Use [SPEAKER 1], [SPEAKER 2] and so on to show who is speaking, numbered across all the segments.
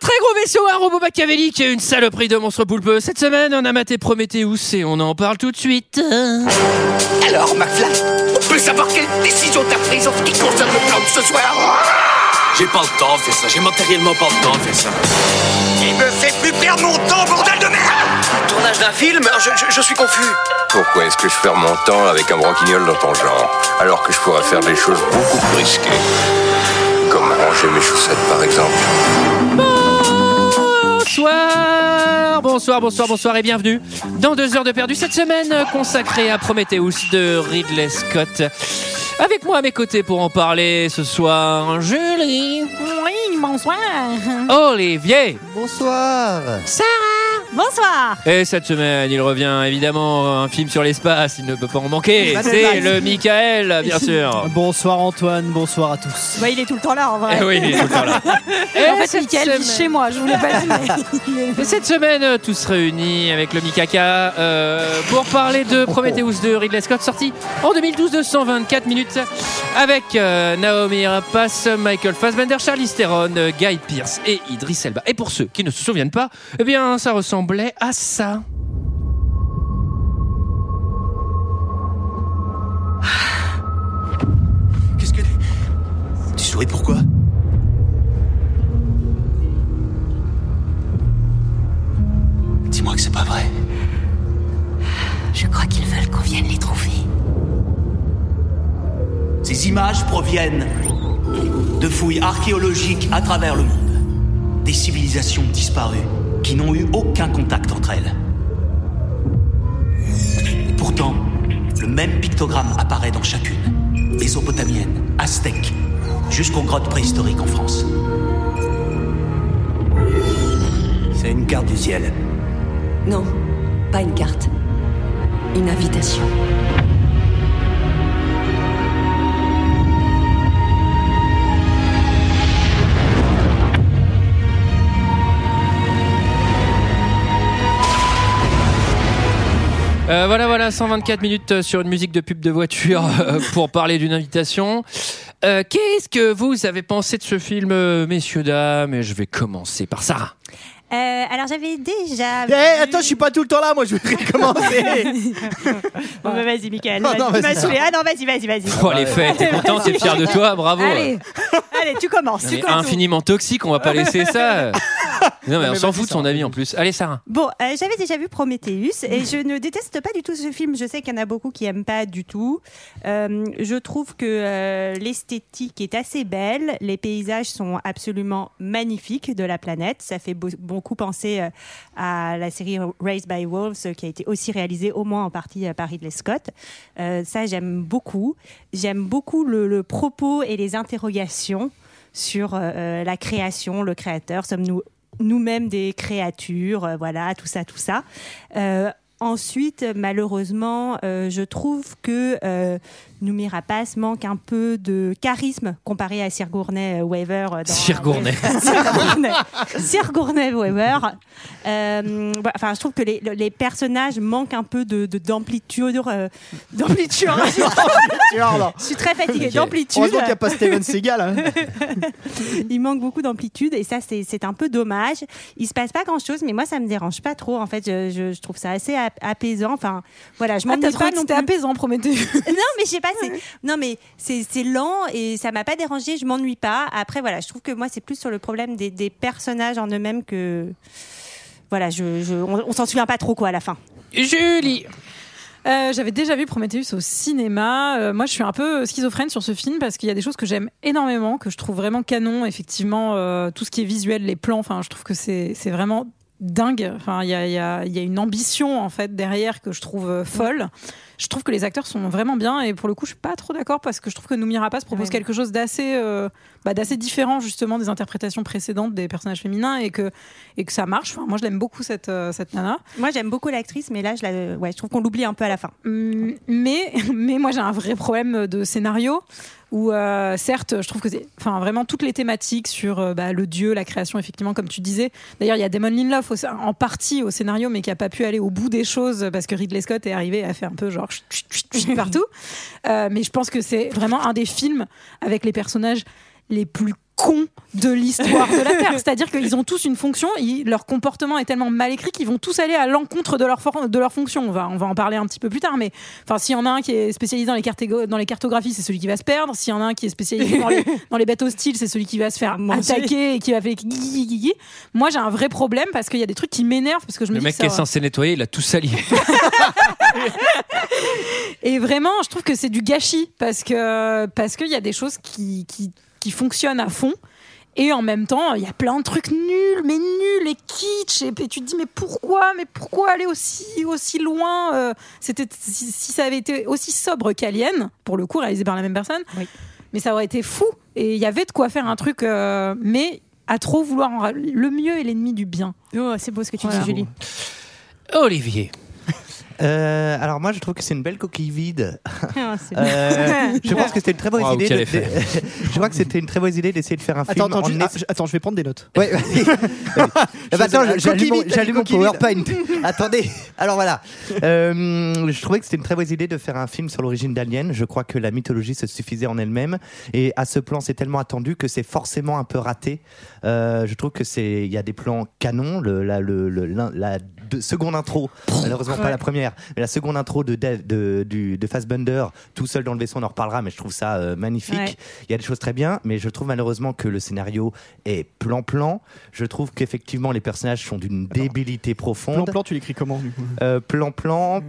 [SPEAKER 1] très gros vaisseau à robot machiavélique et une saloperie de monstre poulpeux. Cette semaine, on a maté Prometheus et on en parle tout de suite.
[SPEAKER 2] Alors, McFly, on peut savoir quelle décision t'as prise en ce qui concerne le plan de ce soir
[SPEAKER 3] J'ai pas le temps de faire ça, j'ai matériellement pas le temps de faire ça.
[SPEAKER 2] Il me fait plus perdre mon temps, bordel de merde
[SPEAKER 4] Tournage d'un film je, je- je suis confus.
[SPEAKER 5] Pourquoi est-ce que je perds mon temps avec un branquignol dans ton genre Alors que je pourrais faire des choses beaucoup plus risquées. Comme ranger mes chaussettes par exemple.
[SPEAKER 1] Bonsoir, bonsoir, bonsoir, bonsoir et bienvenue dans deux heures de perdu cette semaine consacrée à Prometheus de Ridley Scott. Avec moi à mes côtés pour en parler ce soir, Julie,
[SPEAKER 6] Oui, bonsoir.
[SPEAKER 1] Olivier
[SPEAKER 7] Bonsoir
[SPEAKER 6] Bonsoir.
[SPEAKER 1] et cette semaine il revient évidemment un film sur l'espace, il ne peut pas en manquer, c'est le Michael bien sûr.
[SPEAKER 7] Bonsoir Antoine, bonsoir à tous.
[SPEAKER 6] Bah, il est tout le temps là en vrai.
[SPEAKER 1] Eh oui, il est tout le temps là. Et
[SPEAKER 6] En fait,
[SPEAKER 1] cette
[SPEAKER 6] Mickaël vit
[SPEAKER 1] semaine-
[SPEAKER 6] chez moi, je vous l'ai pas dit. mais-
[SPEAKER 1] Et cette semaine, euh, tous réunis avec le Mikaka euh, pour parler de Prometheus de Ridley Scott, sorti en 2012 de 124 minutes, avec euh, Naomi Rapace, Michael Fassbender, Charlize Theron, euh, Guy Pearce et Idris Elba. Et pour ceux qui ne se souviennent pas, eh bien, ça ressemblait à ça.
[SPEAKER 4] Qu'est-ce que. Tu souris pourquoi Dis-moi que c'est pas vrai.
[SPEAKER 8] Je crois qu'ils veulent qu'on vienne les trouver.
[SPEAKER 4] Ces images proviennent de fouilles archéologiques à travers le monde. Des civilisations disparues qui n'ont eu aucun contact entre elles. Et pourtant, le même pictogramme apparaît dans chacune. Mésopotamienne, aztèque, jusqu'aux grottes préhistoriques en France. C'est une carte du ciel.
[SPEAKER 8] Non, pas une carte. Une invitation.
[SPEAKER 1] Euh, voilà, voilà, 124 minutes euh, sur une musique de pub de voiture euh, pour parler d'une invitation. Euh, Qu'est-ce que vous avez pensé de ce film, euh, messieurs, dames Et je vais commencer par Sarah.
[SPEAKER 9] Euh, alors j'avais déjà.
[SPEAKER 7] Eh, attends, je suis pas tout le temps là, moi je vais recommencer.
[SPEAKER 9] Bon, bah, vas-y, Michael.
[SPEAKER 7] Non,
[SPEAKER 9] vas-y,
[SPEAKER 7] non,
[SPEAKER 9] tu
[SPEAKER 7] vas-y.
[SPEAKER 9] m'as saoulé. Ah non, vas-y, vas-y, vas-y.
[SPEAKER 1] Oh, les fêtes, t'es content, t'es fier de toi, bravo
[SPEAKER 9] Allez, allez, tu commences.
[SPEAKER 1] Non,
[SPEAKER 9] Tu
[SPEAKER 1] mais
[SPEAKER 9] commences.
[SPEAKER 1] infiniment toxique, on va pas laisser ça. Non mais on s'en fout de son avis en plus. Allez Sarah.
[SPEAKER 9] Bon, euh, j'avais déjà vu Prometheus et je ne déteste pas du tout ce film. Je sais qu'il y en a beaucoup qui aiment pas du tout. Euh, je trouve que euh, l'esthétique est assez belle. Les paysages sont absolument magnifiques de la planète. Ça fait beau- beaucoup penser euh, à la série Raised by Wolves euh, qui a été aussi réalisée au moins en partie euh, par Ridley Scott. Euh, ça, j'aime beaucoup. J'aime beaucoup le, le propos et les interrogations sur euh, la création, le créateur. Sommes-nous nous-mêmes des créatures, euh, voilà, tout ça, tout ça. Euh, ensuite, malheureusement, euh, je trouve que euh, Noumi Rapace manque un peu de charisme comparé à Sir Gournay euh, Weaver. euh, dans-
[SPEAKER 1] Sir Gournay.
[SPEAKER 9] Sir Gournay. Sir Gournay Weaver. Euh, voilà, Enfin, je trouve que les, les personnages manquent un peu de de- d'amplitude. euh, d'amplitude.
[SPEAKER 7] tu vois, alors.
[SPEAKER 9] je suis très fatiguée.
[SPEAKER 1] Ok.
[SPEAKER 9] D'amplitude.
[SPEAKER 7] Heureusement qu'il n'y a pas Steven Seagal. hein.
[SPEAKER 9] Il manque beaucoup d'amplitude et ça, c'est c'est un peu dommage. Il se passe pas grand chose, mais moi, ça me dérange pas trop. En fait, je, je- je trouve ça assez ap- apaisant. Enfin, voilà, je
[SPEAKER 6] Ah,
[SPEAKER 9] m'ennuie
[SPEAKER 6] t'as
[SPEAKER 9] pas
[SPEAKER 6] trouvé que
[SPEAKER 9] non
[SPEAKER 6] c'était
[SPEAKER 9] plus.
[SPEAKER 6] apaisant, promettez.
[SPEAKER 9] Non, mais je sais pas, c'est non, mais c'est c'est lent et ça m'a pas dérangé. Je m'ennuie pas. Après, voilà, je trouve que moi, c'est plus sur le problème des, des personnages en eux-mêmes que. Voilà, je, je- on, on s'en souvient pas trop quoi à la fin.
[SPEAKER 1] Julie.
[SPEAKER 6] Euh, J'avais déjà vu Prometheus au cinéma. Euh, moi, je suis un peu schizophrène sur ce film parce qu'il y a des choses que j'aime énormément, que je trouve vraiment canon. Effectivement, euh, tout ce qui est visuel, les plans, enfin, je trouve que c'est c'est vraiment dingue. Enfin, il y a, il y a- il y a une ambition en fait derrière que je trouve euh, folle. Je trouve que les acteurs sont vraiment bien et pour le coup, je suis pas trop d'accord parce que je trouve que Noumi Rapace propose
[SPEAKER 9] Ouais.
[SPEAKER 6] quelque chose d'assez euh, bah, d'assez différent justement des interprétations précédentes des personnages féminins et que et que ça marche. Enfin, moi, je l'aime beaucoup cette euh, cette nana.
[SPEAKER 9] Moi, j'aime beaucoup l'actrice, mais là, je, la, ouais, je trouve qu'on l'oublie un peu à la fin.
[SPEAKER 6] Hum, mais, mais moi j'ai un vrai problème de scénario où euh, certes je trouve que c'est enfin vraiment toutes les thématiques sur euh, bah, le dieu la création effectivement comme tu disais d'ailleurs il y a Damon Lindelof au- en partie au scénario mais qui a pas pu aller au bout des choses parce que Ridley Scott est arrivé et a fait un peu genre chut, chut, chut, chut partout Euh, mais je pense que c'est vraiment un des films avec les personnages les plus cons de l'histoire de la Terre. C'est-à-dire qu'ils ont tous une fonction, ils- leur comportement est tellement mal écrit qu'ils vont tous aller à l'encontre de leur, for- de leur fonction. On va, on va en parler un petit peu plus tard, mais enfin, s'il y en a un qui est spécialisé dans les, cartégo- dans les cartographies, c'est celui qui va se perdre. S'il y en a un qui est spécialisé dans les, dans les bateaux hostiles, c'est celui qui va se faire
[SPEAKER 9] Manger.
[SPEAKER 6] attaquer et qui va faire gui- gui- gui- gui. Moi, j'ai un vrai problème parce qu'il y a des trucs qui m'énervent parce que je me
[SPEAKER 1] Le
[SPEAKER 6] dis
[SPEAKER 1] mec
[SPEAKER 6] que
[SPEAKER 1] qui est
[SPEAKER 6] ça-
[SPEAKER 1] censé nettoyer, il a tout sali.
[SPEAKER 6] Et vraiment, je trouve que c'est du gâchis parce que parce qu'il y a des choses qui, qui, qui fonctionnent à fond. Et en même temps, il y a plein de trucs nuls, mais nuls et kitsch. Et, et tu te dis, mais pourquoi Mais pourquoi aller aussi, aussi loin euh, C'était si, si ça avait été aussi sobre qu'Alien, pour le coup, réalisé par la même personne,
[SPEAKER 9] Oui.
[SPEAKER 6] mais ça aurait été fou. Et il y avait de quoi faire un truc, euh, mais à trop vouloir. en ra- le mieux est l'ennemi du bien.
[SPEAKER 9] Oh, c'est beau ce que tu
[SPEAKER 6] Voilà.
[SPEAKER 9] dis, Julie.
[SPEAKER 1] Olivier.
[SPEAKER 10] Euh, alors moi je trouve que c'est une belle coquille vide.
[SPEAKER 9] Ah, c'est beau.
[SPEAKER 10] Euh, je pense que c'était une très bonne
[SPEAKER 1] Waouh,
[SPEAKER 10] idée.
[SPEAKER 1] quel
[SPEAKER 10] de-
[SPEAKER 1] effet.
[SPEAKER 10] de- je crois que c'était une très bonne idée d'essayer de faire un
[SPEAKER 7] Attends,
[SPEAKER 10] film.
[SPEAKER 7] attends,
[SPEAKER 10] en
[SPEAKER 7] juste-
[SPEAKER 10] es-
[SPEAKER 7] ah, je- attends, je vais prendre des notes.
[SPEAKER 10] Ouais, vas-y. Ah bah attends,
[SPEAKER 7] Chose-
[SPEAKER 10] j'allume
[SPEAKER 7] coquille
[SPEAKER 10] mon-
[SPEAKER 7] vide, t'as
[SPEAKER 10] j'allume mon
[SPEAKER 7] dit coquille vide.
[SPEAKER 10] PowerPoint. Attendez, alors voilà. Euh, je trouvais que c'était une très bonne idée de faire un film sur l'origine d'Alien. Je crois que la mythologie se suffisait en elle-même. Et à ce plan, c'est tellement attendu que c'est forcément un peu raté. Euh, je trouve que c'est, il y a des plans canons. Le, la, le- le- l'in- la deux- seconde intro, malheureusement pas la première, mais la seconde intro de, Dave- de, du- de Fassbender, tout seul dans le vaisseau, on en reparlera, mais je trouve ça euh, magnifique.
[SPEAKER 9] Ouais.
[SPEAKER 10] Il y a des choses très bien, mais je trouve malheureusement que le scénario est plan-plan. Je trouve qu'effectivement, les personnages sont d'une débilité
[SPEAKER 7] Plan
[SPEAKER 10] profonde.
[SPEAKER 7] plan, tu l'écris comment du coup
[SPEAKER 10] Euh, Plan-plan.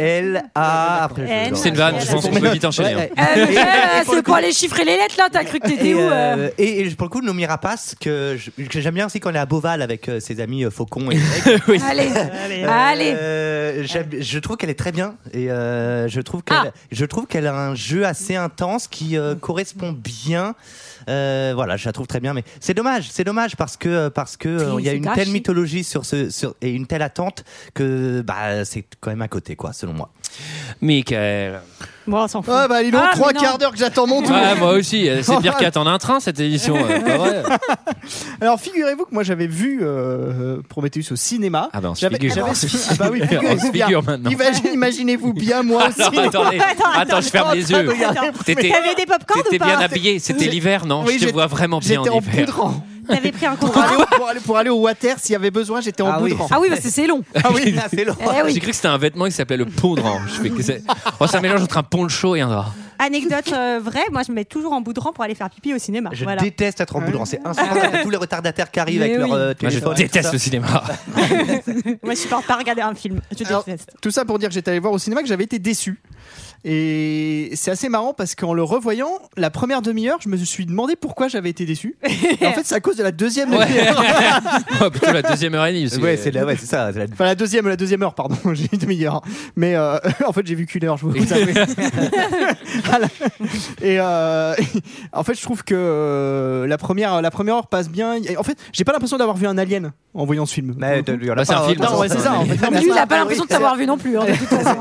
[SPEAKER 10] P-L-A. Après, je-
[SPEAKER 9] N.
[SPEAKER 10] non.
[SPEAKER 1] C'est une vanne, je
[SPEAKER 10] Euh,
[SPEAKER 1] pense qu'on peut vite enchaîner. hein.
[SPEAKER 10] Ouais, ouais.
[SPEAKER 6] Euh, Ah, mais, euh,
[SPEAKER 10] Et- et pour le
[SPEAKER 6] c'est
[SPEAKER 10] coup-
[SPEAKER 6] pour les chiffres et les lettres, là, t'as cru que t'étais
[SPEAKER 10] et,
[SPEAKER 6] où euh
[SPEAKER 10] euh, et- et pour le coup, Nomi Rapace, que je- que j'aime bien aussi quand on est à Beauval avec euh, ses amis euh, Faucon et Greg.
[SPEAKER 1] Oui.
[SPEAKER 6] Allez,
[SPEAKER 9] Allez.
[SPEAKER 6] allez.
[SPEAKER 10] Euh, j'aime- je trouve qu'elle est très bien et euh, je trouve qu'elle
[SPEAKER 6] Ah.
[SPEAKER 10] je trouve qu'elle a un jeu assez intense qui euh, correspond bien. Euh, voilà, je la trouve très bien, mais c'est dommage, c'est dommage parce que euh, parce que euh, il y a
[SPEAKER 6] c'est
[SPEAKER 10] une
[SPEAKER 6] gâché.
[SPEAKER 10] telle mythologie sur ce sur, et une telle attente que bah c'est quand même à côté quoi, selon moi.
[SPEAKER 1] Michael.
[SPEAKER 9] Bon, on s'en fout.
[SPEAKER 7] Ah bah dis donc,
[SPEAKER 6] Ah, mais
[SPEAKER 7] trois
[SPEAKER 6] non.
[SPEAKER 7] quarts d'heure que j'attends mon tour.
[SPEAKER 1] Ah, moi aussi, euh, c'est pire qu'attendre un train cette édition. euh, pas vrai.
[SPEAKER 7] Alors figurez-vous que moi j'avais vu euh, euh, Prometheus au cinéma.
[SPEAKER 1] Ah bah, on se
[SPEAKER 7] J'avais-
[SPEAKER 1] figure.
[SPEAKER 7] j'avais-
[SPEAKER 1] On se figure.
[SPEAKER 7] Ah bah oui,
[SPEAKER 1] On se
[SPEAKER 7] figurez-vous bien.
[SPEAKER 1] figure maintenant.
[SPEAKER 7] Imagine- Imaginez-vous bien moi au
[SPEAKER 1] Alors,
[SPEAKER 7] cinéma. Oh,
[SPEAKER 1] attendez, attends, je ferme les yeux.
[SPEAKER 9] Attends,
[SPEAKER 1] T'étais-
[SPEAKER 9] T'avais des pop
[SPEAKER 1] T'étais
[SPEAKER 9] ou pas
[SPEAKER 1] bien habillé, c'était l'hiver, non Je
[SPEAKER 7] Oui,
[SPEAKER 1] te
[SPEAKER 7] j'étais-
[SPEAKER 1] vois vraiment bien
[SPEAKER 7] J'étais
[SPEAKER 1] en
[SPEAKER 7] en
[SPEAKER 1] hiver.
[SPEAKER 7] poudre en-
[SPEAKER 9] T'avais pris un
[SPEAKER 7] pour,
[SPEAKER 9] contrat.
[SPEAKER 7] aller au, pour, aller, pour aller au water s'il y avait besoin, j'étais en
[SPEAKER 10] Ah oui.
[SPEAKER 7] poudre en.
[SPEAKER 6] Ah oui, bah, c'est c'est long.
[SPEAKER 10] Ah oui, c'est long.
[SPEAKER 6] Eh oui.
[SPEAKER 1] J'ai cru que c'était un vêtement qui s'appelait le pondran. Je fais que c'est oh, c'est un mélange entre un poncho et un drap.
[SPEAKER 9] Anecdote euh, vraie, moi je me mets toujours en bout de rang pour aller faire pipi au cinéma.
[SPEAKER 10] Je
[SPEAKER 9] voilà.
[SPEAKER 10] déteste être en boudran. C'est insupportable. Tous les retardataires qui arrivent
[SPEAKER 6] Mais
[SPEAKER 10] avec leur
[SPEAKER 6] oui.
[SPEAKER 10] euh,
[SPEAKER 1] Moi, je
[SPEAKER 10] téléphone. et tout
[SPEAKER 1] déteste
[SPEAKER 10] ça.
[SPEAKER 1] le cinéma.
[SPEAKER 9] Moi je supporte pas regarder un film. Je
[SPEAKER 7] Alors,
[SPEAKER 9] déteste.
[SPEAKER 7] Tout ça pour dire que j'étais allé voir au cinéma que j'avais été déçu. Et c'est assez marrant parce qu'en le revoyant, la première demi-heure, je me suis demandé pourquoi j'avais été déçu. Et en fait, c'est à cause de la deuxième
[SPEAKER 1] Ouais.
[SPEAKER 7] demi-heure.
[SPEAKER 1] Oh, plutôt la deuxième heure et demie. parce que-
[SPEAKER 10] Ouais, c'est la- ouais, c'est ça. c'est la-
[SPEAKER 7] Enfin, la deuxième, la deuxième heure, pardon. J'ai dit demi-heure. Mais euh, en fait, j'ai vu qu'une heure, je vous le savez. Voilà. Et euh, en fait, je trouve que euh, la première, la première heure passe bien. Et En fait, j'ai pas l'impression d'avoir vu un alien en voyant ce film.
[SPEAKER 10] Mais de- on a
[SPEAKER 1] Bah, c'est
[SPEAKER 10] pas-
[SPEAKER 1] un film,
[SPEAKER 10] non,
[SPEAKER 7] ouais, c'est ça, en fait.
[SPEAKER 6] Lui, il a pas l'impression de t'avoir vu non plus. hein, de toute façon.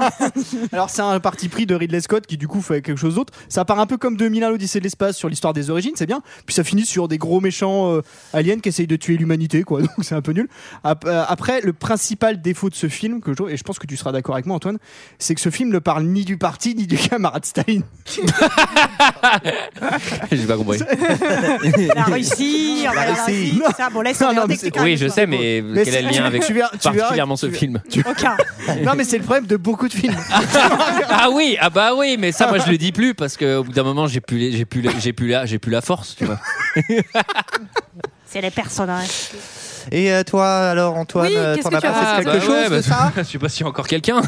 [SPEAKER 7] Alors c'est un parti pris de Ridley Scott qui du coup fait quelque chose d'autre. Ça part un peu comme 2001 l'Odyssée de l'espace sur l'histoire des origines, c'est bien. Puis ça finit sur des gros méchants euh, aliens qui essayent de tuer l'humanité, quoi. Donc c'est un peu nul. Ap- euh, Après, le principal défaut de ce film que je trouve, et je pense que tu seras d'accord avec moi, Antoine, c'est que ce film ne parle ni du parti ni du camarade Staline.
[SPEAKER 1] J'ai pas compris.
[SPEAKER 9] La Russie, on va
[SPEAKER 10] La
[SPEAKER 9] la
[SPEAKER 10] Russie.
[SPEAKER 9] Russie, tout ça. Bon, laisse
[SPEAKER 7] Non, non, mais
[SPEAKER 9] regarder
[SPEAKER 7] c'est-
[SPEAKER 1] Oui, je sais, mais
[SPEAKER 7] Mais
[SPEAKER 1] quel est le
[SPEAKER 7] c'est-
[SPEAKER 1] lien avec
[SPEAKER 7] tu verras- tu verras-
[SPEAKER 1] particulièrement ce
[SPEAKER 7] tu-
[SPEAKER 1] film
[SPEAKER 9] Aucun.
[SPEAKER 7] Non, mais c'est le problème de beaucoup de films.
[SPEAKER 1] Ah oui, ah bah oui, mais ça, moi, je le dis plus parce qu'au bout d'un moment, j'ai plus, les- j'ai plus, les- j'ai plus la, j'ai plus la force, tu vois.
[SPEAKER 9] C'est les personnages.
[SPEAKER 10] Et euh, toi, alors, Antoine,
[SPEAKER 6] Oui,
[SPEAKER 10] euh,
[SPEAKER 6] qu'est-ce
[SPEAKER 10] t'en
[SPEAKER 6] que
[SPEAKER 10] as
[SPEAKER 6] tu as
[SPEAKER 10] pensé
[SPEAKER 6] fait
[SPEAKER 10] de quelque
[SPEAKER 1] bah
[SPEAKER 10] chose
[SPEAKER 1] ouais,
[SPEAKER 10] de
[SPEAKER 1] bah,
[SPEAKER 10] ça
[SPEAKER 1] Je sais pas s'il y a encore quelqu'un.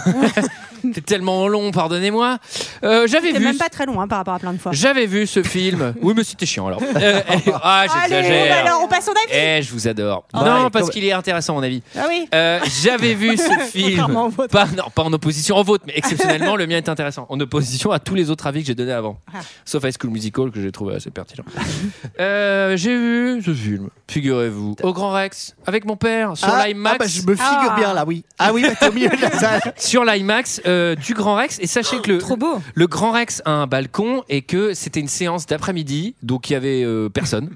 [SPEAKER 1] T'es tellement long, pardonnez-moi. Euh, j'avais
[SPEAKER 9] T'es
[SPEAKER 1] vu.
[SPEAKER 9] même pas très loin par rapport à plein de fois.
[SPEAKER 1] J'avais vu ce film. Oui, mais c'était chiant alors. Euh, ah,
[SPEAKER 9] Allez,
[SPEAKER 1] j'exagère.
[SPEAKER 9] bah alors on Oh. passe son avis.
[SPEAKER 1] Eh, je vous adore.
[SPEAKER 10] Ah.
[SPEAKER 1] non,
[SPEAKER 10] Ouais,
[SPEAKER 1] parce
[SPEAKER 10] comme-
[SPEAKER 1] qu'il est intéressant, à mon avis.
[SPEAKER 9] Ah oui.
[SPEAKER 1] Euh, J'avais vu ce film.
[SPEAKER 9] Contrairement au vôtre.
[SPEAKER 1] Pas, non, pas en opposition, en vote, mais exceptionnellement, le mien est intéressant. En opposition à tous les autres avis que j'ai donnés avant.
[SPEAKER 9] Ah.
[SPEAKER 1] Sauf High School Musical, que j'ai trouvé assez pertinent. Euh, j'ai vu ce film, figurez-vous, au Grand Rex, avec mon père, sur
[SPEAKER 7] Ah,
[SPEAKER 1] l'IMAX.
[SPEAKER 7] ah, bah, je me figure
[SPEAKER 6] Ah.
[SPEAKER 7] bien là, oui. Ah oui, bah, t'es au milieu de la salle.
[SPEAKER 1] Sur l'IMAX euh, du Grand Rex. Et sachez que le,
[SPEAKER 6] Trop beau.
[SPEAKER 1] le Grand Rex a un balcon et que c'était une séance d'après-midi, donc il y avait euh, personne.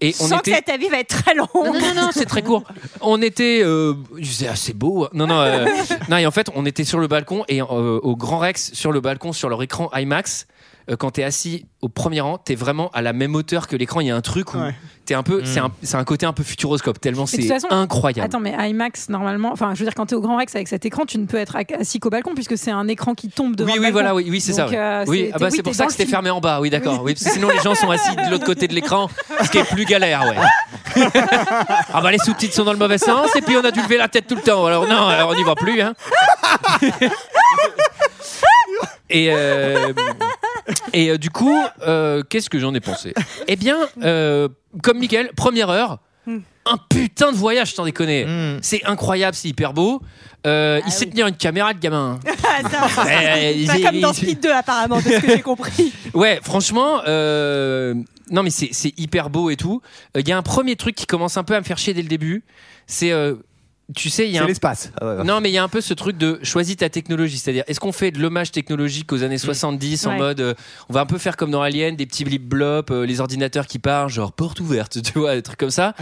[SPEAKER 1] Et
[SPEAKER 9] Je
[SPEAKER 1] on
[SPEAKER 9] sens que
[SPEAKER 1] était.
[SPEAKER 9] cet avis va être très long.
[SPEAKER 1] Non, non, non, non, c'est très court. On était. Euh, c'est assez beau. Non, non, euh, non. Et en fait, on était sur le balcon et euh, au Grand Rex, sur le balcon, sur leur écran IMAX. euh, quand t'es assis au premier rang, t'es vraiment à la même hauteur que l'écran. Il y a un truc où
[SPEAKER 7] Ouais.
[SPEAKER 1] t'es un peu,
[SPEAKER 11] Mm.
[SPEAKER 1] c'est un, c'est un côté un peu futuroscope tellement
[SPEAKER 6] Hmm. Mais de
[SPEAKER 1] c'est
[SPEAKER 6] toute façon,
[SPEAKER 1] incroyable.
[SPEAKER 6] Attends, mais IMAX, normalement, enfin, je veux dire, quand t'es au Grand Rex avec cet écran, tu ne peux être ac- assis qu'au balcon puisque c'est un écran qui tombe devant
[SPEAKER 1] oui,
[SPEAKER 6] le
[SPEAKER 1] oui,
[SPEAKER 6] balcon.
[SPEAKER 1] voilà, oui, oui c'est ça.
[SPEAKER 6] Donc,
[SPEAKER 1] ouais.
[SPEAKER 6] euh,
[SPEAKER 1] oui,
[SPEAKER 6] c'est-
[SPEAKER 1] ah bah,
[SPEAKER 6] oui,
[SPEAKER 1] c'est
[SPEAKER 6] t'es
[SPEAKER 1] pour ça
[SPEAKER 6] dans
[SPEAKER 1] que c'était
[SPEAKER 6] le
[SPEAKER 1] fermé en bas. Oui, d'accord.
[SPEAKER 6] Oui.
[SPEAKER 1] Oui, parce que sinon les gens sont assis de l'autre côté de l'écran, ce qui est plus galère, ouais. Ah bah les sous-titres sont dans le mauvais sens et puis on a dû lever la tête tout le temps. Alors non, alors on n'y va plus. Hein. Et euh, et euh, du coup, euh, qu'est-ce que j'en ai pensé Eh bien, euh, comme Mickaël, première heure.
[SPEAKER 6] Hmm.
[SPEAKER 1] Un putain de voyage, sans déconner. C'est incroyable, c'est hyper beau. Euh,
[SPEAKER 6] Ah
[SPEAKER 1] il sait tenir une caméra, le gamin. hein.
[SPEAKER 9] Attends.
[SPEAKER 1] Ouais,
[SPEAKER 9] Pas
[SPEAKER 1] il-
[SPEAKER 9] comme dans
[SPEAKER 1] il-
[SPEAKER 9] Speed 2 apparemment, de ce que j'ai compris.
[SPEAKER 1] Ouais, franchement, euh, non mais c'est c'est hyper beau et tout. Euh, Il y a un premier truc qui commence un peu à me faire chier dès le début. C'est, euh, tu sais, il y a
[SPEAKER 10] C'est
[SPEAKER 1] un... Ah
[SPEAKER 10] l'espace.
[SPEAKER 1] Non, mais il y a un peu ce truc de choisis ta technologie. C'est-à-dire, est-ce qu'on fait de l'hommage technologique aux années 70 en
[SPEAKER 9] Ouais.
[SPEAKER 1] mode euh, on va un peu faire comme dans Alien, des petits blip-blop, euh, les ordinateurs qui parlent, genre porte ouverte, tu vois, des trucs comme ça.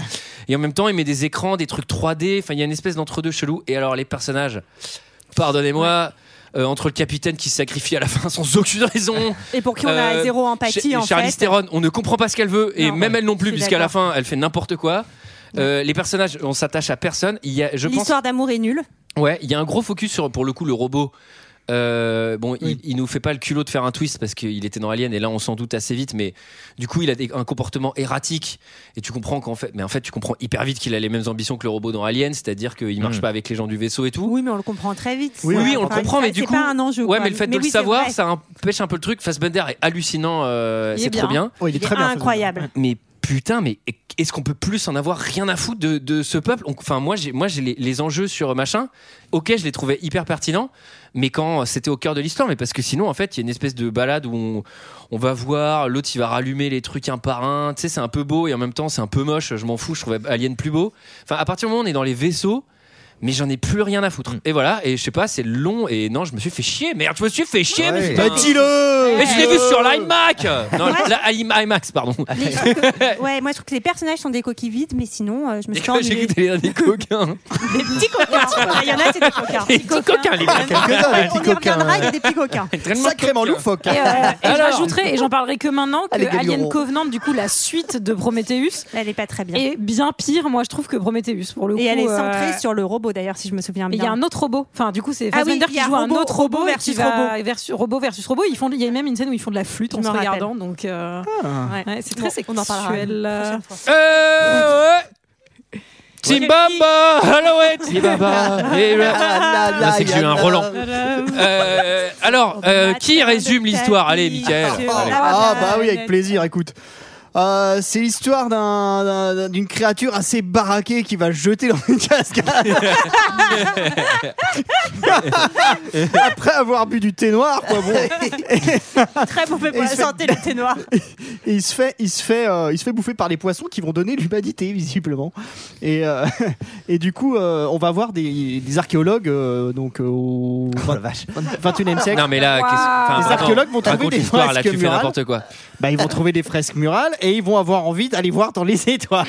[SPEAKER 1] Et en même temps, il met des écrans, des trucs 3D. Enfin, il y a une espèce d'entre-deux chelou. Et alors, les personnages, pardonnez-moi. euh, entre le capitaine qui se sacrifie à la fin sans aucune raison,
[SPEAKER 9] Et pour qui on a
[SPEAKER 1] euh,
[SPEAKER 9] zéro empathie
[SPEAKER 1] Cha-
[SPEAKER 9] en
[SPEAKER 1] Charlize
[SPEAKER 9] fait.
[SPEAKER 1] Theron, on ne comprend pas ce qu'elle veut et
[SPEAKER 9] Non,
[SPEAKER 1] même elle non
[SPEAKER 9] je
[SPEAKER 1] plus,
[SPEAKER 9] suis
[SPEAKER 1] puisqu'à la
[SPEAKER 9] d'accord.
[SPEAKER 1] fin elle fait n'importe quoi. Euh, les personnages, on s'attache à personne. Il y a, je pense,
[SPEAKER 9] L'histoire d'amour est nulle.
[SPEAKER 1] ouais, il y a un gros focus sur pour le coup le robot. Euh, bon, il, il nous fait pas le culot de faire un twist parce qu'il était dans Alien et là on s'en doute assez vite, mais du coup il a des- un comportement erratique et tu comprends qu'en fait, mais en fait tu comprends hyper vite qu'il a les mêmes ambitions que le robot dans Alien, c'est-à-dire qu'il marche
[SPEAKER 10] Mm.
[SPEAKER 1] pas avec les gens du vaisseau et tout.
[SPEAKER 9] Oui, mais on le comprend très vite.
[SPEAKER 1] Oui,
[SPEAKER 9] ça.
[SPEAKER 1] oui, on le
[SPEAKER 9] Enfin,
[SPEAKER 1] comprend,
[SPEAKER 9] ça,
[SPEAKER 1] mais du
[SPEAKER 9] c'est
[SPEAKER 1] coup-
[SPEAKER 9] pas un enjeu.
[SPEAKER 1] Ouais,
[SPEAKER 9] quoi.
[SPEAKER 1] mais le fait de
[SPEAKER 9] oui,
[SPEAKER 1] le
[SPEAKER 9] c'est
[SPEAKER 1] savoir,
[SPEAKER 9] vrai.
[SPEAKER 1] ça empêche un peu le truc. Fassbender est hallucinant, euh,
[SPEAKER 6] Il est
[SPEAKER 1] c'est trop
[SPEAKER 6] bien,
[SPEAKER 1] bien.
[SPEAKER 6] hein.
[SPEAKER 7] Oh, il est
[SPEAKER 9] Il est
[SPEAKER 7] très bien.
[SPEAKER 9] incroyable.
[SPEAKER 1] Mais putain, mais est-ce qu'on peut plus en avoir rien à foutre de, de ce peuple On- Enfin, moi, j'ai, moi, j'ai les, les enjeux sur machin. Ok, je les trouvais hyper pertinents, mais quand c'était au cœur de l'histoire, mais parce que sinon, en fait, il y a une espèce de balade où on, on va voir l'autre, il va rallumer les trucs un par un. Tu sais, c'est un peu beau et en même temps, c'est un peu moche. Je m'en fous. Je trouvais Alien plus beau. Enfin, à partir du moment où on est dans les vaisseaux. Mais j'en ai plus rien à foutre. Et voilà, et je sais pas, c'est long, et non, je me suis fait chier, merde, je me suis fait chier, mais
[SPEAKER 10] Ouais.
[SPEAKER 1] putain.
[SPEAKER 7] Bah, dis-le
[SPEAKER 1] Et je l'ai vu sur l'IMAC Non, la IM- IMAX, pardon.
[SPEAKER 9] Mais je trouve que- ouais, moi je trouve que les personnages sont des coquilles vides, mais sinon euh, je me suis pas
[SPEAKER 1] J'ai
[SPEAKER 9] ennuyée.
[SPEAKER 1] vu des, des coquins.
[SPEAKER 9] Des petits coquins. Ah, Il y en a, c'est des coquins.
[SPEAKER 1] Des petits coquins, les mecs.
[SPEAKER 9] On
[SPEAKER 10] Quelques-uns, les petits
[SPEAKER 9] y reviendra,
[SPEAKER 10] coquins.
[SPEAKER 9] il y a des petits coquins.
[SPEAKER 1] Tellement
[SPEAKER 7] Sacrément
[SPEAKER 1] coquins.
[SPEAKER 7] loufoque.
[SPEAKER 6] Et, euh, et je
[SPEAKER 1] Alors.
[SPEAKER 6] rajouterai, et j'en parlerai que maintenant, que
[SPEAKER 10] Allez, Gaillero.
[SPEAKER 6] Alien Covenant, du coup, la suite de Prometheus,
[SPEAKER 9] Elle est pas très bien. Et,
[SPEAKER 6] est bien pire, moi, je trouve, que Prometheus, pour le coup.
[SPEAKER 9] elle est centrée
[SPEAKER 6] euh,
[SPEAKER 9] sur le robot d'ailleurs, si je me souviens
[SPEAKER 6] Mais
[SPEAKER 9] bien.
[SPEAKER 6] il y a un autre robot. Enfin, du coup, c'est
[SPEAKER 9] Ah oui,
[SPEAKER 6] Fassbender
[SPEAKER 9] il y
[SPEAKER 6] qui
[SPEAKER 9] a
[SPEAKER 6] joue un
[SPEAKER 9] robot,
[SPEAKER 6] autre robot
[SPEAKER 9] robot
[SPEAKER 6] et qui
[SPEAKER 9] versus
[SPEAKER 6] va- versus robot versus robot. Ils font, il y a même une scène où ils font de la flûte
[SPEAKER 9] Je
[SPEAKER 6] en se
[SPEAKER 9] m'en rappelle.
[SPEAKER 6] regardant. Donc, euh,
[SPEAKER 9] Ouais.
[SPEAKER 10] Ah.
[SPEAKER 6] ouais, c'est
[SPEAKER 9] Bon,
[SPEAKER 6] très
[SPEAKER 9] on en parlera
[SPEAKER 6] sexuel.
[SPEAKER 9] une
[SPEAKER 6] euh,
[SPEAKER 9] prochaine fois.
[SPEAKER 1] Euh, ouais. Timbamba Hello Euh, it
[SPEAKER 7] Ah,
[SPEAKER 1] Timbamba Et là-
[SPEAKER 10] Là,
[SPEAKER 1] Ah, c'est que j'ai eu un Roland. Ah, Euh, Alors, euh, qui résume l'histoire Allez, Michael. Allez.
[SPEAKER 7] Ah bah oui, avec plaisir, écoute. Euh, c'est l'histoire d'un- d'un- d'une créature assez baraquée qui va jeter dans une cascade. Après avoir bu du thé noir, quoi, bon.
[SPEAKER 9] Très mauvais pour
[SPEAKER 7] Et
[SPEAKER 9] la
[SPEAKER 7] je fais-
[SPEAKER 9] santé, le thé noir.
[SPEAKER 7] Et il se fait, il se fait, euh, il se fait bouffer par les poissons qui vont donner l'humanité visiblement. Et euh, et du coup, euh, on va voir des, des archéologues euh, donc euh, au
[SPEAKER 10] Oh la vache.
[SPEAKER 7] 21e siècle.
[SPEAKER 1] Non, mais là, qu'est-ce
[SPEAKER 7] Les
[SPEAKER 1] enfin,
[SPEAKER 7] archéologues vont
[SPEAKER 1] raconte
[SPEAKER 7] trouver des
[SPEAKER 1] l'histoire, là,
[SPEAKER 7] fresques
[SPEAKER 1] tu fais
[SPEAKER 7] murales.
[SPEAKER 1] n'importe quoi.
[SPEAKER 7] Bah, ils vont trouver des fresques murales et ils vont avoir envie d'aller voir dans les étoiles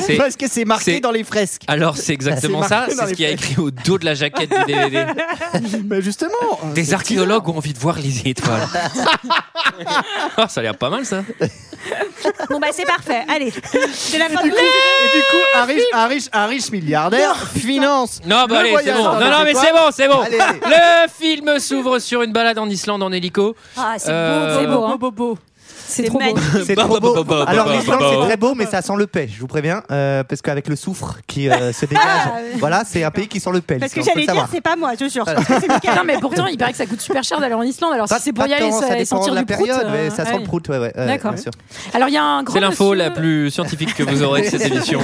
[SPEAKER 1] C'est-
[SPEAKER 7] parce que c'est
[SPEAKER 1] c'est-
[SPEAKER 7] marqué dans les fresques.
[SPEAKER 1] Alors, Bah, c'est exactement ça.
[SPEAKER 7] marqué dans
[SPEAKER 1] C'est ce
[SPEAKER 7] les
[SPEAKER 1] qu'il y a écrit au dos de la jaquette du DVD.
[SPEAKER 7] Bah, justement. euh,
[SPEAKER 1] Des
[SPEAKER 7] c'est
[SPEAKER 1] archéologues ont envie de voir les étoiles. Ah, ça a l'air pas mal, ça.
[SPEAKER 9] Bon bah c'est parfait, allez. C'est la fin de
[SPEAKER 7] bizarre. Et du coup, un riche, un riche, un riche milliardaire finance.
[SPEAKER 1] Non, bah
[SPEAKER 7] Le
[SPEAKER 1] allez, c'est
[SPEAKER 7] voyage
[SPEAKER 1] bon.
[SPEAKER 7] dans
[SPEAKER 1] Non,
[SPEAKER 7] les
[SPEAKER 1] non, mais
[SPEAKER 7] étoiles.
[SPEAKER 1] c'est bon, c'est bon.
[SPEAKER 10] Allez, allez.
[SPEAKER 1] Le film s'ouvre sur une balade en Islande en hélico.
[SPEAKER 9] Ah, c'est
[SPEAKER 1] Euh,
[SPEAKER 9] beau,
[SPEAKER 6] C'est beau, hein.
[SPEAKER 9] beau, beau, beau.
[SPEAKER 6] C'est
[SPEAKER 9] C'est
[SPEAKER 6] trop beau.
[SPEAKER 9] magnifique.
[SPEAKER 10] C'est
[SPEAKER 1] Bah, bah,
[SPEAKER 10] trop
[SPEAKER 1] bah,
[SPEAKER 10] beau.
[SPEAKER 1] bah, bah,
[SPEAKER 10] Alors
[SPEAKER 1] bah,
[SPEAKER 10] l'Islande
[SPEAKER 1] bah,
[SPEAKER 10] c'est
[SPEAKER 1] bah.
[SPEAKER 10] très beau, mais ça sent le pêche, je vous préviens, euh, parce qu'avec le soufre qui euh, se dégage, voilà, c'est un pays qui sent le pêche.
[SPEAKER 9] Parce
[SPEAKER 10] ça,
[SPEAKER 9] que
[SPEAKER 10] on peut
[SPEAKER 9] j'allais
[SPEAKER 10] le
[SPEAKER 9] dire,
[SPEAKER 10] savoir.
[SPEAKER 9] c'est pas moi, je jure. Je pense que c'est Mickaël.
[SPEAKER 6] Non, mais pourtant, il paraît que ça coûte super cher d'aller en Islande. Alors,
[SPEAKER 10] Pas-
[SPEAKER 6] si c'est
[SPEAKER 10] pas
[SPEAKER 6] pour y aller,
[SPEAKER 10] tant,
[SPEAKER 6] ça, et
[SPEAKER 10] dépend
[SPEAKER 6] sentir
[SPEAKER 10] de la
[SPEAKER 6] du prout,
[SPEAKER 10] période, mais
[SPEAKER 6] euh,
[SPEAKER 10] ça sent
[SPEAKER 6] ouais.
[SPEAKER 10] le prout, ouais, ouais, euh,
[SPEAKER 6] D'accord.
[SPEAKER 10] bien sûr.
[SPEAKER 6] Alors, il y a un grand.
[SPEAKER 1] C'est l'info
[SPEAKER 6] monsieur-
[SPEAKER 1] la plus scientifique que vous aurez de cette émission.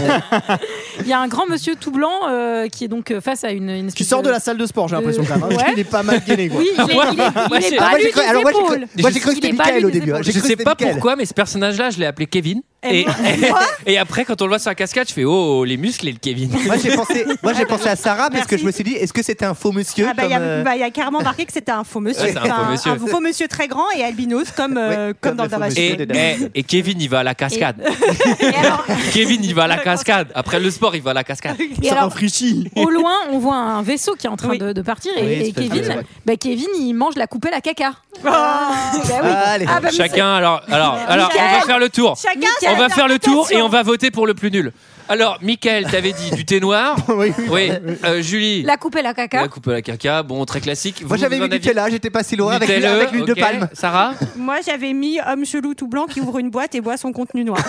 [SPEAKER 6] Il y a un grand monsieur tout blanc euh, qui est donc euh, face à une. une
[SPEAKER 7] Qui
[SPEAKER 6] espèce
[SPEAKER 7] sort de la salle de sport, j'ai l'impression
[SPEAKER 6] Euh,
[SPEAKER 7] quand même. hein, parce
[SPEAKER 6] ouais.
[SPEAKER 7] qu'il est pas mal gainé, quoi.
[SPEAKER 6] Oui, il est, il est, il est
[SPEAKER 1] j'ai-
[SPEAKER 10] Ah,
[SPEAKER 6] pas
[SPEAKER 10] moi, j'ai
[SPEAKER 6] lui
[SPEAKER 10] cru-
[SPEAKER 6] des
[SPEAKER 10] alors, moi, j'ai cru-
[SPEAKER 6] épaules.
[SPEAKER 10] moi, j'ai cru que
[SPEAKER 6] Il est
[SPEAKER 10] c'était
[SPEAKER 6] balu
[SPEAKER 10] Michael au
[SPEAKER 6] des
[SPEAKER 10] début. hein.
[SPEAKER 6] épaules.
[SPEAKER 10] J'ai
[SPEAKER 1] Je
[SPEAKER 10] cru que
[SPEAKER 1] sais
[SPEAKER 10] c'était
[SPEAKER 1] pas
[SPEAKER 10] Michael.
[SPEAKER 1] pourquoi, mais ce personnage-là, je l'ai appelé Kevin. Et, et après, quand on le voit sur la cascade, je fais Oh, les muscles et le Kevin.
[SPEAKER 10] Moi j'ai pensé, moi j'ai pensé à Sarah parce que je me suis dit, est-ce que c'était un faux monsieur
[SPEAKER 9] Ah bah, il y,
[SPEAKER 10] comme,
[SPEAKER 9] a-
[SPEAKER 10] euh,
[SPEAKER 9] bah, il y a carrément marqué que c'était un faux monsieur.
[SPEAKER 1] Ouais, c'est un faux
[SPEAKER 9] Enfin,
[SPEAKER 1] monsieur.
[SPEAKER 9] un faux monsieur très grand et albinos comme, euh,
[SPEAKER 10] Ouais,
[SPEAKER 9] comme,
[SPEAKER 10] comme
[SPEAKER 9] dans
[SPEAKER 10] le faux
[SPEAKER 9] Dora
[SPEAKER 10] monsieur.
[SPEAKER 1] Et, eh,
[SPEAKER 10] des dames.
[SPEAKER 1] et- et Kevin, il va à la cascade. Kevin, il va à la cascade. Après le sport, il va à la cascade.
[SPEAKER 6] Et
[SPEAKER 7] Ça
[SPEAKER 6] alors,
[SPEAKER 7] rafraîchit.
[SPEAKER 6] au loin, on voit un vaisseau qui est en train
[SPEAKER 9] Oui.
[SPEAKER 6] de, de partir et,
[SPEAKER 10] Oui,
[SPEAKER 6] et
[SPEAKER 10] c'est pas- ah,
[SPEAKER 6] Kevin,
[SPEAKER 10] oui,
[SPEAKER 6] bah, Kevin, il mange la coupelle à caca. Bah oui.
[SPEAKER 10] Allez.
[SPEAKER 6] Ah, bah, mais
[SPEAKER 1] Chacun, alors, alors,
[SPEAKER 6] Michael.
[SPEAKER 1] alors on va faire le tour.
[SPEAKER 9] Chacun
[SPEAKER 1] On
[SPEAKER 9] sa
[SPEAKER 1] va faire le tour et
[SPEAKER 9] interprétation.
[SPEAKER 1] on va voter pour le plus nul. Alors, Michael, t'avais dit du thé noir.
[SPEAKER 7] Oui, oui.
[SPEAKER 1] Oui, euh, Julie,
[SPEAKER 6] La coupelle à
[SPEAKER 1] la
[SPEAKER 6] caca.
[SPEAKER 1] coupe à la caca. Bon, très classique.
[SPEAKER 10] Moi
[SPEAKER 1] Vous,
[SPEAKER 10] j'avais
[SPEAKER 1] vous en
[SPEAKER 10] mis
[SPEAKER 1] aviez-
[SPEAKER 10] Nutella, j'étais pas si loin avec,
[SPEAKER 1] Nutella,
[SPEAKER 10] avec l'huile
[SPEAKER 1] ok.
[SPEAKER 10] de palme.
[SPEAKER 1] Sarah
[SPEAKER 9] Moi, j'avais mis homme chelou tout blanc qui ouvre une boîte et boit son contenu noir.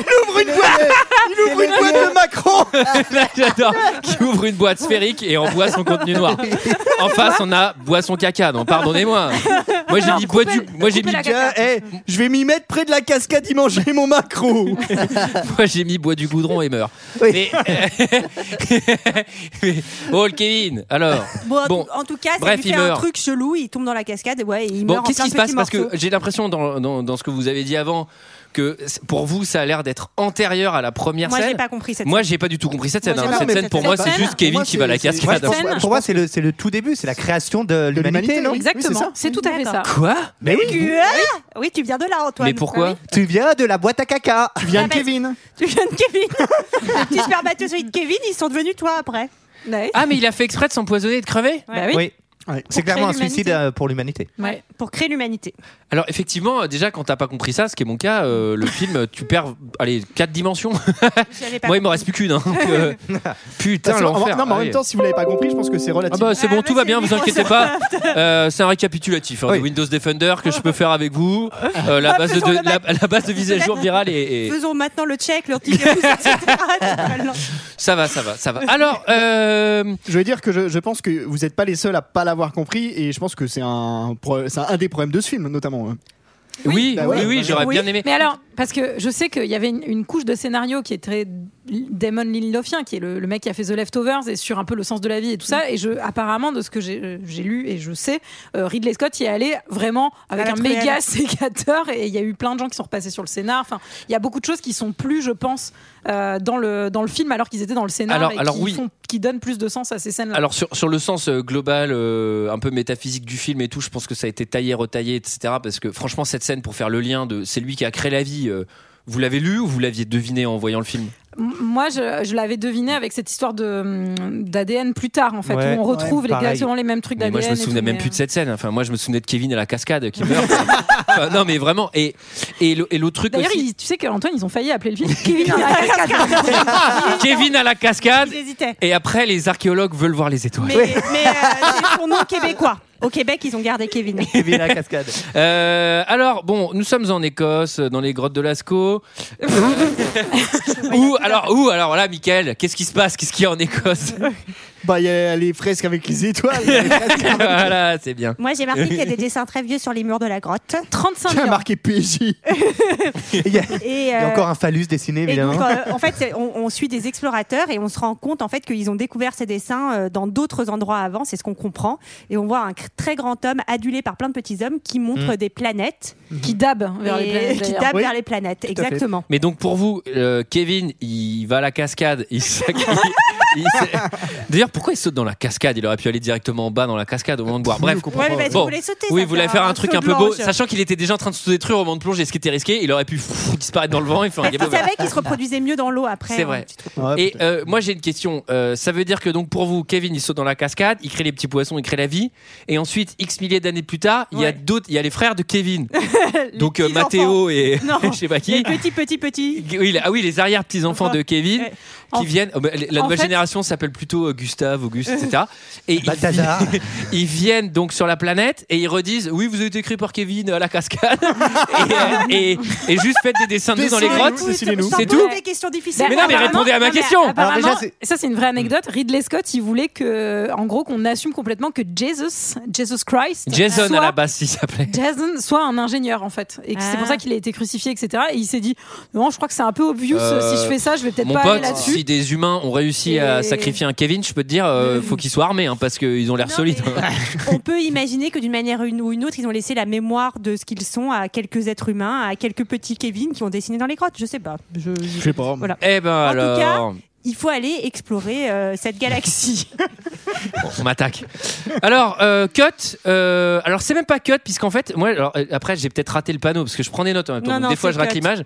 [SPEAKER 7] Il ouvre une boîte de Macron
[SPEAKER 1] Là, j'adore. Qui ouvre une boîte sphérique et en boit son contenu noir. En face, on a boisson caca. Non, pardonnez-moi. Moi, j'ai mis bois du. Moi, j'ai mis.
[SPEAKER 6] coupelle à
[SPEAKER 7] Tiens,
[SPEAKER 6] caca.
[SPEAKER 7] eh, je vais m'y mettre près de la cascade y manger mon macro
[SPEAKER 1] Moi, j'ai mis bois du goudron et meurt.
[SPEAKER 10] Oui.
[SPEAKER 1] Mais- Oh, le Kevin. Alors.
[SPEAKER 9] Bon, en
[SPEAKER 1] Bon.
[SPEAKER 9] tout- en tout cas, ça
[SPEAKER 1] Bref,
[SPEAKER 9] lui
[SPEAKER 1] il
[SPEAKER 9] fait un
[SPEAKER 1] meurt.
[SPEAKER 9] truc chelou, il tombe dans la cascade et ouais, et il
[SPEAKER 1] Bon,
[SPEAKER 9] meurt en
[SPEAKER 1] qu'est-ce
[SPEAKER 9] plein
[SPEAKER 1] qui se
[SPEAKER 9] petit
[SPEAKER 1] passe Parce que
[SPEAKER 9] morceau.
[SPEAKER 1] j'ai l'impression, dans, dans, dans ce que vous avez dit avant, que c- pour vous, ça a l'air d'être antérieur à la première
[SPEAKER 9] Moi, j'ai
[SPEAKER 1] scène.
[SPEAKER 9] pas compris cette
[SPEAKER 1] Moi, j'ai pas du tout compris cette
[SPEAKER 9] Moi,
[SPEAKER 1] scène.
[SPEAKER 9] j'ai
[SPEAKER 1] hein.
[SPEAKER 9] pas
[SPEAKER 1] Cette
[SPEAKER 9] compris
[SPEAKER 1] scène,
[SPEAKER 9] cette
[SPEAKER 1] pour
[SPEAKER 9] scène. Bah,
[SPEAKER 1] moi,
[SPEAKER 9] Pour
[SPEAKER 1] c'est
[SPEAKER 9] moi,
[SPEAKER 1] juste
[SPEAKER 7] c'est-
[SPEAKER 1] Kevin
[SPEAKER 7] moi,
[SPEAKER 1] qui va à la
[SPEAKER 7] c'est-
[SPEAKER 1] cascade.
[SPEAKER 10] Moi, je
[SPEAKER 6] scène.
[SPEAKER 10] pense- pour moi c'est le, c'est le tout début, c'est la création de l'humanité,
[SPEAKER 7] l'humanité,
[SPEAKER 10] non
[SPEAKER 7] oui,
[SPEAKER 6] Exactement, c'est tout à fait ça.
[SPEAKER 1] Quoi
[SPEAKER 10] Mais oui.
[SPEAKER 9] scène. Ah oui, tu viens de là, Antoine.
[SPEAKER 1] Eh Mais pourquoi
[SPEAKER 9] Ah
[SPEAKER 10] Tu viens de la boîte à caca.
[SPEAKER 7] Tu viens
[SPEAKER 9] Ah
[SPEAKER 7] de
[SPEAKER 9] bah,
[SPEAKER 7] Kevin
[SPEAKER 9] oui, Tu viens de Kevin. Les petits spermatozoïdes Kevin, ils sont devenus toi après.
[SPEAKER 6] Ouais.
[SPEAKER 1] Ah, mais il a fait exprès de s'empoisonner et de crever
[SPEAKER 6] Bah oui.
[SPEAKER 10] Oui. C'est
[SPEAKER 6] Pour
[SPEAKER 10] clairement un
[SPEAKER 6] créer l'humanité.
[SPEAKER 10] suicide euh, pour l'humanité.
[SPEAKER 6] Ouais.
[SPEAKER 9] Pour créer l'humanité.
[SPEAKER 1] Alors effectivement, euh, déjà quand t'as pas compris ça, ce qui est mon cas, euh, le film, euh, tu perds, allez, quatre dimensions.
[SPEAKER 9] J'avais pas
[SPEAKER 1] Moi, il
[SPEAKER 9] compris.
[SPEAKER 1] m'en reste plus qu'une. hein, donc, euh, putain,
[SPEAKER 7] Parce que-
[SPEAKER 1] l'enfer.
[SPEAKER 7] Non, mais en
[SPEAKER 1] allez.
[SPEAKER 7] même temps, si vous l'avez pas compris, je pense que c'est
[SPEAKER 1] Ah
[SPEAKER 7] relatif.
[SPEAKER 1] bah c'est
[SPEAKER 9] Ah
[SPEAKER 1] bon,
[SPEAKER 9] bah,
[SPEAKER 1] tout va
[SPEAKER 9] c'est
[SPEAKER 1] bien, vous
[SPEAKER 9] Microsoft.
[SPEAKER 1] inquiétez pas. Euh, c'est un récapitulatif hein,
[SPEAKER 10] Oui.
[SPEAKER 1] de Windows Defender que je peux faire avec vous. Euh, la,
[SPEAKER 9] Ah,
[SPEAKER 1] base de,
[SPEAKER 9] faisons le
[SPEAKER 1] la,
[SPEAKER 9] bac.
[SPEAKER 1] la base de mise à jour virale et,
[SPEAKER 9] Faisons maintenant le check, le antivirus, etc. Ah,
[SPEAKER 1] ça va, ça va, ça va. Alors, euh,
[SPEAKER 7] Je veux dire que je, je pense que vous n'êtes pas les seuls à pas l'avoir compris et je pense que c'est un, pro- c'est un des problèmes de ce film notamment. hein.
[SPEAKER 1] oui, oui,
[SPEAKER 7] bah
[SPEAKER 1] oui,
[SPEAKER 7] oui,
[SPEAKER 1] j'aurais
[SPEAKER 9] oui.
[SPEAKER 1] bien aimé.
[SPEAKER 6] Mais alors, parce que je sais qu'il y avait une, une couche de scénario qui est très Damon Lindelofien, qui est le, le mec qui a fait The Leftovers et sur un peu le sens de la vie et tout ça. Et je, apparemment, de ce que j'ai euh, j'ai lu et je sais, euh, Ridley Scott y est allé vraiment avec
[SPEAKER 9] À la
[SPEAKER 6] un
[SPEAKER 9] truelle.
[SPEAKER 6] méga sécateur et il y a eu plein de gens qui sont repassés sur le scénar. Enfin, il y a beaucoup de choses qui sont plus, je pense, euh, dans, le, dans le film alors qu'ils étaient dans le scénar
[SPEAKER 1] Alors-
[SPEAKER 6] et
[SPEAKER 1] alors
[SPEAKER 6] qui,
[SPEAKER 1] oui.
[SPEAKER 6] font- qui donnent plus de sens à ces scènes-là.
[SPEAKER 1] Alors sur, sur le sens euh, global, euh, un peu métaphysique du film et tout, je pense que ça a été taillé, retaillé, etc. Parce que franchement, cette scène, pour faire le lien de, c'est lui qui a créé la vie. euh, vous l'avez lu ou vous l'aviez deviné en voyant le film
[SPEAKER 6] M- Moi, je, je l'avais deviné avec cette histoire de, hum, d'ADN plus tard, en fait,
[SPEAKER 10] Ouais,
[SPEAKER 6] où on retrouve
[SPEAKER 10] ouais,
[SPEAKER 6] les-
[SPEAKER 10] pareil.
[SPEAKER 6] exactement les mêmes trucs
[SPEAKER 1] Mais
[SPEAKER 6] d'ADN.
[SPEAKER 1] Moi, je me
[SPEAKER 6] et
[SPEAKER 1] souvenais
[SPEAKER 6] tout,
[SPEAKER 1] même
[SPEAKER 6] mais, euh,
[SPEAKER 1] plus de cette scène. Enfin, moi, je me souvenais de Kevin à la cascade qui meurt. Enfin, non, mais vraiment. Et et le, et l'autre truc
[SPEAKER 6] D'ailleurs,
[SPEAKER 1] aussi.
[SPEAKER 6] ils- tu sais qu'Antoine, ils ont failli appeler le film Kevin dans la cascade.
[SPEAKER 1] Kevin à la cascade.
[SPEAKER 9] J'hésitais.
[SPEAKER 1] Et après, les archéologues veulent voir les étoiles.
[SPEAKER 9] Mais, mais, euh, c'est son nom québécois. Au Québec, ils ont gardé Kevin.
[SPEAKER 10] Kevin à la cascade.
[SPEAKER 1] Euh, alors, bon, nous sommes en Écosse, dans les grottes de Lascaux. Euh, ou alors, ou alors là, Michael, qu'est-ce qui se passe Qu'est-ce qu'il y a en Écosse
[SPEAKER 7] Bah il y a les fresques avec les étoiles. il y a les fresques-
[SPEAKER 1] Voilà, c'est bien.
[SPEAKER 9] Moi, j'ai marqué qu'il y a des dessins très vieux sur les murs de la grotte.
[SPEAKER 6] 35
[SPEAKER 7] Tiens,
[SPEAKER 6] millions.
[SPEAKER 7] marqué PJ.
[SPEAKER 10] Il y a,
[SPEAKER 9] Et,
[SPEAKER 10] il y a
[SPEAKER 9] euh,
[SPEAKER 10] encore un phallus dessiné
[SPEAKER 9] et donc,
[SPEAKER 10] évidemment.
[SPEAKER 9] euh, en fait, c'est- on, on suit des explorateurs et on se rend compte en fait qu'ils ont découvert ces dessins euh, dans d'autres endroits avant. C'est ce qu'on comprend. Et on voit un cr- très grand homme adulé par plein de petits hommes qui montre des planètes
[SPEAKER 6] qui dab vers les
[SPEAKER 9] et-
[SPEAKER 6] planètes.
[SPEAKER 9] qui
[SPEAKER 6] d'ailleurs.
[SPEAKER 9] tapent
[SPEAKER 7] Oui.
[SPEAKER 9] vers les planètes.
[SPEAKER 7] à fait.
[SPEAKER 9] Exactement.
[SPEAKER 1] Mais donc pour vous, euh, Kevin, il va à la cascade. Il sac- il- il sa- D'ailleurs, pourquoi il saute dans la cascade Il aurait pu aller directement en bas dans la cascade au moment de boire. Bref,
[SPEAKER 9] Ouais, mais
[SPEAKER 1] Bon.
[SPEAKER 9] vous voulez sauter.
[SPEAKER 1] Oui,
[SPEAKER 9] ça
[SPEAKER 1] vous voulez
[SPEAKER 9] fait
[SPEAKER 1] faire un truc
[SPEAKER 9] feu
[SPEAKER 1] un peu
[SPEAKER 9] de
[SPEAKER 1] beau,
[SPEAKER 9] l'ange.
[SPEAKER 1] sachant qu'il était déjà en train de se détruire au moment de plonger, ce qui était risqué. Il aurait pu fou, disparaître dans le vent et faire un
[SPEAKER 9] Parce
[SPEAKER 1] gap
[SPEAKER 9] qu'ils savaient qu'ils se reproduisaient mieux dans l'eau après.
[SPEAKER 1] C'est
[SPEAKER 9] hein.
[SPEAKER 1] vrai.
[SPEAKER 7] Ouais,
[SPEAKER 1] Et
[SPEAKER 7] putain.
[SPEAKER 1] euh, moi j'ai une question. Euh, ça veut dire que donc pour vous, Kevin il saute dans la cascade, il crée les petits poissons, il crée la vie, et ensuite X milliers d'années plus tard, il y a
[SPEAKER 9] Ouais.
[SPEAKER 1] d'autres, il y a les frères de Kevin,
[SPEAKER 9] Les
[SPEAKER 1] donc euh,
[SPEAKER 9] petits
[SPEAKER 1] Mathéo et
[SPEAKER 9] Non.
[SPEAKER 1] je sais pas
[SPEAKER 9] Les
[SPEAKER 1] qui.
[SPEAKER 9] petits, petits, petits.
[SPEAKER 1] Oui, les- ah oui, les arrière petits enfants de Kevin
[SPEAKER 9] Ouais.
[SPEAKER 1] qui
[SPEAKER 6] En-
[SPEAKER 1] viennent. oh, bah, les- la
[SPEAKER 6] en
[SPEAKER 1] nouvelle
[SPEAKER 6] fait- Euh.
[SPEAKER 1] génération s'appelle plutôt euh, Gustave, Auguste, etc. Et ils,
[SPEAKER 10] Balthazar.
[SPEAKER 1] vi- ils viennent donc sur la planète et ils redisent Oui, vous avez été écrit par Kevin à la cascade. et, et- et juste faites des dessins de nous dans les
[SPEAKER 7] Dessinez-nous,
[SPEAKER 1] grottes.
[SPEAKER 7] dessinez-nous.
[SPEAKER 1] C'est
[SPEAKER 9] Sans
[SPEAKER 1] tout
[SPEAKER 9] poser des questions difficiles.
[SPEAKER 6] Bah,
[SPEAKER 1] Mais non, mais
[SPEAKER 6] apparemment-
[SPEAKER 1] répondez à ma
[SPEAKER 6] non, mais
[SPEAKER 1] question. Hmm.
[SPEAKER 6] apparemment,
[SPEAKER 10] Alors déjà, c'est-
[SPEAKER 6] ça c'est une vraie anecdote. Ridley Scott, il voulait que, en gros, qu'on assume complètement que Jesus, Jesus Christ,
[SPEAKER 1] Jason
[SPEAKER 6] soit
[SPEAKER 1] à la base, s'il s'appelait.
[SPEAKER 6] Jason soit un ingénieur en fait et que c'est pour
[SPEAKER 9] Ah.
[SPEAKER 6] ça qu'il a été crucifié etc et il s'est dit non je crois que c'est un peu obvious
[SPEAKER 1] Euh,
[SPEAKER 6] si je fais ça je vais peut-être
[SPEAKER 1] Mon
[SPEAKER 6] pas aller
[SPEAKER 1] pote,
[SPEAKER 6] là-dessus
[SPEAKER 1] si des humains ont réussi
[SPEAKER 6] Et,
[SPEAKER 1] à à sacrifier un Kevin, je peux te dire, euh, faut qu'il soit armé, hein, parce qu'ils ont l'air
[SPEAKER 9] Non,
[SPEAKER 1] solides.
[SPEAKER 9] On peut imaginer que d'une manière une- ou une autre, ils ont laissé la mémoire de ce qu'ils sont à quelques êtres humains, à quelques petits Kevin qui ont dessiné dans les grottes. Je sais pas. Je,
[SPEAKER 7] Je sais pas.
[SPEAKER 9] Voilà.
[SPEAKER 1] Eh ben
[SPEAKER 9] En tout
[SPEAKER 1] alors,
[SPEAKER 9] Il faut aller explorer euh, cette galaxie.
[SPEAKER 1] bon, on m'attaque. Alors, euh, cut. euh, alors, c'est même pas cut, puisqu'en fait, moi, alors, euh, après, j'ai peut-être raté le panneau, parce que je prends des notes en même temps.
[SPEAKER 9] Non,
[SPEAKER 1] donc
[SPEAKER 9] non,
[SPEAKER 1] des fois,
[SPEAKER 9] c'est
[SPEAKER 1] je rate
[SPEAKER 9] cut.
[SPEAKER 1] l'image.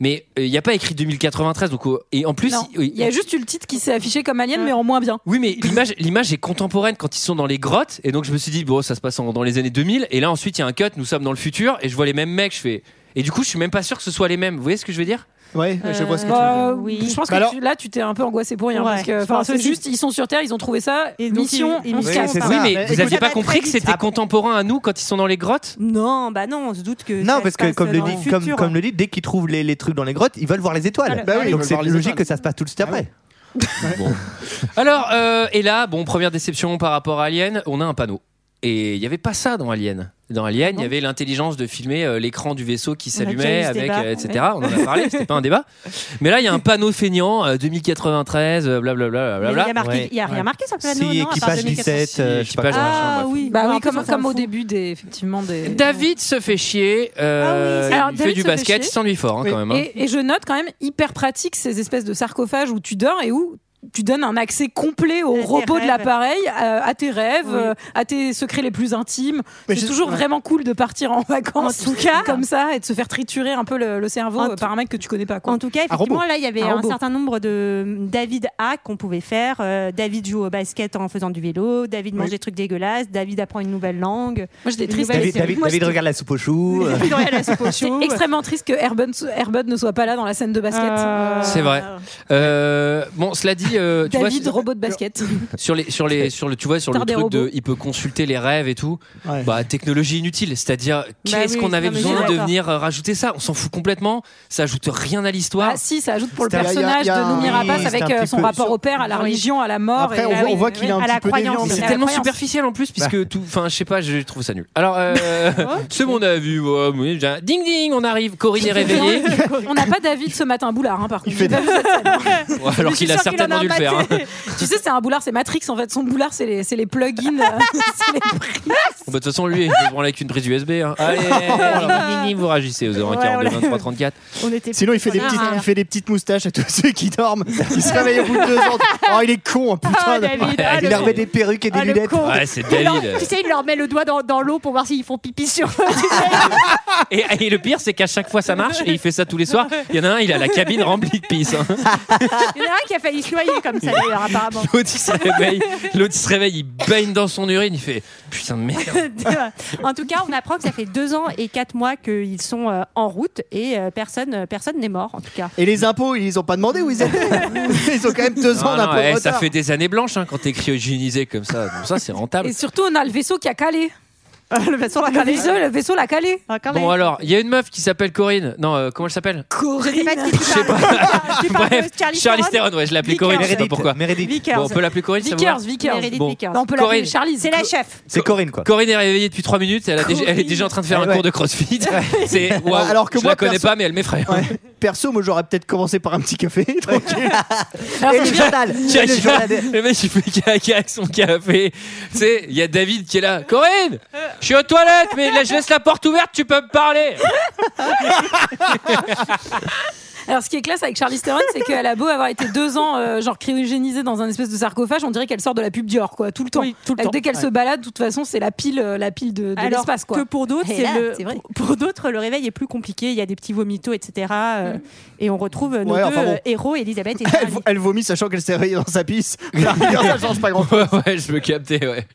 [SPEAKER 1] Mais euh, il n'y a pas écrit 2093, donc, euh, et en plus,
[SPEAKER 6] Non,
[SPEAKER 1] oui,
[SPEAKER 6] Il y a juste eu le titre qui s'est affiché comme Alien, mais en moins bien.
[SPEAKER 1] Oui, mais l'image, l'image est contemporaine quand ils sont dans les grottes. Et donc, je me suis dit, bon, ça se passe en- dans les années 2000. Et là, ensuite, il y a un cut. Nous sommes dans le futur. Et je vois les mêmes mecs. Je fais. Et du coup, je suis même pas sûr que ce soit les mêmes. Vous voyez ce que je veux dire
[SPEAKER 7] Ouais, je vois ce que tu veux dire.
[SPEAKER 6] Bah,
[SPEAKER 9] Euh, oui.
[SPEAKER 6] Je pense que
[SPEAKER 7] Bah alors-
[SPEAKER 6] tu- là, tu t'es un peu angoissé pour rien.
[SPEAKER 9] Ouais,
[SPEAKER 6] parce que,
[SPEAKER 9] je
[SPEAKER 6] enfin,
[SPEAKER 9] pense
[SPEAKER 6] c'est
[SPEAKER 9] aussi.
[SPEAKER 6] juste, ils sont sur Terre, ils ont trouvé ça.
[SPEAKER 9] Et donc,
[SPEAKER 6] mission,
[SPEAKER 9] ils- ils
[SPEAKER 6] on
[SPEAKER 9] nous
[SPEAKER 6] se
[SPEAKER 10] Oui,
[SPEAKER 6] casse.
[SPEAKER 10] c'est
[SPEAKER 1] Ah Oui,
[SPEAKER 10] ça.
[SPEAKER 1] mais
[SPEAKER 10] Mais
[SPEAKER 1] vous
[SPEAKER 9] écoute,
[SPEAKER 1] aviez
[SPEAKER 9] ça
[SPEAKER 1] pas
[SPEAKER 9] va
[SPEAKER 1] compris
[SPEAKER 9] très
[SPEAKER 1] que
[SPEAKER 9] vite.
[SPEAKER 1] c'était
[SPEAKER 9] Ah.
[SPEAKER 1] contemporain à nous quand ils sont dans les grottes
[SPEAKER 9] Non, bah non, on se doute que.
[SPEAKER 10] Non,
[SPEAKER 9] ça
[SPEAKER 10] parce
[SPEAKER 9] se
[SPEAKER 10] que
[SPEAKER 9] passe
[SPEAKER 10] comme le,
[SPEAKER 9] dans
[SPEAKER 10] dit,
[SPEAKER 9] futur. hein.
[SPEAKER 10] comme, comme le dit, dès qu'ils trouvent les, les trucs dans les grottes, ils veulent voir les étoiles.
[SPEAKER 9] Bah
[SPEAKER 7] oui, ils
[SPEAKER 10] Donc
[SPEAKER 7] veulent
[SPEAKER 10] c'est
[SPEAKER 7] voir les
[SPEAKER 10] logique
[SPEAKER 7] étoiles.
[SPEAKER 10] que ça se passe tout de suite après.
[SPEAKER 1] Alors, euh, et là, bon, première déception par rapport à Alien, on a un panneau. Et il n'y avait pas ça dans Alien. Dans Alien, il y avait l'intelligence de filmer euh, l'écran du vaisseau qui
[SPEAKER 9] On a déjà eu
[SPEAKER 1] s'allumait,
[SPEAKER 9] ce
[SPEAKER 1] avec,
[SPEAKER 9] débat,
[SPEAKER 1] euh, etc. On en a parlé, c'était pas un débat. Mais là, il y a un panneau feignant, euh, 2093, euh, blablabla.
[SPEAKER 9] Mais Il y a,
[SPEAKER 1] blablabla.
[SPEAKER 9] marqué,
[SPEAKER 10] Ouais.
[SPEAKER 9] il y a rien marqué sur le
[SPEAKER 10] Si,
[SPEAKER 9] panneau. Ah non, à part
[SPEAKER 10] équipage
[SPEAKER 9] 2400.
[SPEAKER 10] 17, euh, je sais pas
[SPEAKER 1] Équipage,
[SPEAKER 10] quoi.
[SPEAKER 1] machin,
[SPEAKER 9] Ah
[SPEAKER 1] bref.
[SPEAKER 9] oui,
[SPEAKER 6] Bah
[SPEAKER 9] Bah,
[SPEAKER 6] oui,
[SPEAKER 9] en plus,
[SPEAKER 6] comme,
[SPEAKER 9] on s'en
[SPEAKER 6] comme au
[SPEAKER 9] fout.
[SPEAKER 6] début des, effectivement, des.
[SPEAKER 1] David se fait chier. euh,
[SPEAKER 9] Ah oui,
[SPEAKER 6] euh, c'est- Alors,
[SPEAKER 1] il fait
[SPEAKER 6] David
[SPEAKER 1] du
[SPEAKER 6] se fait
[SPEAKER 1] basket,
[SPEAKER 6] chier.
[SPEAKER 1] il s'ennuie fort hein,
[SPEAKER 7] Oui.
[SPEAKER 1] quand même. hein.
[SPEAKER 6] Et, et je note quand même hyper pratique ces espèces de sarcophages où tu dors et où tu donnes un accès complet au
[SPEAKER 9] tes
[SPEAKER 6] robot de
[SPEAKER 9] rêves.
[SPEAKER 6] l'appareil, à, à tes rêves,
[SPEAKER 9] Oui.
[SPEAKER 6] euh, à tes secrets les plus intimes.
[SPEAKER 7] Mais
[SPEAKER 6] C'est
[SPEAKER 7] je-
[SPEAKER 6] toujours
[SPEAKER 7] ouais.
[SPEAKER 6] vraiment cool de partir en vacances,
[SPEAKER 9] En tout cas-
[SPEAKER 6] comme ça, et de se faire triturer un peu le, le cerveau
[SPEAKER 9] En
[SPEAKER 6] euh, par un mec que tu connais pas. Quoi.
[SPEAKER 9] En tout cas,
[SPEAKER 7] robot.
[SPEAKER 9] effectivement, là, il y avait
[SPEAKER 6] Un
[SPEAKER 9] un,
[SPEAKER 6] robot.
[SPEAKER 9] certain nombre de euh, David A qu'on pouvait faire. Euh, David joue au basket en faisant du vélo. David mange des trucs dégueulasses. David apprend une nouvelle langue.
[SPEAKER 6] moi, j'étais
[SPEAKER 9] une
[SPEAKER 6] triste.
[SPEAKER 9] nouvelle-
[SPEAKER 6] parce
[SPEAKER 10] David,
[SPEAKER 6] que-
[SPEAKER 10] David-
[SPEAKER 6] moi,
[SPEAKER 10] David
[SPEAKER 6] j'étais-
[SPEAKER 10] regarde la soupe aux choux. euh,
[SPEAKER 9] Victoria la soupe aux choux.
[SPEAKER 6] j'étais extrêmement triste que Airbud, Airbud ne soit pas là dans la scène de basket.
[SPEAKER 9] Euh,
[SPEAKER 1] C'est vrai. Euh, bon, cela dit, euh, tu vois,
[SPEAKER 6] David, robot de basket.
[SPEAKER 1] sur les, sur les, sur le, tu vois, sur le
[SPEAKER 6] Star des
[SPEAKER 1] truc
[SPEAKER 6] robots.
[SPEAKER 1] de, il peut consulter les rêves et tout.
[SPEAKER 7] Ouais.
[SPEAKER 1] Bah, technologie inutile, c'est-à-dire qu'est-ce
[SPEAKER 9] Bah oui,
[SPEAKER 1] qu'on avait
[SPEAKER 9] non, mais je
[SPEAKER 1] besoin
[SPEAKER 9] suis
[SPEAKER 1] de
[SPEAKER 9] d'accord. Bah,
[SPEAKER 1] venir euh, rajouter ça On s'en fout complètement, ça ajoute rien à l'histoire.
[SPEAKER 6] Ah si, ça ajoute pour le
[SPEAKER 10] C'était-
[SPEAKER 6] personnage
[SPEAKER 7] il y a- il y a
[SPEAKER 6] de Noumi
[SPEAKER 10] un-
[SPEAKER 6] Rapace
[SPEAKER 10] oui,
[SPEAKER 6] avec
[SPEAKER 10] c'était un
[SPEAKER 6] euh,
[SPEAKER 10] petit
[SPEAKER 6] son
[SPEAKER 10] peu-
[SPEAKER 6] rapport au père, à la
[SPEAKER 9] Oui.
[SPEAKER 6] religion, à la mort.
[SPEAKER 7] Après,
[SPEAKER 6] et-
[SPEAKER 7] on
[SPEAKER 6] Ah
[SPEAKER 7] voit,
[SPEAKER 6] oui,
[SPEAKER 7] on voit
[SPEAKER 6] oui,
[SPEAKER 7] qu'il
[SPEAKER 6] oui.
[SPEAKER 7] a un
[SPEAKER 9] à la
[SPEAKER 7] petit peu
[SPEAKER 9] croyance.
[SPEAKER 7] déviant.
[SPEAKER 1] Mais
[SPEAKER 7] mais-
[SPEAKER 9] C'est
[SPEAKER 1] c'est
[SPEAKER 9] la
[SPEAKER 1] tellement
[SPEAKER 9] croyance.
[SPEAKER 1] superficiel en plus, puisque tout. Enfin, je sais pas, je trouve ça nul. Alors, euh, c'est mon avis. ouais, oui, j'ai un- ding ding, on arrive. Corinne est réveillée.
[SPEAKER 6] On n'a pas David ce matin, Boulard, hein, par contre.
[SPEAKER 7] fait
[SPEAKER 1] Ouais, Alors
[SPEAKER 9] Je suis
[SPEAKER 1] qu'il a
[SPEAKER 9] sûre qu'il en
[SPEAKER 1] certainement
[SPEAKER 9] a
[SPEAKER 1] dû le
[SPEAKER 9] un
[SPEAKER 1] faire. hein.
[SPEAKER 9] pâté.
[SPEAKER 6] tu sais, c'est un Boulard, c'est Matrix en fait. Son Boulard, c'est les, c'est les plugins. euh, c'est les-
[SPEAKER 1] Bon, bah, De toute façon, lui, il se branle avec une prise USB. hein. Allez, ding, ding, ding, vous réagissez aux 01
[SPEAKER 9] Ouais, on l'a-
[SPEAKER 1] 42 23 34.
[SPEAKER 9] On était
[SPEAKER 7] Sinon, il fait, des
[SPEAKER 9] Ah.
[SPEAKER 7] petites, il fait des petites moustaches à tous ceux qui dorment. Il se réveille au bout de deux ans. Oh, il est con, hein, putain.
[SPEAKER 9] Ah, David, ah,
[SPEAKER 10] Il
[SPEAKER 1] le
[SPEAKER 10] leur met des perruques et des
[SPEAKER 9] ah, le
[SPEAKER 10] lunettes.
[SPEAKER 9] con.
[SPEAKER 1] Ouais, c'est
[SPEAKER 9] Il leur- tu
[SPEAKER 1] David.
[SPEAKER 9] sais, il leur met le doigt dans, dans l'eau pour voir s'ils font pipi sur
[SPEAKER 1] Et, et le pire, c'est qu'à chaque fois, ça marche. Et il fait ça tous les soirs. Il y en a un, il a la cabine remplie de pisse. hein.
[SPEAKER 9] Il y en a un qui a failli se noyer comme ça, d'ailleurs, apparemment.
[SPEAKER 1] L'autre il se réveille, l'autre il se réveille, il baigne dans son urine, il fait putain de merde.
[SPEAKER 9] en tout cas, on apprend que ça fait deux ans et quatre mois qu'ils sont euh, en route et euh, personne euh, personne n'est mort, en tout cas.
[SPEAKER 7] Et les impôts, ils ont pas demandé où ils étaient. Ils ont quand même deux
[SPEAKER 1] Non,
[SPEAKER 7] ans
[SPEAKER 1] non,
[SPEAKER 7] d'impôts. de
[SPEAKER 1] eh, ça
[SPEAKER 7] retard.
[SPEAKER 1] fait des années blanches hein, quand t'es cryogénisé comme ça. Donc ça c'est rentable.
[SPEAKER 6] Et surtout, on a le vaisseau qui a calé.
[SPEAKER 9] le vaisseau l'a
[SPEAKER 6] Le vaisseau, le vaisseau l'a calé.
[SPEAKER 1] Bon euh, alors, il y a une meuf qui s'appelle Corinne. Non, euh, comment elle s'appelle
[SPEAKER 6] Corinne.
[SPEAKER 9] Tu parles
[SPEAKER 1] Bref,
[SPEAKER 9] de Charlie Theron
[SPEAKER 1] Theron, ouais, je l'appelais
[SPEAKER 9] Vickers.
[SPEAKER 1] Corinne, je sais pas
[SPEAKER 10] Meredith,
[SPEAKER 1] pourquoi.
[SPEAKER 10] Meredith.
[SPEAKER 9] Vickers.
[SPEAKER 1] Bon, on peut l'appeler Corinne, ça vous va
[SPEAKER 6] Vickers, Vickers.
[SPEAKER 9] Meredith
[SPEAKER 1] Bon.
[SPEAKER 9] Vickers.
[SPEAKER 6] Non, on peut l'appeler
[SPEAKER 1] Corinne.
[SPEAKER 6] Charlie.
[SPEAKER 9] C'est la chef.
[SPEAKER 10] C'est Corinne quoi.
[SPEAKER 1] Corinne est réveillée depuis 3 minutes, elle, a déjà, elle est déjà en train de faire
[SPEAKER 10] Eh
[SPEAKER 1] un
[SPEAKER 10] ouais.
[SPEAKER 1] cours de crossfit. C'est waouh,
[SPEAKER 7] Ah Alors que
[SPEAKER 1] je
[SPEAKER 7] moi,
[SPEAKER 1] la connais
[SPEAKER 7] perso-
[SPEAKER 1] pas mais elle m'effraie.
[SPEAKER 7] Ouais. Perso, moi j'aurais peut-être commencé par un petit café. tranquille.
[SPEAKER 10] Et le journal. Et le journal.
[SPEAKER 1] Le mec il fait caca avec son café. Tu sais, il y a David qui est là. Corinne, je suis aux toilettes, mais là, je laisse la porte ouverte, tu peux me parler.
[SPEAKER 6] Alors, ce qui est classe avec Charlie Theron, c'est qu'elle a beau avoir été deux ans, euh, genre cryogénisée dans un espèce de sarcophage, on dirait qu'elle sort de la pub Dior, quoi, tout le temps. Dès qu'elle se balade, de toute façon, c'est la pile, euh, la pile de, de
[SPEAKER 9] Alors
[SPEAKER 6] l'espace, quoi.
[SPEAKER 9] que pour d'autres,
[SPEAKER 6] Et
[SPEAKER 9] c'est
[SPEAKER 6] là,
[SPEAKER 9] le
[SPEAKER 6] c'est vrai.
[SPEAKER 9] pour d'autres le réveil est plus compliqué. Il y a des petits vomitos, etc. euh, Et on retrouve nos
[SPEAKER 7] Ouais,
[SPEAKER 9] deux
[SPEAKER 7] enfin bon.
[SPEAKER 9] euh, héros, Elisabeth et
[SPEAKER 7] Elle,
[SPEAKER 9] Charlie.
[SPEAKER 7] vo- elle vomit sachant qu'elle s'est réveillée dans sa pisse. La rigueur, ça change pas grand chose.
[SPEAKER 1] Ouais, ouais, je me captais, ouais.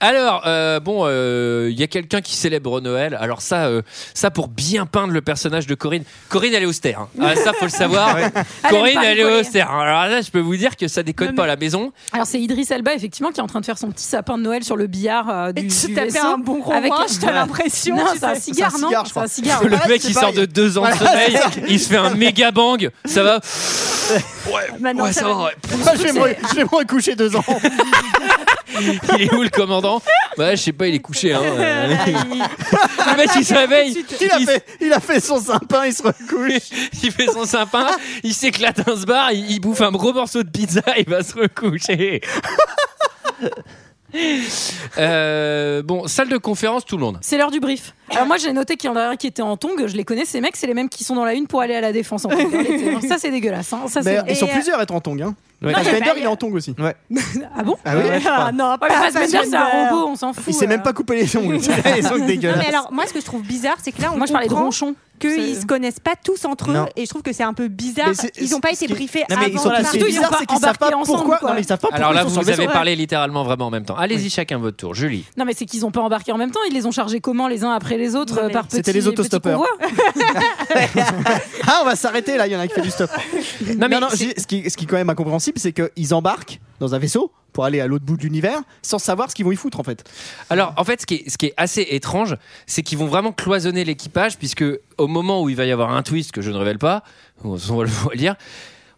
[SPEAKER 1] Alors, euh, bon, euh, il y a quelqu'un qui célèbre Noël. Alors ça, euh, ça pour bien peindre le personnage de Corinne. Corinne, elle est austère. hein. Ah, ça, faut le savoir.
[SPEAKER 6] Elle aime
[SPEAKER 1] Corinne,
[SPEAKER 6] pas
[SPEAKER 1] elle est
[SPEAKER 6] rigoler.
[SPEAKER 1] austère. Alors là, je peux vous dire que ça déconne pas à la maison.
[SPEAKER 6] Alors c'est Idriss Elba effectivement qui est en train de faire son petit sapin de Noël sur le billard euh, du,
[SPEAKER 9] Et tu
[SPEAKER 6] du
[SPEAKER 9] tapais
[SPEAKER 6] vaisseau
[SPEAKER 9] un bon gros
[SPEAKER 6] avec
[SPEAKER 9] ouin, je t'ai l'impression,
[SPEAKER 6] Non,
[SPEAKER 9] tu
[SPEAKER 6] c'est un
[SPEAKER 9] sais.
[SPEAKER 6] cigare,
[SPEAKER 7] C'est un
[SPEAKER 6] non
[SPEAKER 7] cigare, je
[SPEAKER 6] C'est un
[SPEAKER 7] crois.
[SPEAKER 6] cigare.
[SPEAKER 1] Le
[SPEAKER 7] Ouais,
[SPEAKER 1] mec,
[SPEAKER 7] c'est
[SPEAKER 1] il
[SPEAKER 7] pareil.
[SPEAKER 1] sort de deux ans de sommeil, il se fait un méga bang. Ça va
[SPEAKER 9] Maintenant,
[SPEAKER 1] Ouais, Ah ça va. ouais.
[SPEAKER 7] Moi, je vais me re- je vais me recoucher deux ans.
[SPEAKER 1] Il est où le commandant Ouais, je sais pas, il est couché. Hein. le mec,
[SPEAKER 7] mec,
[SPEAKER 1] il se réveille.
[SPEAKER 7] Il a, fait, il a fait son sapin, il se recouche.
[SPEAKER 1] il fait son sapin, il s'éclate dans ce bar, il, il bouffe un gros morceau de pizza, il va se recoucher. Euh, bon, salle de conférence, tout le monde.
[SPEAKER 6] C'est l'heure du brief. Alors moi j'ai noté qu'il y en a un qui était en tongue, je les connais, ces mecs, c'est les mêmes qui sont dans la une pour aller à la défense. En fait. Hein, ça c'est dégueulasse. hein. Ça,
[SPEAKER 7] Mais
[SPEAKER 6] c'est-
[SPEAKER 7] ils sont
[SPEAKER 9] Et, euh,
[SPEAKER 7] plusieurs à être en tongue. Hein.
[SPEAKER 10] Ouais.
[SPEAKER 7] Fassbender,
[SPEAKER 9] j'ai pas-
[SPEAKER 7] il est en tongue aussi.
[SPEAKER 6] Ah bon
[SPEAKER 10] Ah oui, ouais, je crois.
[SPEAKER 9] non,
[SPEAKER 6] Ouais, mais Fassbender, c'est un
[SPEAKER 9] Fassbender.
[SPEAKER 6] robot, on s'en fout.
[SPEAKER 7] Il s'est même
[SPEAKER 6] euh.
[SPEAKER 7] pas coupé les ongles. Il a les ongles
[SPEAKER 9] Non,
[SPEAKER 7] dégueulasses.
[SPEAKER 9] mais alors, moi, ce que je trouve bizarre, c'est que là, on
[SPEAKER 6] Moi je parlais de
[SPEAKER 9] comprend
[SPEAKER 6] ronchon.
[SPEAKER 9] qu'ils
[SPEAKER 6] C'est-
[SPEAKER 9] se connaissent pas tous entre
[SPEAKER 10] Non.
[SPEAKER 9] eux, et je trouve que c'est un peu bizarre.
[SPEAKER 7] Mais c'est-
[SPEAKER 9] Ils n'ont pas
[SPEAKER 7] ce
[SPEAKER 9] été
[SPEAKER 7] qui est-
[SPEAKER 9] briefés
[SPEAKER 10] Non,
[SPEAKER 9] avant.
[SPEAKER 10] mais ils sont
[SPEAKER 9] la-
[SPEAKER 10] tous-
[SPEAKER 7] C'est
[SPEAKER 6] Surtout, ils ont
[SPEAKER 7] bizarre,
[SPEAKER 6] pas
[SPEAKER 7] c'est qu'ils savent pas
[SPEAKER 6] embarqué ensemble,
[SPEAKER 7] pourquoi.
[SPEAKER 6] quoi.
[SPEAKER 7] Non, mais ils savent pas
[SPEAKER 1] Alors
[SPEAKER 7] pourquoi
[SPEAKER 1] là,
[SPEAKER 7] ils sont
[SPEAKER 1] vous
[SPEAKER 7] sur le
[SPEAKER 1] avez
[SPEAKER 7] vaisseau.
[SPEAKER 1] parlé littéralement vraiment en même temps. Allez-y, chacun votre tour. Julie.
[SPEAKER 6] Non mais c'est qu'ils ont pas embarqué en même temps, ils les ont chargés comment les uns après les autres
[SPEAKER 9] Non,
[SPEAKER 6] euh,
[SPEAKER 9] mais-
[SPEAKER 6] par petits
[SPEAKER 7] C'était les
[SPEAKER 6] petits
[SPEAKER 7] autostoppeurs.
[SPEAKER 6] convois
[SPEAKER 7] Ah, on va s'arrêter là, il y en a qui fait du stop.
[SPEAKER 1] Non, mais
[SPEAKER 7] non, non,
[SPEAKER 1] c'est-
[SPEAKER 7] je- ce, qui, ce qui est quand même incompréhensible, c'est qu'ils embarquent dans un vaisseau pour aller à l'autre bout de l'univers sans savoir ce qu'ils vont y foutre en fait.
[SPEAKER 1] Alors, en fait, ce qui est, ce qui est assez étrange, c'est qu'ils vont vraiment cloisonner l'équipage, puisque au moment où il va y avoir un twist que je ne révèle pas, on on va le on va le dire.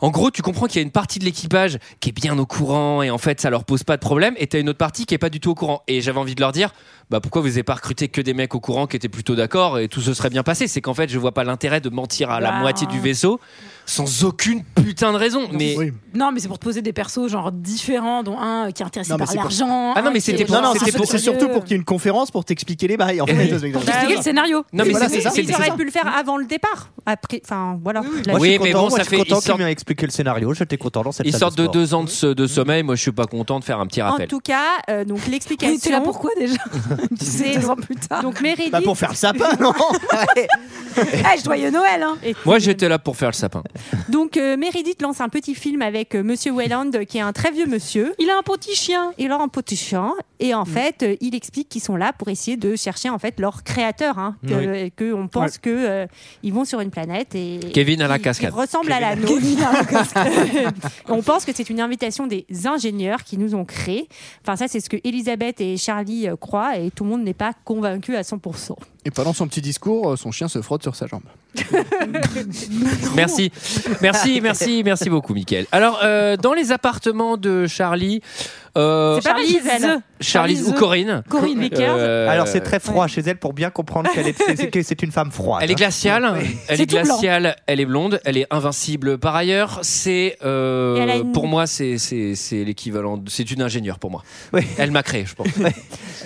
[SPEAKER 1] En gros, tu comprends qu'il y a une partie de l'équipage qui est bien au courant et en fait, ça leur pose pas de problème. Et t'as une autre partie qui est pas du tout au courant. Et j'avais envie de leur dire, bah pourquoi vous n'avez pas recruté que des mecs au courant qui étaient plutôt d'accord et tout se serait bien passé. C'est qu'en fait, je vois pas l'intérêt de mentir à la
[SPEAKER 6] Bah,
[SPEAKER 1] moitié
[SPEAKER 6] hein.
[SPEAKER 1] du vaisseau sans aucune putain de raison. Mais
[SPEAKER 7] Oui.
[SPEAKER 6] Non, mais c'est pour te poser des persos genre différents, dont un euh, qui est intéressé
[SPEAKER 7] Non, mais
[SPEAKER 6] par
[SPEAKER 7] c'est pour-
[SPEAKER 6] l'argent.
[SPEAKER 1] Ah non, mais
[SPEAKER 6] un qui
[SPEAKER 1] c'était
[SPEAKER 6] est-
[SPEAKER 1] pour-
[SPEAKER 7] Non, non,
[SPEAKER 6] un
[SPEAKER 1] c'était
[SPEAKER 7] c'est
[SPEAKER 1] pour-
[SPEAKER 7] c'est surtout pour qu'il y ait une conférence pour t'expliquer les bails. En fait,
[SPEAKER 1] Eh oui.
[SPEAKER 7] Avec-
[SPEAKER 6] pour t'expliquer le scénario.
[SPEAKER 1] non, mais
[SPEAKER 7] Voilà,
[SPEAKER 1] c'est-
[SPEAKER 7] c'est ça.
[SPEAKER 1] c'est-
[SPEAKER 9] Ils auraient pu le faire avant le départ. Après, enfin, voilà. La-
[SPEAKER 10] Moi, je suis
[SPEAKER 1] Oui, mais
[SPEAKER 10] content,
[SPEAKER 1] bon,
[SPEAKER 10] moi,
[SPEAKER 1] ça
[SPEAKER 10] je suis
[SPEAKER 1] fait-
[SPEAKER 10] content
[SPEAKER 1] il sort-
[SPEAKER 10] qu'il m'ait expliqué le scénario. J'étais content dans cette
[SPEAKER 1] ils
[SPEAKER 10] salle
[SPEAKER 1] sortent de
[SPEAKER 10] sport.
[SPEAKER 1] deux ans de, se- de sommeil. Moi, je suis pas content de faire un petit
[SPEAKER 9] En
[SPEAKER 1] rappel.
[SPEAKER 9] tout cas, euh, donc
[SPEAKER 6] On était là
[SPEAKER 9] l'explication.
[SPEAKER 6] pourquoi déjà
[SPEAKER 9] C'est-
[SPEAKER 6] Deux ans plus tard.
[SPEAKER 9] Donc
[SPEAKER 7] Bah,
[SPEAKER 9] Meredith.
[SPEAKER 7] pour faire le sapin, non
[SPEAKER 6] Eh, je joyeux Noël hein.
[SPEAKER 9] et-
[SPEAKER 1] Moi, j'étais là pour faire le sapin.
[SPEAKER 9] Donc euh, Meredith lance un petit film avec euh, Monsieur Wayland, euh, qui est un très vieux monsieur.
[SPEAKER 6] Il a un petit chien. Mm.
[SPEAKER 9] Et leur empotichant. Et en fait, euh, il explique qu'ils sont là pour essayer de chercher en fait leur créateur. Hein, que, que on pense que euh, ils vont sur une planète et
[SPEAKER 1] Kevin à la
[SPEAKER 9] qui-
[SPEAKER 1] cascade.
[SPEAKER 9] qui ressemble à la nôtre. on pense que c'est une invitation des ingénieurs qui nous ont créés. Enfin ça, c'est ce que Elisabeth et Charlie euh, croient et tout le monde n'est pas convaincu à 100%.
[SPEAKER 7] Et pendant son petit discours, euh, son chien se frotte sur sa jambe.
[SPEAKER 1] Merci, merci, merci, merci beaucoup, Mickaël. Alors, euh, dans les appartements de Charlie, euh,
[SPEAKER 9] C'est pas mal chez elle.
[SPEAKER 6] Charlize.
[SPEAKER 1] Charlie
[SPEAKER 6] Charlie
[SPEAKER 1] ou
[SPEAKER 6] The-
[SPEAKER 1] Corinne.
[SPEAKER 6] Corinne
[SPEAKER 1] euh,
[SPEAKER 9] Vickers.
[SPEAKER 10] Alors, c'est très froid chez elle pour bien comprendre qu'elle est, c'est- c'est- que c'est une femme froide.
[SPEAKER 1] Elle est glaciale, elle est,
[SPEAKER 6] C'est tout blanc.
[SPEAKER 1] glaciale, elle est blonde, elle est invincible par ailleurs. C'est euh,
[SPEAKER 9] Et elle a une-
[SPEAKER 1] pour moi, c'est c'est c'est l'équivalent, de- c'est une ingénieure pour moi.
[SPEAKER 10] Oui.
[SPEAKER 1] Elle m'a créé, je pense.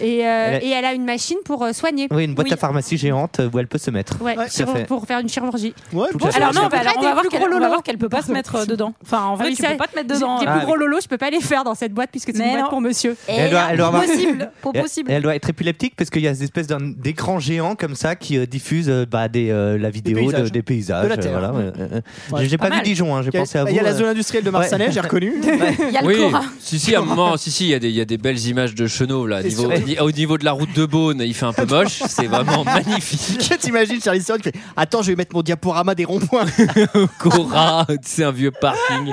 [SPEAKER 9] Et, euh,
[SPEAKER 10] Elle a-
[SPEAKER 9] et elle a une machine pour euh, soigner.
[SPEAKER 10] hein. Oui, une boîte
[SPEAKER 6] Oui.
[SPEAKER 10] à pharmacie géante euh, où elle peut se mettre.
[SPEAKER 9] Ouais,
[SPEAKER 10] Ouais,
[SPEAKER 9] chirur-
[SPEAKER 10] tout à fait.
[SPEAKER 9] pour faire une chirurgie.
[SPEAKER 7] Ouais,
[SPEAKER 10] Tout
[SPEAKER 7] bon,
[SPEAKER 10] à fait.
[SPEAKER 7] c'est-
[SPEAKER 6] Alors non,
[SPEAKER 9] Je peux
[SPEAKER 6] bah,
[SPEAKER 9] pas
[SPEAKER 6] alors, on
[SPEAKER 9] des
[SPEAKER 6] va voir
[SPEAKER 9] plus
[SPEAKER 6] qu'elle
[SPEAKER 9] gros
[SPEAKER 6] on va
[SPEAKER 9] lolos.
[SPEAKER 6] voir qu'elle peut pas se mettre euh, dedans. Enfin, en vrai,
[SPEAKER 9] oui,
[SPEAKER 6] tu
[SPEAKER 9] ça-
[SPEAKER 6] peux pas te mettre
[SPEAKER 9] Des,
[SPEAKER 6] dedans.
[SPEAKER 9] des
[SPEAKER 10] Ah,
[SPEAKER 6] hein.
[SPEAKER 9] plus gros lolos, je peux pas les faire dans cette boîte puisque c'est
[SPEAKER 6] Mais
[SPEAKER 9] une boîte
[SPEAKER 6] non.
[SPEAKER 9] pour monsieur.
[SPEAKER 10] Elle doit- elle doit avoir-
[SPEAKER 6] possible, pas possible.
[SPEAKER 10] Elle doit être épileptique parce qu'il y a des espèces d'un- d'écrans géants comme ça qui euh, diffusent euh, bah, des, euh, la vidéo de-
[SPEAKER 7] paysages.
[SPEAKER 10] des paysages.
[SPEAKER 7] De la Terre.
[SPEAKER 10] voilà, ouais, euh, euh.
[SPEAKER 7] Ouais.
[SPEAKER 10] J'ai- J'ai pas,
[SPEAKER 6] Pas
[SPEAKER 10] vu
[SPEAKER 6] mal.
[SPEAKER 10] Dijon, hein, j'ai
[SPEAKER 7] Il y a-
[SPEAKER 10] pensé à vous.
[SPEAKER 7] il y a la
[SPEAKER 10] euh.
[SPEAKER 7] zone industrielle de Marsanais,
[SPEAKER 10] Ouais.
[SPEAKER 7] j'ai reconnu.
[SPEAKER 6] Il y a le
[SPEAKER 1] Oui,
[SPEAKER 6] Cora.
[SPEAKER 1] si si, à un moment, si si, il y a des il y a des belles images de Chenauve là,
[SPEAKER 7] C'est
[SPEAKER 1] niveau,
[SPEAKER 7] sûr.
[SPEAKER 1] ni- au niveau de la route de Beaune, il fait un peu moche, c'est vraiment magnifique.
[SPEAKER 7] Je t'imagine Charlie Theron qui fait Attends, je vais mettre mon diaporama des ronds-points.
[SPEAKER 1] Cora, c'est un vieux parking.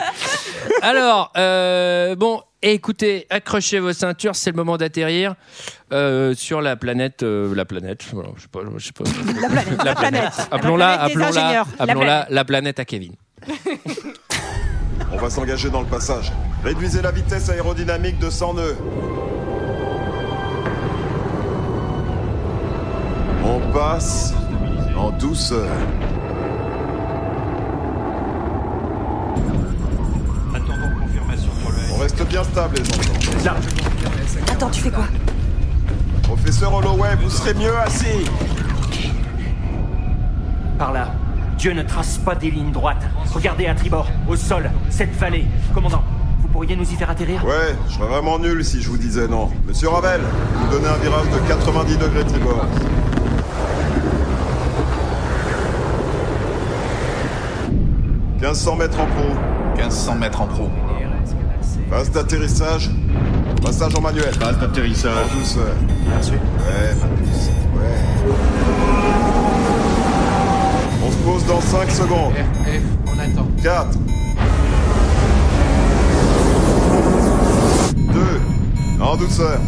[SPEAKER 1] Alors, euh, bon, écoutez, accrochez vos ceintures, c'est le moment d'atterrir euh, sur la planète, euh, la planète, voilà, je sais pas, je sais pas.
[SPEAKER 9] La planète.
[SPEAKER 1] La planète. Appelons-la,
[SPEAKER 9] planète des
[SPEAKER 1] appelons-la,
[SPEAKER 9] ingénieurs.
[SPEAKER 1] appelons-la la planète à Kevin.
[SPEAKER 11] On va s'engager dans le passage. Réduisez la vitesse aérodynamique de 100 nœuds. On passe en douceur. On reste bien stable, les enfants.
[SPEAKER 8] Attends, tu fais quoi
[SPEAKER 11] Professeur Holloway, vous serez mieux assis.
[SPEAKER 4] Par là. Dieu ne trace pas des lignes droites. Regardez à tribord, au sol, cette vallée. Commandant, vous pourriez nous y faire atterrir
[SPEAKER 11] Ouais, je serais vraiment nul si je vous disais non. Monsieur Ravel, vous donnez un virage de 90 degrés tribord. « 1500 mètres en pro.
[SPEAKER 12] 1500 mètres en pro.
[SPEAKER 11] Phase d'atterrissage. Passage en manuel.
[SPEAKER 12] Phase
[SPEAKER 11] En
[SPEAKER 12] d'atterrissage.
[SPEAKER 11] douceur. Ouais, magnifique. Ouais. On se pose dans 5 secondes.
[SPEAKER 12] on attend.
[SPEAKER 11] 4. 2. En douceur.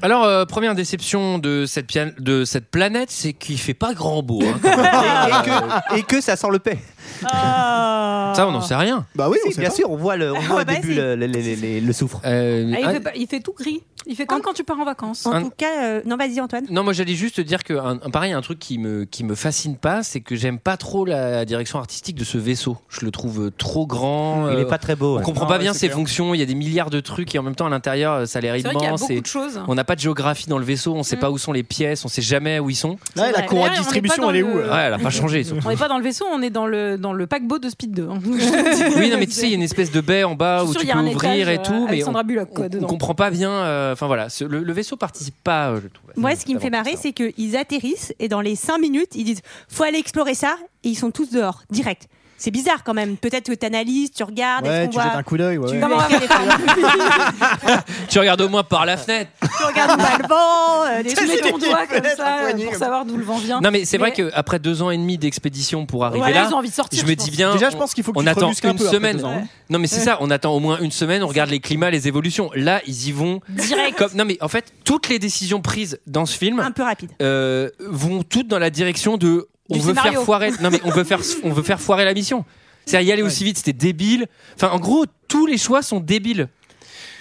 [SPEAKER 1] Alors, euh, première déception de cette, pian- de cette planète, c'est qu'il fait pas grand beau. hein, quand
[SPEAKER 10] et,
[SPEAKER 1] même.
[SPEAKER 10] euh. et que, et que ça sent le paix.
[SPEAKER 1] Ça, on n'en sait rien.
[SPEAKER 10] Bah oui, bien sûr, on voit le, on
[SPEAKER 6] bah
[SPEAKER 10] voit au début le, le- le- le- le soufre.
[SPEAKER 1] Euh,
[SPEAKER 6] Ah, il, fait, pas- il fait tout gris. Il fait comme quand tu pars en vacances.
[SPEAKER 1] En Un- tout
[SPEAKER 9] cas, euh, non, vas-y, Antoine.
[SPEAKER 1] Non, moi j'allais juste dire que un, un- pareil, un truc qui me qui me fascine pas, c'est que j'aime pas trop la direction artistique de ce vaisseau. Je le trouve trop grand.
[SPEAKER 10] Il
[SPEAKER 1] euh,
[SPEAKER 10] est pas très beau,
[SPEAKER 1] On
[SPEAKER 10] ouais.
[SPEAKER 1] comprend
[SPEAKER 10] Non,
[SPEAKER 1] pas
[SPEAKER 10] ouais,
[SPEAKER 1] bien
[SPEAKER 10] c'est
[SPEAKER 1] ses
[SPEAKER 10] clair.
[SPEAKER 1] fonctions. Il y a des milliards de trucs et en même temps à l'intérieur, euh, ça a l'air
[SPEAKER 6] C'est vrai
[SPEAKER 1] immense.
[SPEAKER 6] qu'il y a beaucoup
[SPEAKER 1] et
[SPEAKER 6] de choses.
[SPEAKER 1] On n'a pas de géographie dans le vaisseau. On sait pas où sont les pièces. On sait jamais où ils sont.
[SPEAKER 6] C'est Ouais, la vrai. courroie
[SPEAKER 1] on
[SPEAKER 6] de
[SPEAKER 1] n'est pas
[SPEAKER 6] distribution,
[SPEAKER 1] dans
[SPEAKER 6] elle est
[SPEAKER 1] le-
[SPEAKER 6] où,
[SPEAKER 1] Ouais,
[SPEAKER 6] euh
[SPEAKER 1] elle a pas changé. surtout.
[SPEAKER 6] On n'est pas dans le vaisseau, on est dans le, dans le paquebot de Speed 2. hein.
[SPEAKER 1] oui, non, mais tu sais, il y a une espèce de baie en bas
[SPEAKER 6] Je
[SPEAKER 1] où
[SPEAKER 6] suis
[SPEAKER 1] tu
[SPEAKER 6] sûre, il y a
[SPEAKER 1] peux
[SPEAKER 6] un
[SPEAKER 1] ouvrir
[SPEAKER 6] étage,
[SPEAKER 1] et tout,
[SPEAKER 6] euh,
[SPEAKER 1] mais on,
[SPEAKER 6] Alexandra Bullock, quoi,
[SPEAKER 1] on- on
[SPEAKER 6] dedans.
[SPEAKER 1] comprend pas bien. euh, Enfin voilà, ce- le, le vaisseau participe pas, euh, je trouve.
[SPEAKER 9] Moi, ce qui me fait marrer, c'est qu'ils atterrissent et dans les 5 minutes, ils disent faut aller explorer ça et ils sont tous dehors, direct. C'est bizarre quand même. Peut-être que tu analyses, tu regardes,
[SPEAKER 7] Ouais,
[SPEAKER 9] est-ce qu'on
[SPEAKER 7] tu
[SPEAKER 9] voit-
[SPEAKER 7] jettes un coup d'œil, ouais,
[SPEAKER 9] Tu
[SPEAKER 7] ouais.
[SPEAKER 9] vois quelle est la-
[SPEAKER 1] Tu regardes au moins par la fenette.
[SPEAKER 9] tu regardes pas le vent, euh, des
[SPEAKER 6] Tu mets
[SPEAKER 9] trucs.
[SPEAKER 6] ton doigt comme ça euh, pour savoir d'où le vent vient.
[SPEAKER 1] Non mais c'est vrai qu'après deux ans et demi d'expédition pour arriver
[SPEAKER 6] Voilà,
[SPEAKER 1] là,
[SPEAKER 6] ils ont envie de sortir,
[SPEAKER 1] je me
[SPEAKER 6] je
[SPEAKER 1] dis
[SPEAKER 6] pense.
[SPEAKER 1] bien,
[SPEAKER 6] Déjà, je
[SPEAKER 1] on-
[SPEAKER 6] pense qu'il faut que
[SPEAKER 1] on
[SPEAKER 6] tu te
[SPEAKER 1] attend
[SPEAKER 6] rebusques un
[SPEAKER 1] une
[SPEAKER 6] peu après
[SPEAKER 1] semaine.
[SPEAKER 6] deux ans, hein.
[SPEAKER 1] Non mais c'est
[SPEAKER 6] Ouais.
[SPEAKER 1] ça, on attend au moins une semaine, on regarde les climats, les évolutions. Là, ils y vont
[SPEAKER 6] Direct.
[SPEAKER 1] Comme, non mais en fait, toutes les décisions prises dans ce film,
[SPEAKER 6] Ah.
[SPEAKER 1] euh,
[SPEAKER 9] un peu rapide,
[SPEAKER 1] vont toutes dans la direction de on
[SPEAKER 9] Du
[SPEAKER 1] veut
[SPEAKER 9] scénario.
[SPEAKER 1] faire foirer. Non mais on veut faire on veut faire foirer la mission. C'est y aller aussi vite, c'était débile. Enfin, en gros, tous les choix sont débiles.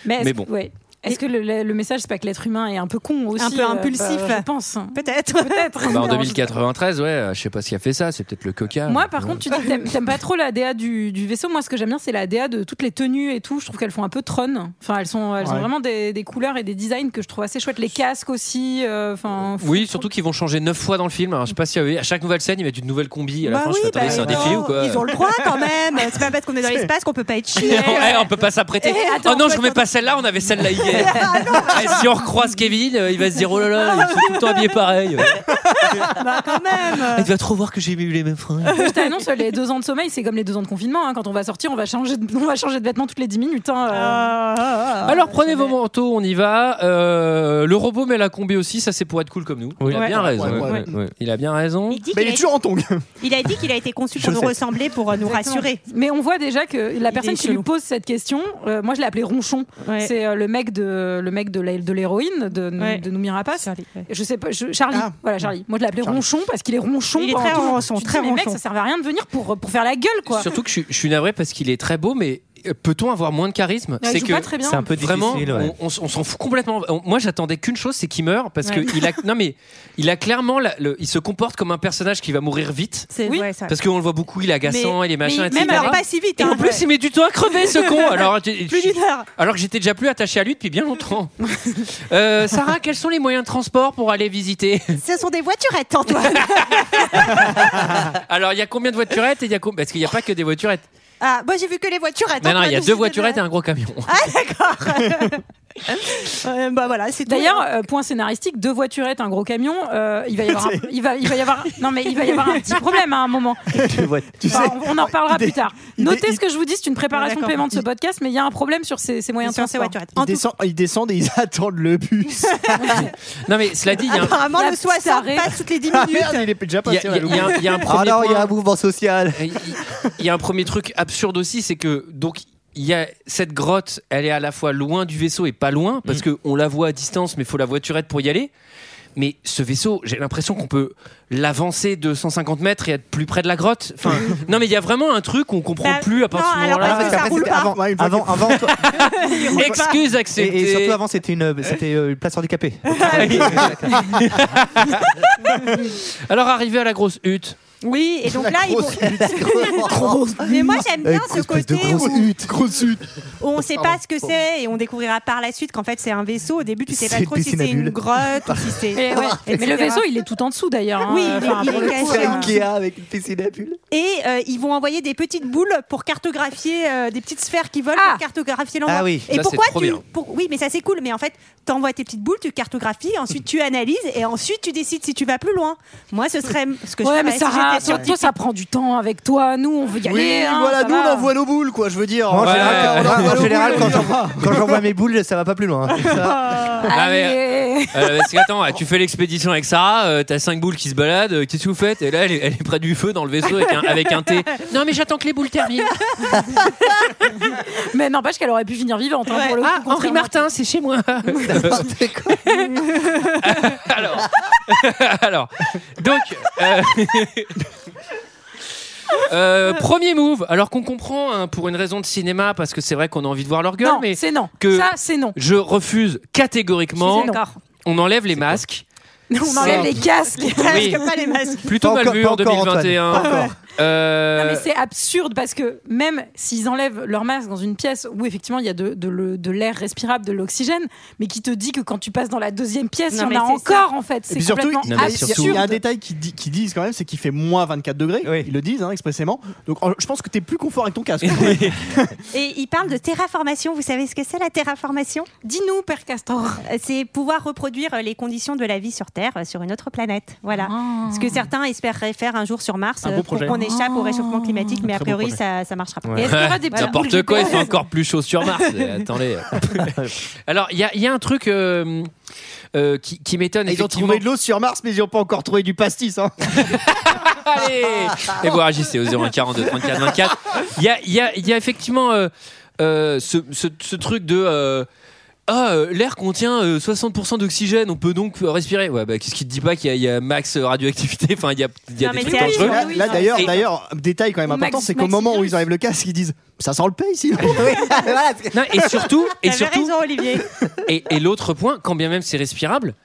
[SPEAKER 6] Mais, est-ce
[SPEAKER 1] Mais
[SPEAKER 6] que-
[SPEAKER 1] bon.
[SPEAKER 6] ouais. Est-ce que le, le- le message, c'est pas que l'être humain est un peu con aussi
[SPEAKER 9] un peu
[SPEAKER 6] euh,
[SPEAKER 9] impulsif.
[SPEAKER 6] bah, je pense.
[SPEAKER 9] Peut-être.
[SPEAKER 6] Peut-être.
[SPEAKER 1] Bah, en
[SPEAKER 6] Non,
[SPEAKER 1] 2093, ouais, euh, je sais pas ce qui a fait ça, c'est peut-être le coca.
[SPEAKER 6] Moi, par contre, tu dis que t'aimes- t'aimes pas trop la DA du, du vaisseau. Moi, ce que j'aime bien, c'est la DA de toutes les tenues et tout. Je trouve qu'elles font un peu Tron. Enfin, elles sont, elles ont
[SPEAKER 1] Ouais.
[SPEAKER 6] vraiment des, des couleurs et des designs que je trouve assez chouettes. Les casques aussi. euh, Enfin, fou-
[SPEAKER 1] Oui, surtout qu'ils vont changer 9 fois dans le film. Alors, je sais pas si euh, à chaque nouvelle scène, ils mettent une nouvelle combi. À la
[SPEAKER 9] Bah
[SPEAKER 1] fin, je
[SPEAKER 9] oui,
[SPEAKER 1] fais attendez,
[SPEAKER 9] bah,
[SPEAKER 1] c'est un défilé ou quoi
[SPEAKER 9] ils ont le droit quand même. C'est pas parce qu'on est dans l'espace qu'on peut pas être
[SPEAKER 6] euh,
[SPEAKER 9] chier.
[SPEAKER 1] Eh, on peut pas s'apprêter.
[SPEAKER 9] Eh, attends,
[SPEAKER 1] oh non, je remets pas celle-là, on avait celle-là hier. Eh, si on recroise Kevin, euh, il va se dire oh là là, ils sont tout le temps habillés pareil.
[SPEAKER 9] bah quand même.
[SPEAKER 1] Il va trop voir que j'ai eu les mêmes fringues.
[SPEAKER 6] Je t'annonce, les deux ans de sommeil, c'est comme les deux ans de confinement. hein. Quand on va sortir, on va changer de, on va changer de vêtements toutes les 10 minutes. hein, euh.
[SPEAKER 9] Ah.
[SPEAKER 1] Alors prenez vos manteaux, on y va. Euh, le robot met la combi aussi, ça c'est pour être cool comme nous. Il a
[SPEAKER 9] Ouais.
[SPEAKER 1] bien
[SPEAKER 9] Ouais,
[SPEAKER 1] raison.
[SPEAKER 9] ouais, ouais.
[SPEAKER 1] Il a bien raison.
[SPEAKER 9] dit
[SPEAKER 7] Bah,
[SPEAKER 9] Mais qu'il il est a- toujours
[SPEAKER 7] en tongue.
[SPEAKER 9] Il a dit qu'il a été conçu pour nous
[SPEAKER 1] Chaussettes.
[SPEAKER 9] ressembler, pour euh, nous
[SPEAKER 6] Exactement.
[SPEAKER 9] rassurer.
[SPEAKER 6] Mais on voit déjà que la
[SPEAKER 9] est
[SPEAKER 6] personne qui
[SPEAKER 9] chelou.
[SPEAKER 6] lui pose cette question, euh, moi je l'ai appelé Ronchon.
[SPEAKER 9] Ouais.
[SPEAKER 6] C'est euh, le mec de le mec de la- de l'héroïne de,
[SPEAKER 9] Ouais.
[SPEAKER 6] de Noumira Pass. Je sais pas, je- Charlie. Voilà Charlie. Moi je l'ai appelé
[SPEAKER 1] Charlie.
[SPEAKER 6] Ronchon parce qu'il est ronchon.
[SPEAKER 9] Ah. Il est
[SPEAKER 6] pendant
[SPEAKER 9] très
[SPEAKER 6] tout le-
[SPEAKER 9] ronchon,
[SPEAKER 6] tu te
[SPEAKER 9] très
[SPEAKER 6] dis, mais mec,
[SPEAKER 9] ronchon.
[SPEAKER 6] ça servait à rien de venir pour pour faire la gueule quoi.
[SPEAKER 1] Surtout que je, suis- je suis navré parce qu'il est très beau, mais euh, peut-on avoir moins de charisme
[SPEAKER 6] Ouais, il joue
[SPEAKER 1] que
[SPEAKER 6] pas très bien. C'est un peu
[SPEAKER 1] vraiment,
[SPEAKER 6] difficile, ouais.
[SPEAKER 1] on, on s- on s'en fout complètement. On- Moi, j'attendais qu'une chose, c'est qu'il meure parce
[SPEAKER 6] Ouais.
[SPEAKER 1] que il a non mais il a clairement la- le- il se comporte comme un personnage qui va mourir vite.
[SPEAKER 9] C'est
[SPEAKER 6] Oui.
[SPEAKER 9] ouais, ça.
[SPEAKER 1] Parce qu'on le voit beaucoup, il est agaçant,
[SPEAKER 9] Mais-
[SPEAKER 1] il est machin,
[SPEAKER 9] mais
[SPEAKER 1] etc.
[SPEAKER 9] même alors pas si vite,
[SPEAKER 1] Et
[SPEAKER 9] hein,
[SPEAKER 1] en plus,
[SPEAKER 9] ouais.
[SPEAKER 1] il met du temps à crever, ce con. Alors, tu-
[SPEAKER 9] Plus d'une heure.
[SPEAKER 1] alors que j'étais déjà plus attaché à lui depuis bien longtemps. Euh, Sarah, quels sont les moyens de transport pour aller visiter
[SPEAKER 9] Ce sont des voiturettes, Antoine.
[SPEAKER 1] Alors, il y a combien de voiturettes et il y a com- Parce qu'il n'y a pas que des voiturettes.
[SPEAKER 9] ah, moi j'ai vu que les voiturettes.
[SPEAKER 1] Non, non,
[SPEAKER 9] Antoine,
[SPEAKER 1] il y a
[SPEAKER 9] je
[SPEAKER 1] deux
[SPEAKER 9] suis
[SPEAKER 1] voiturettes et un gros camion.
[SPEAKER 9] Ah. Euh, bah voilà, c'est tout.
[SPEAKER 6] D'ailleurs, euh, point scénaristique, deux voiturettes, un gros camion, euh, il va y avoir, un, il va, il va y avoir, non mais il va y avoir un petit problème hein, à un moment. Enfin, on, on en reparlera plus tard. Notez ce que je vous dis, c'est une préparation
[SPEAKER 9] D'accord.
[SPEAKER 6] paiement de ce podcast, mais il y a un problème sur ces, ces moyens de
[SPEAKER 9] Sur ces
[SPEAKER 6] transport.
[SPEAKER 9] voiturettes.
[SPEAKER 7] Ils, descend- ils descendent et ils attendent le bus.
[SPEAKER 1] Non, mais cela dit, il y a un.
[SPEAKER 9] Apparemment, le
[SPEAKER 6] La petite
[SPEAKER 9] 60
[SPEAKER 6] arrêt.
[SPEAKER 9] passe toutes les 10
[SPEAKER 7] Ah
[SPEAKER 9] minutes.
[SPEAKER 7] merde, il est déjà
[SPEAKER 1] Il y a-
[SPEAKER 7] passé.
[SPEAKER 1] il y a- il y a un- il y a un
[SPEAKER 10] Ah
[SPEAKER 1] premier
[SPEAKER 10] non, il y a
[SPEAKER 1] point.
[SPEAKER 10] un mouvement social.
[SPEAKER 1] Euh, Il- il y a un premier truc absurde aussi, c'est que donc il y a cette grotte, elle est à la fois loin du vaisseau et pas loin
[SPEAKER 10] Mm.
[SPEAKER 1] parce que on la voit à distance, mais faut la voiturette pour y aller. Mais ce vaisseau, j'ai l'impression qu'on peut l'avancer de 150 mètres et être plus près de la grotte. Enfin, non, mais il y a vraiment un truc qu'on comprend
[SPEAKER 9] Bah,
[SPEAKER 1] plus à partir
[SPEAKER 9] non,
[SPEAKER 1] de ce
[SPEAKER 9] alors parce
[SPEAKER 1] moment-là.
[SPEAKER 9] que ça roule pas.
[SPEAKER 10] Ah, Avant, avant, avant,
[SPEAKER 1] Excuse
[SPEAKER 10] et,
[SPEAKER 1] acceptée.
[SPEAKER 10] et surtout avant, c'était une, euh, c'était euh, une place handicapée.
[SPEAKER 1] Alors arrivé à la grosse hutte.
[SPEAKER 9] Oui, et donc là, ils vont. Mais moi, j'aime bien ce côté où où on ne sait pas ce que c'est et on découvrira par la suite qu'en fait, c'est un vaisseau. Au début, tu sais
[SPEAKER 10] C'est
[SPEAKER 9] pas
[SPEAKER 10] une
[SPEAKER 9] trop si
[SPEAKER 10] piscine à
[SPEAKER 9] c'est une
[SPEAKER 10] bulles.
[SPEAKER 9] grotte ou si c'est.
[SPEAKER 6] Et ouais. Mais
[SPEAKER 9] etc.
[SPEAKER 6] le vaisseau, il est tout en dessous d'ailleurs. hein.
[SPEAKER 9] Oui, il est-
[SPEAKER 6] Enfin,
[SPEAKER 9] il
[SPEAKER 6] pour le
[SPEAKER 9] est
[SPEAKER 6] coup,
[SPEAKER 9] caché.
[SPEAKER 6] euh,
[SPEAKER 10] Ikea avec une piscine à bulles.
[SPEAKER 9] Et euh, ils vont envoyer des petites boules pour cartographier euh, des petites sphères qui volent pour cartographier l'endroit.
[SPEAKER 10] Ah oui,
[SPEAKER 9] et
[SPEAKER 10] ça,
[SPEAKER 9] pourquoi
[SPEAKER 10] c'est trop
[SPEAKER 9] tu
[SPEAKER 10] bien.
[SPEAKER 9] pour- oui, mais ça c'est cool mais en fait, tu envoies tes petites boules, tu cartographies, ensuite tu analyses et ensuite tu décides si tu vas plus loin. Moi ce serait ce que je
[SPEAKER 6] Ouais,
[SPEAKER 9] ferais
[SPEAKER 6] mais
[SPEAKER 9] si
[SPEAKER 6] Thomas, toi, toi, ça prend du temps avec toi. Nous, on veut y aller.
[SPEAKER 7] Oui,
[SPEAKER 6] hein,
[SPEAKER 7] voilà,
[SPEAKER 6] ça
[SPEAKER 7] nous
[SPEAKER 6] va.
[SPEAKER 7] on envoie nos boules, quoi, je veux dire.
[SPEAKER 10] Moi, en général, quand- en général, quand
[SPEAKER 7] j'envoie
[SPEAKER 10] Quand j'envoie mes boules, ça va pas plus loin.
[SPEAKER 1] Ah, mais, euh, parce que, attends, tu fais l'expédition avec Sarah, euh, t'as 5 boules qui se baladent, euh, qu'est-ce que vous faites Et là, elle est, elle est près du feu dans le vaisseau avec un, avec un thé.
[SPEAKER 6] Non, mais j'attends que les boules terminent. mais n'empêche qu'elle aurait pu finir vivante. hein, pour le
[SPEAKER 1] Ah,
[SPEAKER 6] coup,
[SPEAKER 1] Henri
[SPEAKER 6] contrairement-
[SPEAKER 1] Martin, c'est chez moi. alors, alors, donc, euh, euh, premier move. Alors qu'on comprend hein, pour une raison de cinéma, parce que c'est vrai qu'on a envie de voir leur gueule,
[SPEAKER 6] Non,
[SPEAKER 1] mais
[SPEAKER 6] c'est non.
[SPEAKER 1] que
[SPEAKER 6] Ça, c'est non.
[SPEAKER 1] je refuse catégoriquement.
[SPEAKER 6] C'est non.
[SPEAKER 1] On enlève les masques.
[SPEAKER 6] On enlève les casques. Les casques,
[SPEAKER 1] Oui.
[SPEAKER 6] pas les masques.
[SPEAKER 1] Plutôt mal vu en 2021. Euh,
[SPEAKER 6] Non, mais c'est absurde parce que même s'ils enlèvent leur masque dans une pièce où effectivement il y a de, de le- de l'air respirable, de l'oxygène, mais qui te dit que quand tu passes dans la deuxième pièce, il y
[SPEAKER 9] Non,
[SPEAKER 6] en
[SPEAKER 9] mais
[SPEAKER 6] a
[SPEAKER 9] c'est ça.
[SPEAKER 6] encore en fait.
[SPEAKER 7] Et
[SPEAKER 6] C'est
[SPEAKER 7] puis surtout,
[SPEAKER 6] complètement
[SPEAKER 7] il y a-
[SPEAKER 6] absurde.
[SPEAKER 7] il y, a un détail qu'ils di- qu'ils disent quand même, c'est qu'il fait moins 24 degrés. Ils le disent hein, expressément. Donc en- je pense que t'es plus confort avec ton casque.
[SPEAKER 9] Et il parle de terraformation. Vous savez ce que c'est la terraformation Euh,
[SPEAKER 6] Dis-nous, Père Castor.
[SPEAKER 9] C'est pouvoir reproduire euh, les conditions de la vie sur Terre, euh, sur une autre planète. Voilà.
[SPEAKER 6] Ah.
[SPEAKER 9] Ce que certains espéreraient faire un jour sur Mars
[SPEAKER 1] Un
[SPEAKER 9] euh,
[SPEAKER 1] beau
[SPEAKER 9] pour
[SPEAKER 1] projet.
[SPEAKER 9] qu'on échappe
[SPEAKER 6] Ah.
[SPEAKER 9] au réchauffement climatique, mais a
[SPEAKER 1] beau
[SPEAKER 9] priori,
[SPEAKER 1] projet.
[SPEAKER 9] ça ne marchera pas.
[SPEAKER 1] Ouais.
[SPEAKER 9] Et est-ce qu'il y aura des petites boules
[SPEAKER 1] Ah. N'importe quoi, il fait
[SPEAKER 9] GPS?
[SPEAKER 1] encore plus chaud sur Mars. Euh, Attendez. Alors, il y a, il y a un truc euh, euh, qui, qui m'étonne.
[SPEAKER 7] Ils ont trouvé de l'eau sur Mars, mais ils n'ont pas encore trouvé du pastis. hein.
[SPEAKER 1] effectivement. Et vous réagissez au 01 42 34 24. Il y a, il y a- il y a effectivement euh, euh, ce, ce- ce truc de. euh, ah, euh, l'air contient euh, 60% d'oxygène, on peut donc euh, respirer. Ouais, bah, qu'est-ce qui te dit pas qu'il y, a- il y a max euh, radioactivité Enfin, il y a, il y a
[SPEAKER 9] Non,
[SPEAKER 1] des
[SPEAKER 9] mais
[SPEAKER 1] trucs
[SPEAKER 9] c'est
[SPEAKER 1] dangereux.
[SPEAKER 9] absurde,
[SPEAKER 7] Là,
[SPEAKER 9] oui,
[SPEAKER 7] là,
[SPEAKER 9] ça,
[SPEAKER 7] d'ailleurs,
[SPEAKER 9] c'est-
[SPEAKER 7] d'ailleurs, détail quand même
[SPEAKER 9] Max-
[SPEAKER 7] important, c'est qu'au
[SPEAKER 9] Max
[SPEAKER 7] moment où ils enlèvent le casque, ils disent ça sent le pays sinon.
[SPEAKER 1] Non, et surtout, et
[SPEAKER 9] T'avais
[SPEAKER 1] surtout,
[SPEAKER 9] raison, Olivier.
[SPEAKER 1] Et, et l'autre point, quand bien même c'est respirable,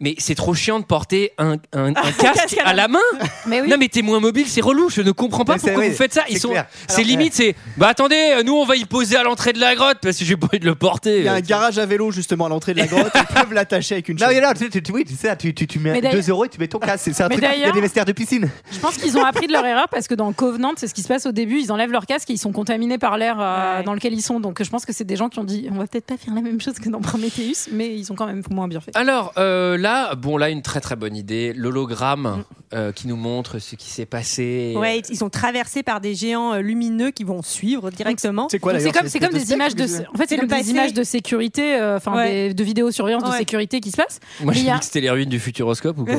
[SPEAKER 1] mais c'est trop chiant de porter un, un- un casque à la main.
[SPEAKER 9] Ah
[SPEAKER 6] Mais oui.
[SPEAKER 1] Non, mais t'es moins mobile, c'est relou. Je ne comprends pas
[SPEAKER 10] Mais c'est-
[SPEAKER 1] pourquoi
[SPEAKER 10] oui,
[SPEAKER 1] vous faites ça.
[SPEAKER 10] c'est
[SPEAKER 1] Ils sont,
[SPEAKER 10] clair.
[SPEAKER 1] c'est
[SPEAKER 10] Alors,
[SPEAKER 9] euh,
[SPEAKER 1] limite, c'est bah attendez, euh, nous on va y poser à l'entrée de la grotte parce que j'ai pas envie de le porter.
[SPEAKER 7] Il y a
[SPEAKER 1] Euh,
[SPEAKER 7] un garage à vélo justement à l'entrée de la grotte, ils peuvent l'attacher avec une
[SPEAKER 10] Non,
[SPEAKER 7] chaîne.
[SPEAKER 10] mais non, tu, tu- tu- oui, tu sais, tu, tu- tu
[SPEAKER 6] Mais
[SPEAKER 10] mets
[SPEAKER 6] d'ailleurs-
[SPEAKER 10] 2 euros et tu mets ton casque. C'est c'est un
[SPEAKER 6] Mais
[SPEAKER 10] truc. Il y a
[SPEAKER 6] d'ailleurs-
[SPEAKER 10] des vestiaires de piscine.
[SPEAKER 6] Je pense qu'ils ont appris de leur erreur parce que dans Covenant, c'est ce qui se passe au début. Ils enlèvent leur casque et ils sont contaminés par l'air euh, dans lequel ils sont. Donc je pense que c'est des gens qui ont dit on va peut-être pas faire la même chose que dans Prometheus, mais ils ont quand même moins bien fait.
[SPEAKER 1] Alors euh, là, bon là une très très bonne idée, l'hologramme euh, qui nous montre ce qui s'est passé.
[SPEAKER 9] Mm. Ouais, ils sont traversés par des géants euh, lumineux qui vont suivre directement.
[SPEAKER 1] C'est quoi,
[SPEAKER 6] Donc,
[SPEAKER 1] d'ailleurs,
[SPEAKER 6] C'est comme,
[SPEAKER 1] c'est
[SPEAKER 6] c'est comme
[SPEAKER 1] l'espèce
[SPEAKER 6] des
[SPEAKER 1] de
[SPEAKER 6] images de,
[SPEAKER 1] spectre,
[SPEAKER 6] en fait,
[SPEAKER 9] C'est
[SPEAKER 6] c'est
[SPEAKER 9] le
[SPEAKER 6] comme des
[SPEAKER 9] passé.
[SPEAKER 6] images de sécurité, euh, enfin
[SPEAKER 9] Ouais.
[SPEAKER 6] des- de vidéosurveillance de
[SPEAKER 9] Ouais.
[SPEAKER 6] sécurité qui se passent.
[SPEAKER 1] Moi je
[SPEAKER 6] Mais il y a-
[SPEAKER 1] dis que c'était les ruines du futuroscope ou quoi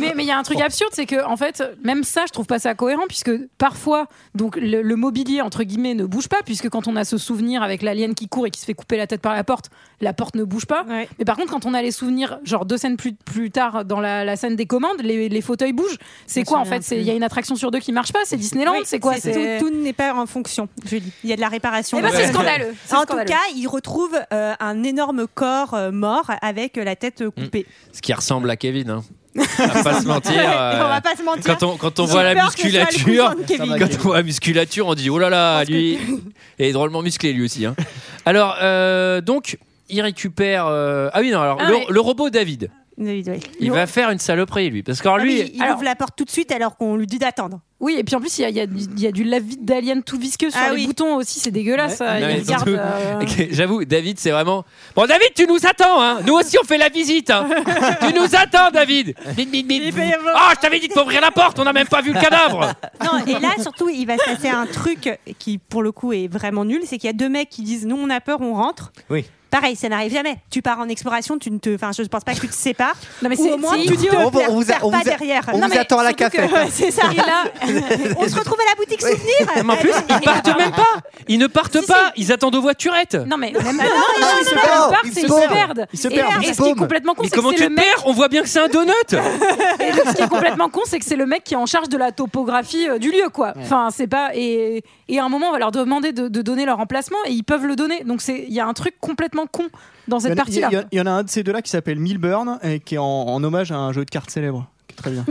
[SPEAKER 6] mais mais il y a un truc absurde, c'est que en fait, même ça, je trouve pas ça cohérent puisque parfois, donc le, le mobilier entre guillemets ne bouge pas puisque quand on a ce souvenir avec l'alien qui court et qui se fait couper la tête par la porte, la porte ne bouge pas. Mais par contre, quand on a les souvenirs, genre deux scènes plus plus tard dans la, la scène des commandes, les, les fauteuils bougent.
[SPEAKER 9] Je
[SPEAKER 6] C'est
[SPEAKER 9] me
[SPEAKER 6] quoi en
[SPEAKER 9] souviens
[SPEAKER 6] fait C'est
[SPEAKER 9] plus.
[SPEAKER 6] il y a une attraction sur deux qui marche pas. C'est Disneyland.
[SPEAKER 9] Oui,
[SPEAKER 6] c'est quoi
[SPEAKER 9] tout, tout n'est pas en fonction, Julie. Il y a de la réparation.
[SPEAKER 6] Eh ben, c'est scandaleux. C'est
[SPEAKER 9] En
[SPEAKER 6] scandaleux.
[SPEAKER 9] tout cas, ils retrouvent euh, un énorme corps euh, mort avec euh, la tête euh, coupée.
[SPEAKER 1] Ce qui ressemble à Kevin. Hein. On va pas se mentir.
[SPEAKER 9] Et on
[SPEAKER 1] euh,
[SPEAKER 9] va pas se mentir.
[SPEAKER 1] Quand on, quand on
[SPEAKER 9] J'ai
[SPEAKER 1] voit la
[SPEAKER 9] peur que ce soit le
[SPEAKER 1] musculature,
[SPEAKER 9] cousin de Kevin.
[SPEAKER 1] quand on voit la musculature, on dit oh là là, lui est drôlement musclé lui aussi. hein. Alors euh, donc il récupère. euh, Ah oui non alors
[SPEAKER 9] Ah
[SPEAKER 1] le,
[SPEAKER 9] ouais.
[SPEAKER 1] le robot David,
[SPEAKER 9] Oui, oui.
[SPEAKER 1] il va faire une saloperie lui parce qu'en
[SPEAKER 9] Ah
[SPEAKER 1] lui.
[SPEAKER 9] oui, il ouvre la porte tout de suite alors qu'on lui dit d'attendre.
[SPEAKER 6] Oui, et puis en plus, il y a, il y a du- il y a du lave-vide d'alien tout visqueux sur
[SPEAKER 9] Ah
[SPEAKER 6] les
[SPEAKER 9] oui.
[SPEAKER 6] boutons aussi, c'est dégueulasse.
[SPEAKER 1] Non,
[SPEAKER 6] euh, il
[SPEAKER 1] mais
[SPEAKER 6] regarde,
[SPEAKER 1] surtout-
[SPEAKER 6] euh,
[SPEAKER 1] Ok, J'avoue, David, c'est vraiment. Bon, David, tu nous attends, hein Nous aussi, on fait la visite, hein Tu nous attends, David Bip, bip, bip. Oh, je t'avais dit de m'ouvrir la porte, on n'a même pas vu le cadavre
[SPEAKER 9] Non, et là, surtout, il va se passer un truc qui, pour le coup, est vraiment nul. C'est qu'il y a deux mecs qui disent Nous, on a peur, on rentre.
[SPEAKER 10] Oui.
[SPEAKER 9] Pareil, ça n'arrive jamais. Tu pars en exploration, tu ne te. Enfin, je ne pense pas que tu te sépares.
[SPEAKER 6] Non, mais
[SPEAKER 9] Ou
[SPEAKER 6] c'est-
[SPEAKER 9] au moins,
[SPEAKER 6] c'est
[SPEAKER 9] tu te
[SPEAKER 6] idiot.
[SPEAKER 9] perds-
[SPEAKER 6] On vous- on vous a-
[SPEAKER 9] perds
[SPEAKER 10] on
[SPEAKER 9] pas
[SPEAKER 10] vous a-
[SPEAKER 9] derrière.
[SPEAKER 10] on
[SPEAKER 9] Non,
[SPEAKER 10] vous
[SPEAKER 9] mais
[SPEAKER 10] attend à la
[SPEAKER 9] surtout que-
[SPEAKER 10] cafette.
[SPEAKER 9] C'est ça.
[SPEAKER 6] Et là-
[SPEAKER 9] on se retrouve à la boutique souvenir.
[SPEAKER 1] Mais en plus, ils partent même pas Ils ne partent pas Ils attendent aux voiturettes
[SPEAKER 6] Non, mais même
[SPEAKER 9] non, non,
[SPEAKER 6] ils se perdent, ils
[SPEAKER 1] Ils
[SPEAKER 6] se perdent.
[SPEAKER 1] se
[SPEAKER 6] Et-
[SPEAKER 1] perdent,
[SPEAKER 6] Et,
[SPEAKER 1] ils se
[SPEAKER 6] ce qui est
[SPEAKER 1] paument.
[SPEAKER 6] complètement con,
[SPEAKER 1] Mais
[SPEAKER 6] c'est que
[SPEAKER 1] comment
[SPEAKER 6] c'est
[SPEAKER 1] tu
[SPEAKER 6] le
[SPEAKER 1] te
[SPEAKER 6] mec.
[SPEAKER 1] perds On voit bien que c'est un donut
[SPEAKER 6] Et ce qui est complètement con, c'est que c'est le mec qui est en charge de la topographie euh, du lieu, quoi. Enfin, c'est pas. Et, et à un moment, on va leur demander de, de donner leur emplacement et ils peuvent le donner. Donc c'est, il y a un truc complètement con
[SPEAKER 7] Il y en
[SPEAKER 6] dans cette
[SPEAKER 7] a-
[SPEAKER 6] partie-là.
[SPEAKER 7] Il y en a- il y, en a un de ces deux-là qui s'appelle Milburn et qui est en, en hommage à un jeu de cartes célèbre. qui est Très bien.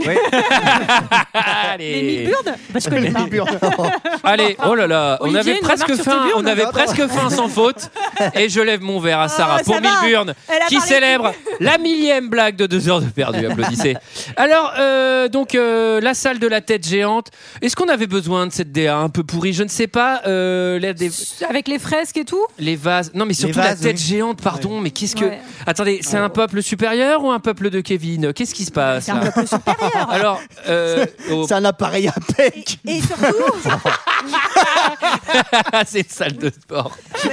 [SPEAKER 1] Allez.
[SPEAKER 9] je connais pas.
[SPEAKER 1] Allez, oh là là, on
[SPEAKER 6] Olivier,
[SPEAKER 1] avait
[SPEAKER 6] une
[SPEAKER 1] presque
[SPEAKER 6] remarque sur
[SPEAKER 1] faim,
[SPEAKER 6] Tourbillon,
[SPEAKER 1] on
[SPEAKER 6] là.
[SPEAKER 1] avait presque faim sans faute. Et je lève mon verre à Sarah
[SPEAKER 6] ça
[SPEAKER 1] pour
[SPEAKER 6] va.
[SPEAKER 1] Milburn,
[SPEAKER 6] Elle a
[SPEAKER 1] qui
[SPEAKER 6] parlé-
[SPEAKER 1] célèbre la millième blague de deux heures de perdu. Applaudissez. Alors, euh, donc, euh, la salle de la tête géante. Est-ce qu'on avait besoin de cette DA un peu pourrie Je ne sais pas. euh, la- des-
[SPEAKER 6] Avec les fresques et tout.
[SPEAKER 1] les vases. Non, mais surtout
[SPEAKER 6] vases,
[SPEAKER 1] la tête
[SPEAKER 6] oui.
[SPEAKER 1] géante, pardon. Mais qu'est-ce que.
[SPEAKER 6] Ouais.
[SPEAKER 1] Attendez, c'est un peuple supérieur ou un peuple de Kevin Qu'est-ce qui se passe là
[SPEAKER 9] supérieur.
[SPEAKER 1] Alors, euh,
[SPEAKER 6] Oh.
[SPEAKER 7] c'est un appareil à pec.
[SPEAKER 9] Et surtout,
[SPEAKER 1] ah, c'est une salle de sport.
[SPEAKER 9] su-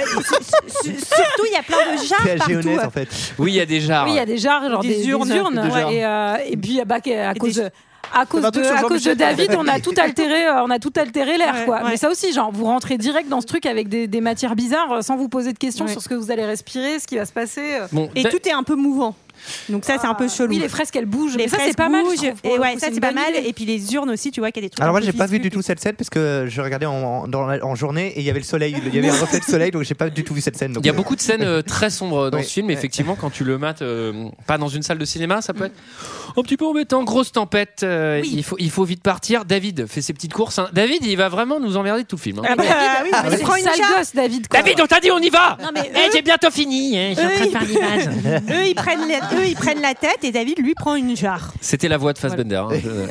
[SPEAKER 9] surtout, il y a plein de jars partout.
[SPEAKER 10] fait.
[SPEAKER 1] Oui, il y a des jars.
[SPEAKER 6] Oui, il y a des jars, genre
[SPEAKER 9] Des
[SPEAKER 6] des, des
[SPEAKER 9] urnes.
[SPEAKER 6] urnes.
[SPEAKER 1] Des
[SPEAKER 6] ouais,
[SPEAKER 1] jars.
[SPEAKER 6] et, euh, et puis ah bah, qu'à- à cause de. À cause,
[SPEAKER 9] un
[SPEAKER 6] de,
[SPEAKER 9] truc sur
[SPEAKER 6] à cause de
[SPEAKER 9] Jean-Michel Jarre.
[SPEAKER 6] David, on a tout altéré, euh, on a tout altéré l'air,
[SPEAKER 9] Ouais,
[SPEAKER 6] quoi.
[SPEAKER 9] ouais.
[SPEAKER 6] Mais ça aussi, genre, vous rentrez direct dans ce truc avec des, des matières bizarres, euh, sans vous poser de questions sur ce que vous allez respirer, ce qui va se passer. euh.
[SPEAKER 1] Bon,
[SPEAKER 9] Et tout est un peu mouvant. Donc ça, c'est un peu chelou.
[SPEAKER 6] Ah. Oui, les fresques, elles bougent.
[SPEAKER 9] Les
[SPEAKER 6] Mais ça, c'est
[SPEAKER 9] fraises
[SPEAKER 6] pas mal. je
[SPEAKER 9] bougent.
[SPEAKER 6] trouve, pour
[SPEAKER 9] Et
[SPEAKER 6] le
[SPEAKER 9] ouais,
[SPEAKER 6] coup,
[SPEAKER 9] ça,
[SPEAKER 6] une
[SPEAKER 9] c'est pas
[SPEAKER 6] bonne
[SPEAKER 9] mal.
[SPEAKER 6] idée.
[SPEAKER 9] Et puis les urnes aussi, tu vois qu'il y a des trucs.
[SPEAKER 10] Alors
[SPEAKER 9] un
[SPEAKER 10] moi
[SPEAKER 9] peu
[SPEAKER 10] j'ai pas vu
[SPEAKER 9] visqueux.
[SPEAKER 10] du tout cette scène parce que euh, je regardais en, en- dans la- en journée et il y avait le soleil, il y avait un reflet de soleil donc j'ai pas du tout vu cette scène. donc-
[SPEAKER 1] Il y a beaucoup de scènes euh, très sombres dans
[SPEAKER 10] Oui. Mm.
[SPEAKER 1] ce film, mais effectivement, quand tu le mates, euh, pas dans une salle de cinéma, ça peut être un petit peu embêtant. Grosse tempête, euh, il, faut, il faut vite partir. David fait ses petites courses. hein. David, il va vraiment nous emmerder de tout le film. hein.
[SPEAKER 10] Euh,
[SPEAKER 6] Ah bah, oui, mais c'est
[SPEAKER 9] prends euh, une
[SPEAKER 6] sale
[SPEAKER 9] jarre.
[SPEAKER 6] gosse, David. quoi.
[SPEAKER 1] David, on t'a dit on y va
[SPEAKER 9] Non, mais
[SPEAKER 10] euh,
[SPEAKER 1] Eh,
[SPEAKER 9] eux-
[SPEAKER 1] j'ai bientôt fini hein, je suis en train de faire l'image.
[SPEAKER 9] eux, ils prennent la, eux, ils prennent la tête et David, lui, prend une jarre.
[SPEAKER 1] C'était la voix de Fassbender. hein.
[SPEAKER 6] Non,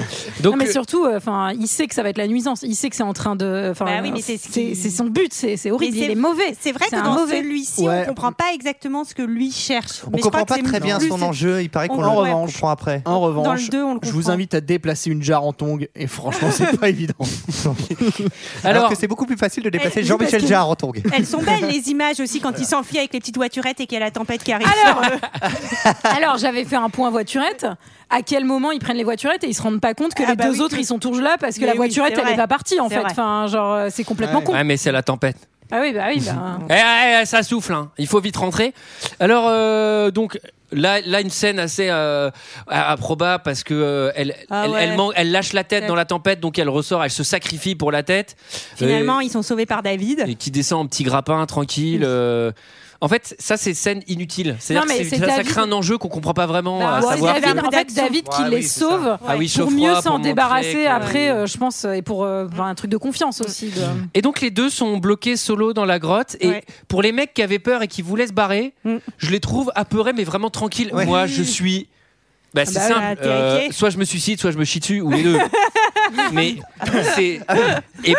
[SPEAKER 1] Donc, euh,
[SPEAKER 6] mais surtout, euh, enfin, il sait que ça va être la nuisance. Il sait que c'est en train de. enfin,
[SPEAKER 9] Bah oui, mais c'est ce
[SPEAKER 6] c'est
[SPEAKER 9] qui-
[SPEAKER 6] c'est son but. C'est c'est horrible.
[SPEAKER 9] Mais
[SPEAKER 6] Il est mauvais.
[SPEAKER 9] C'est vrai que
[SPEAKER 6] un
[SPEAKER 9] dans
[SPEAKER 6] mauvais.
[SPEAKER 9] celui-ci, on comprend pas exactement ce que lui cherche.
[SPEAKER 10] On comprend pas très bien son enjeu, il paraît qu'on le
[SPEAKER 7] En revanche.
[SPEAKER 10] comprend après.
[SPEAKER 7] En revanche,
[SPEAKER 9] Dans le deux, on le
[SPEAKER 7] je
[SPEAKER 9] comprend.
[SPEAKER 7] vous invite à déplacer une jarre en tong et franchement, c'est pas évident.
[SPEAKER 10] Alors,
[SPEAKER 1] Alors-
[SPEAKER 10] que c'est beaucoup plus facile de déplacer
[SPEAKER 9] Eh,
[SPEAKER 10] Jean-Michel
[SPEAKER 9] parce que-
[SPEAKER 10] Jarre en tongue.
[SPEAKER 9] Elles sont belles les images aussi quand il s'enfuit avec les petites voiturettes et qu'il y a la tempête qui arrive. Euh,
[SPEAKER 6] Alors, alors j'avais fait un point voiturette. À quel moment ils prennent les voiturettes et ils se rendent pas compte que
[SPEAKER 9] Ah
[SPEAKER 6] les
[SPEAKER 9] bah
[SPEAKER 6] deux
[SPEAKER 9] oui,
[SPEAKER 6] autres
[SPEAKER 9] que-
[SPEAKER 6] ils sont toujours là parce que
[SPEAKER 9] Mais
[SPEAKER 6] la
[SPEAKER 9] oui,
[SPEAKER 6] voiturette
[SPEAKER 9] c'est
[SPEAKER 6] elle est
[SPEAKER 9] vrai.
[SPEAKER 6] pas partie en
[SPEAKER 9] C'est
[SPEAKER 6] fait.
[SPEAKER 9] vrai.
[SPEAKER 6] Enfin, genre euh, c'est complètement con.
[SPEAKER 1] Ouais, mais c'est la tempête.
[SPEAKER 6] Ah oui, bah oui. bah,
[SPEAKER 1] Eh, eh, eh, ça souffle, hein. il faut vite rentrer. Alors, euh, donc, là, là, une scène assez euh, improbable parce que euh, elle,
[SPEAKER 9] Ah
[SPEAKER 1] elle,
[SPEAKER 9] ouais.
[SPEAKER 1] elle man- elle lâche la tête dans la tempête, donc elle ressort, elle se sacrifie pour la tête.
[SPEAKER 9] Finalement, ils sont sauvés par
[SPEAKER 1] Et,
[SPEAKER 9] David.
[SPEAKER 1] et qui descend en petit grappin, tranquille. euh. En fait, ça, c'est scène inutile. C'est-à-dire
[SPEAKER 6] Non, mais
[SPEAKER 1] que c'est-
[SPEAKER 6] c'est
[SPEAKER 1] ça, ça
[SPEAKER 6] David-
[SPEAKER 1] crée un enjeu qu'on comprend pas vraiment
[SPEAKER 6] Bah,
[SPEAKER 1] à
[SPEAKER 6] c'est
[SPEAKER 1] savoir.
[SPEAKER 6] David,
[SPEAKER 1] que-
[SPEAKER 6] en fait, David qui
[SPEAKER 1] Ouais,
[SPEAKER 6] les
[SPEAKER 1] oui, c'est ça.
[SPEAKER 6] sauve
[SPEAKER 1] Ah oui,
[SPEAKER 6] pour
[SPEAKER 1] Geoffroy,
[SPEAKER 6] mieux
[SPEAKER 1] pour
[SPEAKER 6] s'en
[SPEAKER 1] montrer
[SPEAKER 6] débarrasser
[SPEAKER 1] que-
[SPEAKER 6] après, euh, je pense, et pour euh, enfin, un truc de confiance aussi. de-
[SPEAKER 1] Et donc les deux sont bloqués solo dans la grotte. Et
[SPEAKER 9] Ouais.
[SPEAKER 1] pour les mecs qui avaient peur et qui voulaient se barrer,
[SPEAKER 9] Mm.
[SPEAKER 1] je les trouve apeurés mais vraiment tranquilles.
[SPEAKER 10] Ouais.
[SPEAKER 1] Moi, je suis. Bah, c'est
[SPEAKER 6] Ah
[SPEAKER 9] bah ouais,
[SPEAKER 1] simple. euh,
[SPEAKER 9] terrifié.
[SPEAKER 1] soit je me suicide, soit je me chie dessus, ou les deux. mais c'est. Et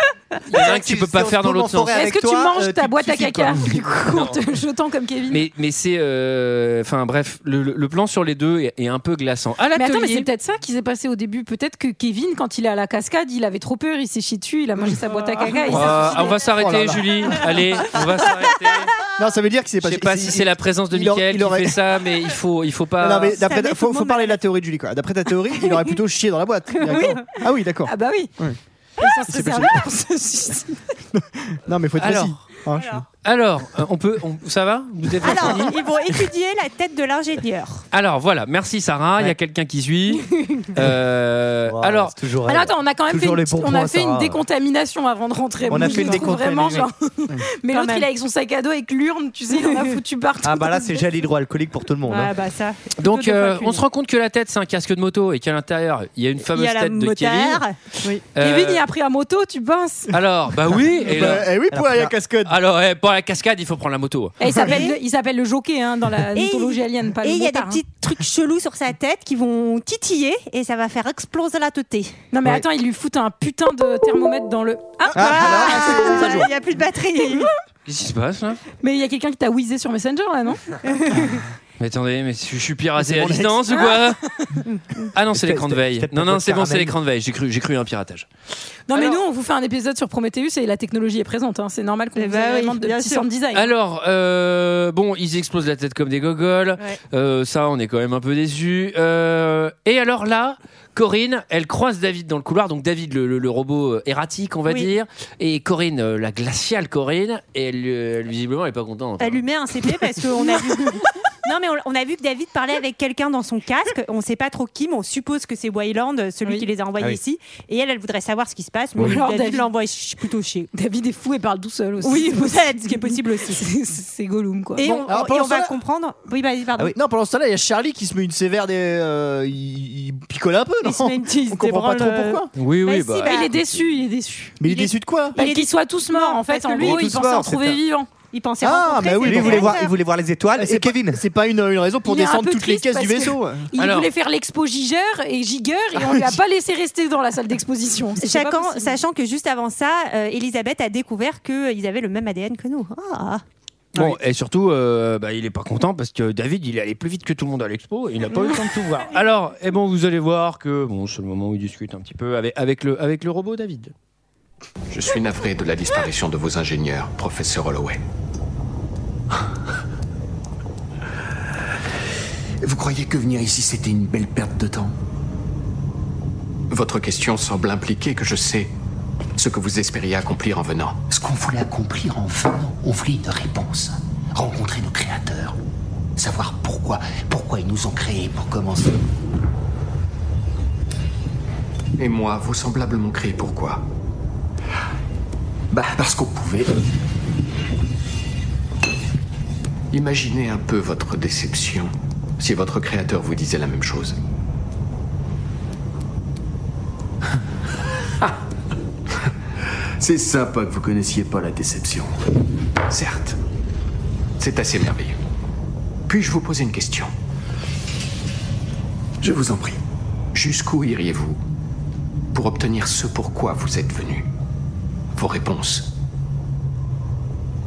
[SPEAKER 1] il y en a un que tu
[SPEAKER 10] Si-
[SPEAKER 1] peux
[SPEAKER 10] si
[SPEAKER 1] pas
[SPEAKER 10] on se
[SPEAKER 1] faire dans
[SPEAKER 10] trouve en
[SPEAKER 1] l'autre sens.
[SPEAKER 10] forêt
[SPEAKER 6] Est-ce
[SPEAKER 10] avec
[SPEAKER 6] que tu
[SPEAKER 10] toi,
[SPEAKER 6] manges
[SPEAKER 10] euh,
[SPEAKER 6] ta
[SPEAKER 10] tu te
[SPEAKER 6] boîte à
[SPEAKER 10] suicides,
[SPEAKER 6] caca
[SPEAKER 10] quoi.
[SPEAKER 6] du coup, en te jetant comme Kevin
[SPEAKER 1] Mais, mais c'est. euh, Enfin bref, le, le- le plan sur les deux est, est un peu glaçant. À
[SPEAKER 6] Mais attends, mais
[SPEAKER 1] l'atelier.
[SPEAKER 6] c'est peut-être ça qui s'est passé au début. Peut-être que Kevin, quand il est à la cascade, il avait trop peur, il s'est chié dessus, il a mangé sa boîte à caca. et il s'est
[SPEAKER 1] Euh,
[SPEAKER 6] suicidé.
[SPEAKER 1] on va s'arrêter,
[SPEAKER 7] Oh là là.
[SPEAKER 1] Julie. Allez, on va s'arrêter.
[SPEAKER 7] Non, ça veut dire que c'est
[SPEAKER 1] Je
[SPEAKER 7] pas.
[SPEAKER 1] sais pas si c'est la présence de
[SPEAKER 7] il aurait-
[SPEAKER 1] Mickaël
[SPEAKER 7] il
[SPEAKER 1] qui
[SPEAKER 7] aurait-
[SPEAKER 1] fait ça, mais il faut, il faut pas.
[SPEAKER 7] Non, mais
[SPEAKER 9] Ça
[SPEAKER 7] d'après,
[SPEAKER 9] met tout
[SPEAKER 7] faut,
[SPEAKER 9] le
[SPEAKER 7] faut
[SPEAKER 9] monde
[SPEAKER 7] parler de la théorie de Julie, quoi. D'après ta théorie, il aurait plutôt chié dans la boîte. D'accord. Ah oui, d'accord.
[SPEAKER 6] Ah bah oui.
[SPEAKER 7] Ouais.
[SPEAKER 6] Et
[SPEAKER 10] Ah,
[SPEAKER 6] Il s'en serait servi pour se suicider.
[SPEAKER 7] Non, mais faut être
[SPEAKER 1] Alors.
[SPEAKER 7] précis. Ah, je-
[SPEAKER 1] Alors, euh, on peut, on- ça va Vous êtes
[SPEAKER 9] Alors,
[SPEAKER 1] fini
[SPEAKER 9] ils vont étudier la tête de l'ingénieur.
[SPEAKER 1] Alors, voilà, merci Sarah, il y a quelqu'un qui suit. Euh,
[SPEAKER 10] Wow,
[SPEAKER 1] alors,
[SPEAKER 10] c'est toujours
[SPEAKER 6] Alors
[SPEAKER 10] elle.
[SPEAKER 6] attends, on a quand même fait
[SPEAKER 10] Bah, Toujours
[SPEAKER 6] une,
[SPEAKER 10] les bons
[SPEAKER 6] on a
[SPEAKER 10] points,
[SPEAKER 6] fait une
[SPEAKER 10] Sarah.
[SPEAKER 6] décontamination avant de rentrer.
[SPEAKER 10] On a
[SPEAKER 6] Moi,
[SPEAKER 10] fait
[SPEAKER 6] je
[SPEAKER 10] une
[SPEAKER 6] trouve
[SPEAKER 10] décontamination,
[SPEAKER 6] Vraiment, genre... Mais l'autre,
[SPEAKER 9] même.
[SPEAKER 6] il est avec son sac à dos avec l'urne, tu sais, il en a foutu partout.
[SPEAKER 10] Ah bah là c'est gel hydroalcoolique pour tout le monde. hein.
[SPEAKER 9] Ah bah ça.
[SPEAKER 1] donc
[SPEAKER 9] plutôt deux
[SPEAKER 1] euh,
[SPEAKER 9] fois qu'une.
[SPEAKER 1] on se rend compte que la tête, c'est un casque de moto et qu'à l'intérieur, il y a une
[SPEAKER 9] Il
[SPEAKER 1] fameuse
[SPEAKER 9] y a la
[SPEAKER 1] tête de Kevin.
[SPEAKER 9] motard. Oui.
[SPEAKER 1] Euh,
[SPEAKER 6] Kevin, il a pris à moto, tu penses
[SPEAKER 1] Alors, bah oui. et
[SPEAKER 7] Bah,
[SPEAKER 1] là-
[SPEAKER 7] eh oui, pour
[SPEAKER 10] Alors,
[SPEAKER 7] la cascade.
[SPEAKER 1] alors, eh, pour la cascade, il faut prendre la moto.
[SPEAKER 6] Eh, Il s'appelle le- il s'appelle le jockey hein, dans la
[SPEAKER 9] Et
[SPEAKER 6] mythologie
[SPEAKER 9] il-
[SPEAKER 6] alien, pas
[SPEAKER 9] Et
[SPEAKER 6] le
[SPEAKER 9] il y a des
[SPEAKER 6] motard, hein.
[SPEAKER 9] petits trucs chelous sur sa tête qui vont titiller et ça va faire exploser la tête.
[SPEAKER 6] Non mais
[SPEAKER 10] Ouais.
[SPEAKER 6] attends, il lui fout un putain de thermomètre dans le. Ah,
[SPEAKER 9] il n'y a plus de batterie.
[SPEAKER 1] Qu'est-ce qui se passe là
[SPEAKER 6] Mais il y a quelqu'un qui t'a whizzé sur Messenger là, non
[SPEAKER 1] Mais attendez, mais je suis piraté
[SPEAKER 10] C'est
[SPEAKER 1] à
[SPEAKER 10] mon ex.
[SPEAKER 1] distance ou quoi Ah non, c'est
[SPEAKER 10] C'était-
[SPEAKER 1] l'écran de veille.
[SPEAKER 10] c'était-
[SPEAKER 1] Non, non, c'est
[SPEAKER 10] c'était
[SPEAKER 1] bon, c'est
[SPEAKER 10] caramel.
[SPEAKER 1] l'écran de veille. J'ai cru, j'ai cru à un piratage.
[SPEAKER 6] Non mais
[SPEAKER 1] Alors-
[SPEAKER 6] nous, on vous fait un épisode sur Prometheus et la technologie est présente. hein. C'est normal qu'on
[SPEAKER 9] Eh
[SPEAKER 6] vous
[SPEAKER 9] bah oui,
[SPEAKER 6] demande de
[SPEAKER 9] bien
[SPEAKER 6] petits
[SPEAKER 9] sûr.
[SPEAKER 6] sound design.
[SPEAKER 1] Alors, euh, bon, ils explosent la tête comme des gogoles.
[SPEAKER 9] Ouais.
[SPEAKER 1] Euh, ça, on est quand même un peu déçus. Euh, et alors là, Corinne, elle croise David dans le couloir. Donc David, le, le- le robot euh, erratique, on va
[SPEAKER 9] Oui.
[SPEAKER 1] dire. Et Corinne, euh, la glaciale Corinne. Et elle, euh, elle, visiblement, elle est pas contente. hein.
[SPEAKER 9] Elle lui met un CP parce qu'on a vu. Non mais on, on a vu que David parlait avec quelqu'un dans son casque. On ne sait pas trop qui, mais on suppose que c'est Wayland, celui
[SPEAKER 6] Oui.
[SPEAKER 9] qui les a envoyés
[SPEAKER 10] Ah oui.
[SPEAKER 9] ici. Et elle, elle voudrait savoir ce qui se passe. Mais
[SPEAKER 6] Oui. Alors,
[SPEAKER 9] David
[SPEAKER 6] David-
[SPEAKER 9] l'envoie ch- plutôt chez.
[SPEAKER 6] David est fou et parle tout seul aussi.
[SPEAKER 9] Oui,
[SPEAKER 6] C'est possible.
[SPEAKER 9] peut-être, ce qui est possible aussi.
[SPEAKER 6] C'est- C'est Gollum quoi.
[SPEAKER 9] Et
[SPEAKER 6] Bon,
[SPEAKER 9] on,
[SPEAKER 7] alors,
[SPEAKER 9] on- et
[SPEAKER 7] pendant
[SPEAKER 9] on va
[SPEAKER 7] ça-
[SPEAKER 9] comprendre. Oui, vas-y, pardon.
[SPEAKER 10] Ah oui.
[SPEAKER 7] Non, pendant ce temps-là, il y a Charlie qui se met une sévère des. euh, il, il picole un peu,
[SPEAKER 9] Il se met
[SPEAKER 7] non
[SPEAKER 9] une petite-
[SPEAKER 7] On comprend pas
[SPEAKER 9] débranle,
[SPEAKER 7] trop
[SPEAKER 9] euh,
[SPEAKER 7] pourquoi.
[SPEAKER 1] Oui,
[SPEAKER 9] Bah
[SPEAKER 1] oui,
[SPEAKER 9] si,
[SPEAKER 1] bah.
[SPEAKER 9] bah,
[SPEAKER 6] il est déçu, il est déçu.
[SPEAKER 7] Mais il est
[SPEAKER 9] il est-
[SPEAKER 7] déçu de quoi
[SPEAKER 9] Bah,
[SPEAKER 6] Bah, qu'ils soient tous morts en fait.
[SPEAKER 9] parce
[SPEAKER 6] En
[SPEAKER 9] que
[SPEAKER 10] lui,
[SPEAKER 6] gros, il
[SPEAKER 10] tous
[SPEAKER 6] pensait en
[SPEAKER 10] morts,
[SPEAKER 6] trouver
[SPEAKER 10] c'est un-
[SPEAKER 6] vivants.
[SPEAKER 9] Il pensait
[SPEAKER 7] Ah,
[SPEAKER 9] rencontrer
[SPEAKER 7] bah oui,
[SPEAKER 9] ses
[SPEAKER 10] Lui il voulait voir,
[SPEAKER 9] frères.
[SPEAKER 10] il voulait voir les
[SPEAKER 1] Ah,
[SPEAKER 10] étoiles
[SPEAKER 7] Ah, C'est
[SPEAKER 10] et
[SPEAKER 7] pas-
[SPEAKER 10] Kevin.
[SPEAKER 7] C'est pas une, une raison pour
[SPEAKER 6] Il est un
[SPEAKER 7] descendre
[SPEAKER 6] peu
[SPEAKER 7] toutes les
[SPEAKER 6] triste
[SPEAKER 7] caisses du
[SPEAKER 6] parce que-
[SPEAKER 7] vaisseau. ouais.
[SPEAKER 6] Il
[SPEAKER 1] Alors-
[SPEAKER 6] voulait faire l'expo Giger et Giger et on lui a pas laissé rester dans la salle d'exposition. C'était pas
[SPEAKER 9] Chacun,
[SPEAKER 6] possible.
[SPEAKER 9] euh, sachant que juste avant ça, euh, Elisabeth a découvert qu'ils avaient le même ADN que nous. Ah.
[SPEAKER 13] Bon, et surtout, euh, bah, il est pas content parce que David, il est allé plus vite que tout le monde à l'expo et il n'a pas eu le temps de tout voir. Alors, eh
[SPEAKER 1] ben,
[SPEAKER 13] bon, vous allez voir que bon, c'est le moment où il discute un petit peu avec, avec, le, avec le robot David.
[SPEAKER 14] Je suis navré de la disparition de vos ingénieurs, professeur Holloway.
[SPEAKER 2] Vous croyez que venir ici, c'était une belle perte de temps
[SPEAKER 14] Votre question semble impliquer que je sais ce que vous espériez accomplir en venant.
[SPEAKER 2] Ce qu'on voulait accomplir en venant, on voulait une réponse. Rencontrer nos créateurs. Savoir pourquoi, pourquoi ils nous ont créés pour commencer.
[SPEAKER 14] Et moi, vous semblablement m'ont créé pourquoi
[SPEAKER 2] Bah, parce qu'on pouvait.
[SPEAKER 14] Imaginez un peu votre déception si votre créateur vous disait la même chose.
[SPEAKER 2] C'est sympa que vous connaissiez pas la déception.
[SPEAKER 14] Certes, c'est assez merveilleux. Puis-je vous poser une question
[SPEAKER 2] Je vous en prie.
[SPEAKER 14] Jusqu'où iriez-vous pour obtenir ce pourquoi vous êtes venu Vos réponses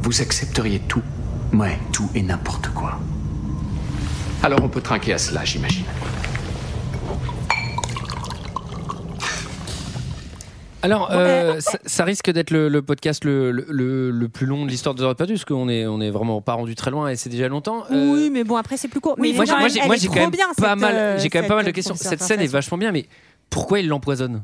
[SPEAKER 14] Vous accepteriez tout
[SPEAKER 2] Ouais, tout et n'importe quoi.
[SPEAKER 14] Alors on peut trinquer à cela, j'imagine.
[SPEAKER 1] Alors, euh, ça, ça risque d'être le, le podcast le, le- le- le plus long de l'histoire de Heures perdues, parce qu'on est, on est vraiment pas rendu très loin et c'est déjà longtemps. Euh,
[SPEAKER 9] Oui, mais bon, après, c'est plus court. Mais
[SPEAKER 1] moi, j'ai-
[SPEAKER 9] quand
[SPEAKER 1] moi,
[SPEAKER 9] même,
[SPEAKER 1] j'ai
[SPEAKER 9] elle
[SPEAKER 1] moi,
[SPEAKER 9] est
[SPEAKER 1] j'ai quand
[SPEAKER 9] trop
[SPEAKER 1] même
[SPEAKER 9] bien,
[SPEAKER 1] pas
[SPEAKER 9] cette, euh,
[SPEAKER 1] mal, j'ai quand même pas mal de
[SPEAKER 9] cette
[SPEAKER 1] questions.
[SPEAKER 9] professeure
[SPEAKER 1] Cette scène est
[SPEAKER 9] Farfetch.
[SPEAKER 1] vachement bien, mais pourquoi il l'empoisonne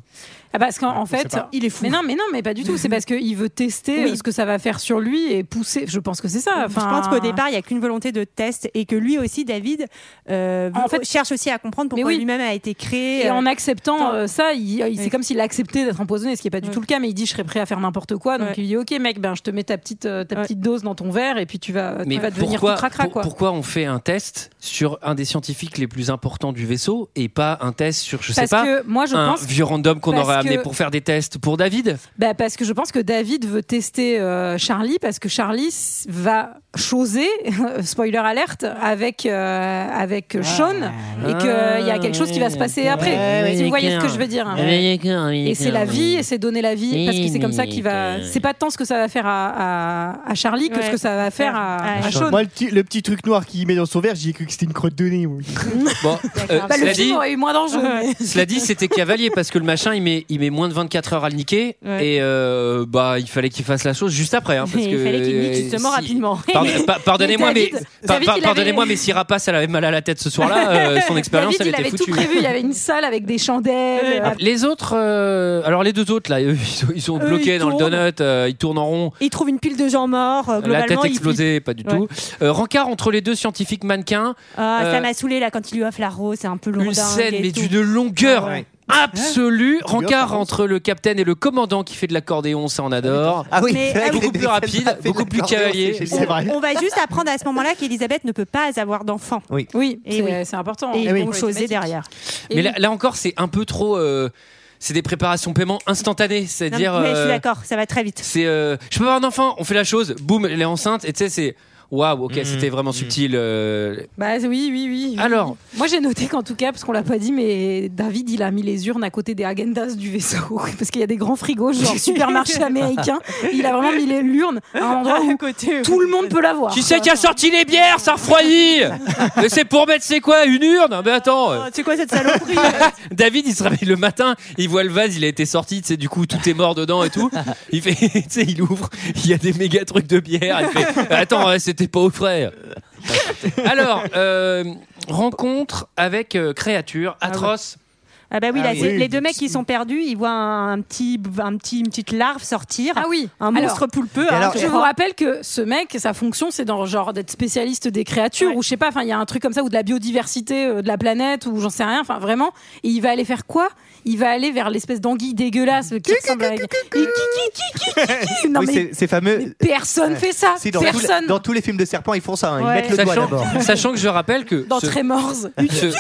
[SPEAKER 6] Ah bah, parce qu'en en fait,
[SPEAKER 1] pas.
[SPEAKER 6] il est fou. Mais non, mais non, mais pas du tout. C'est parce qu'il veut tester
[SPEAKER 9] Oui.
[SPEAKER 6] euh, ce que ça va faire sur lui et pousser. Je pense que c'est ça. Enfin,
[SPEAKER 9] Je pense qu'au départ, il n'y a qu'une volonté de test et que lui aussi, David, euh, veut- cherche aussi à comprendre pourquoi
[SPEAKER 6] oui.
[SPEAKER 9] lui-même a été créé.
[SPEAKER 6] Et
[SPEAKER 9] euh,
[SPEAKER 6] en acceptant
[SPEAKER 9] tant-
[SPEAKER 6] euh, ça, il, il- c'est comme s'il a accepté d'être empoisonné, ce qui n'est pas du tout le cas, mais il dit je serais prêt à faire n'importe quoi. Donc
[SPEAKER 9] Ouais.
[SPEAKER 6] il dit ok mec, ben, je te mets ta petite, euh, ta petite dose dans ton verre et puis tu vas, tu
[SPEAKER 1] Mais
[SPEAKER 6] vas devenir
[SPEAKER 1] pourquoi,
[SPEAKER 6] tout cracra.
[SPEAKER 1] pour-
[SPEAKER 6] quoi.
[SPEAKER 1] pourquoi on fait un test sur un des scientifiques les plus importants du vaisseau et pas un test sur, je sais
[SPEAKER 6] Parce
[SPEAKER 1] pas,
[SPEAKER 6] que moi, je
[SPEAKER 1] un
[SPEAKER 6] pense-
[SPEAKER 1] vieux random qu'on
[SPEAKER 6] parce
[SPEAKER 1] aurait amené
[SPEAKER 6] que-
[SPEAKER 1] pour faire des tests pour David
[SPEAKER 6] Bah, parce que je pense que David veut tester euh, Charlie parce que Charlie s- va choser, spoiler alerte, avec, euh, avec Sean et qu'il y a quelque chose qui va se passer après. Si vous voyez ce que je veux dire. hein. Et c'est la vie, et c'est donner la vie, parce que c'est comme ça qu'il va. C'est pas tant ce que ça va faire à, à- à Charlie que ce que ça va faire à, à Sean.
[SPEAKER 7] Moi, le, petit- le petit truc noir qu'il met dans son verre, j'ai cru que c'était une crotte de nez. oui.
[SPEAKER 1] Bon, euh,
[SPEAKER 6] Bah, le
[SPEAKER 1] cela dit-
[SPEAKER 6] film aurait eu moins d'enjeux. mais-
[SPEAKER 1] Cela dit, c'était cavalier parce que le machin, il met, il met moins de 24 heures à le niquer
[SPEAKER 6] Ouais.
[SPEAKER 1] et euh, bah il fallait qu'il fasse la chose juste après. hein, parce
[SPEAKER 9] il
[SPEAKER 1] que,
[SPEAKER 9] fallait qu'il nique
[SPEAKER 1] euh,
[SPEAKER 9] justement
[SPEAKER 1] si-
[SPEAKER 9] rapidement.
[SPEAKER 1] Pardon- pa- Pardonnez-moi, mais,
[SPEAKER 9] David-
[SPEAKER 1] par-
[SPEAKER 6] David,
[SPEAKER 1] par-
[SPEAKER 6] il avait-
[SPEAKER 1] pardonnez-moi, mais si Rapace elle avait mal à la tête ce soir-là, euh, son expérience
[SPEAKER 6] David,
[SPEAKER 1] elle
[SPEAKER 6] il
[SPEAKER 1] était
[SPEAKER 6] avait
[SPEAKER 1] foutue.
[SPEAKER 6] tout prévu. Il y avait une salle avec des chandelles.
[SPEAKER 1] Ah, Les autres, euh, alors les deux autres là, eux, ils sont, ils sont
[SPEAKER 9] Eux,
[SPEAKER 1] bloqués
[SPEAKER 9] ils
[SPEAKER 1] dans le
[SPEAKER 9] tournent.
[SPEAKER 1] donut, euh, ils tournent en rond.
[SPEAKER 9] Il trouve une pile de gens morts. euh,
[SPEAKER 1] La
[SPEAKER 9] globalement,
[SPEAKER 1] tête
[SPEAKER 9] il-
[SPEAKER 1] explosée, pas du
[SPEAKER 9] Ouais.
[SPEAKER 1] tout. Euh, rencard entre les deux scientifiques mannequins.
[SPEAKER 9] Ah,
[SPEAKER 1] Euh,
[SPEAKER 9] ça m'a saoulé là quand il lui offre la rose, c'est un peu lourd.
[SPEAKER 1] une scène, mais d'une longueur absolue. Rencard entre le capitaine et le commandant qui fait de l'accordéon, ça on adore.
[SPEAKER 10] Ah oui,
[SPEAKER 9] Mais, ah oui.
[SPEAKER 1] beaucoup plus rapide, beaucoup plus cavalier.
[SPEAKER 9] On, on va juste apprendre à ce moment-là qu'Elisabeth ne peut pas avoir d'enfant.
[SPEAKER 10] Oui,
[SPEAKER 6] oui
[SPEAKER 9] Et oui.
[SPEAKER 6] c'est important.
[SPEAKER 9] Et
[SPEAKER 1] Eh oui.
[SPEAKER 9] ils vont choser derrière.
[SPEAKER 1] Mais là, là encore, c'est un peu trop. euh, c'est des préparations paiement instantanées,
[SPEAKER 9] Non,
[SPEAKER 1] c'est-à-dire.
[SPEAKER 9] mais je suis
[SPEAKER 1] euh,
[SPEAKER 9] d'accord, ça va très vite.
[SPEAKER 1] C'est, euh, je peux avoir un enfant, on fait la chose, boum, elle est enceinte, et tu sais, c'est. Waouh, ok,
[SPEAKER 13] Mhm.
[SPEAKER 1] c'était vraiment subtil. euh.
[SPEAKER 6] Bah oui, oui, oui.
[SPEAKER 9] Mm-hmm.
[SPEAKER 1] Alors.
[SPEAKER 6] Moi, j'ai noté qu'en tout cas, parce qu'on l'a pas dit, mais David, il a mis les urnes à côté des agendas du vaisseau. Parce qu'il y a des grands frigos, genre supermarché américain. Il a vraiment mis les- l'urne à un endroit où tout le monde peut la voir.
[SPEAKER 1] Qui
[SPEAKER 9] Oh,
[SPEAKER 1] c'est qui a sorti les bières, ça refroidit Mais c'est pour mettre, c'est quoi, une urne Mais attends euh,
[SPEAKER 9] C'est quoi cette saloperie
[SPEAKER 1] David, il se réveille le matin, il voit le vase, il a été sorti, tu sais, du coup, tout est mort dedans et tout. Il fait, tu sais, il ouvre, il y a des méga trucs de bière. Il fait, attends, ouais, c'était pas au frais. Alors, euh, rencontre avec euh, créature atroce.
[SPEAKER 9] Ah bah oui,
[SPEAKER 1] Ah
[SPEAKER 9] là,
[SPEAKER 1] oui.
[SPEAKER 9] c'est-
[SPEAKER 1] Oui.
[SPEAKER 9] les deux mecs qui sont perdus, ils voient un, un petit, un petit, une petite larve sortir.
[SPEAKER 6] Ah oui,
[SPEAKER 9] un monstre
[SPEAKER 6] Alors,
[SPEAKER 9] poulpeux. hein,
[SPEAKER 6] je vous rappelle que ce mec, sa fonction, c'est dans genre d'être spécialiste des créatures ou je sais pas. Enfin, il y a un truc comme ça ou de la biodiversité euh, de la planète ou j'en sais rien. Enfin, vraiment. Et il va aller faire quoi Il va aller vers l'espèce d'anguille dégueulasse qui ressemble à. Il- qui- qui- qui- qui- qui- Non,
[SPEAKER 10] Oui,
[SPEAKER 6] mais-
[SPEAKER 10] c'est- c'est fameux.
[SPEAKER 6] personne fait ça.
[SPEAKER 10] Si, dans,
[SPEAKER 6] Personne.
[SPEAKER 10] tous les- dans tous les films de serpents, ils font ça. hein. Ils mettent le doigt
[SPEAKER 1] sachant,
[SPEAKER 10] d'abord.
[SPEAKER 1] sachant que je rappelle que
[SPEAKER 6] Dans
[SPEAKER 1] ce- Ah,
[SPEAKER 6] Tremors.
[SPEAKER 1] ce,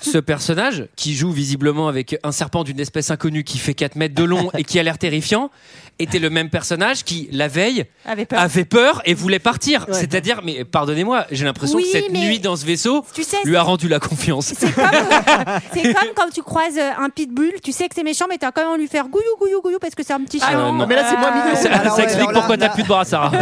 [SPEAKER 1] ce personnage qui joue visiblement avec un serpent d'une espèce inconnue qui fait 4 mètres de long et qui a l'air terrifiant était le même personnage qui, la veille,
[SPEAKER 9] Avait peur.
[SPEAKER 1] avait peur et voulait partir. C'est-à-dire, mais pardonnez-moi, j'ai l'impression
[SPEAKER 9] Oui,
[SPEAKER 1] que cette
[SPEAKER 9] mais-
[SPEAKER 1] nuit dans ce vaisseau
[SPEAKER 9] Tu sais,
[SPEAKER 1] lui a rendu la confiance.
[SPEAKER 9] C'est comme quand tu croises euh, un pitbull, tu sais que c'est méchant, mais t'as quand même envie de lui faire gouillou, gouillou, gouillou parce que c'est un petit chien.
[SPEAKER 1] Euh, non.
[SPEAKER 10] Ah.
[SPEAKER 1] Ça, ça
[SPEAKER 9] Alors, ouais,
[SPEAKER 1] explique
[SPEAKER 9] alors là,
[SPEAKER 1] pourquoi t'as
[SPEAKER 9] là-
[SPEAKER 1] plus de bras, Sarah.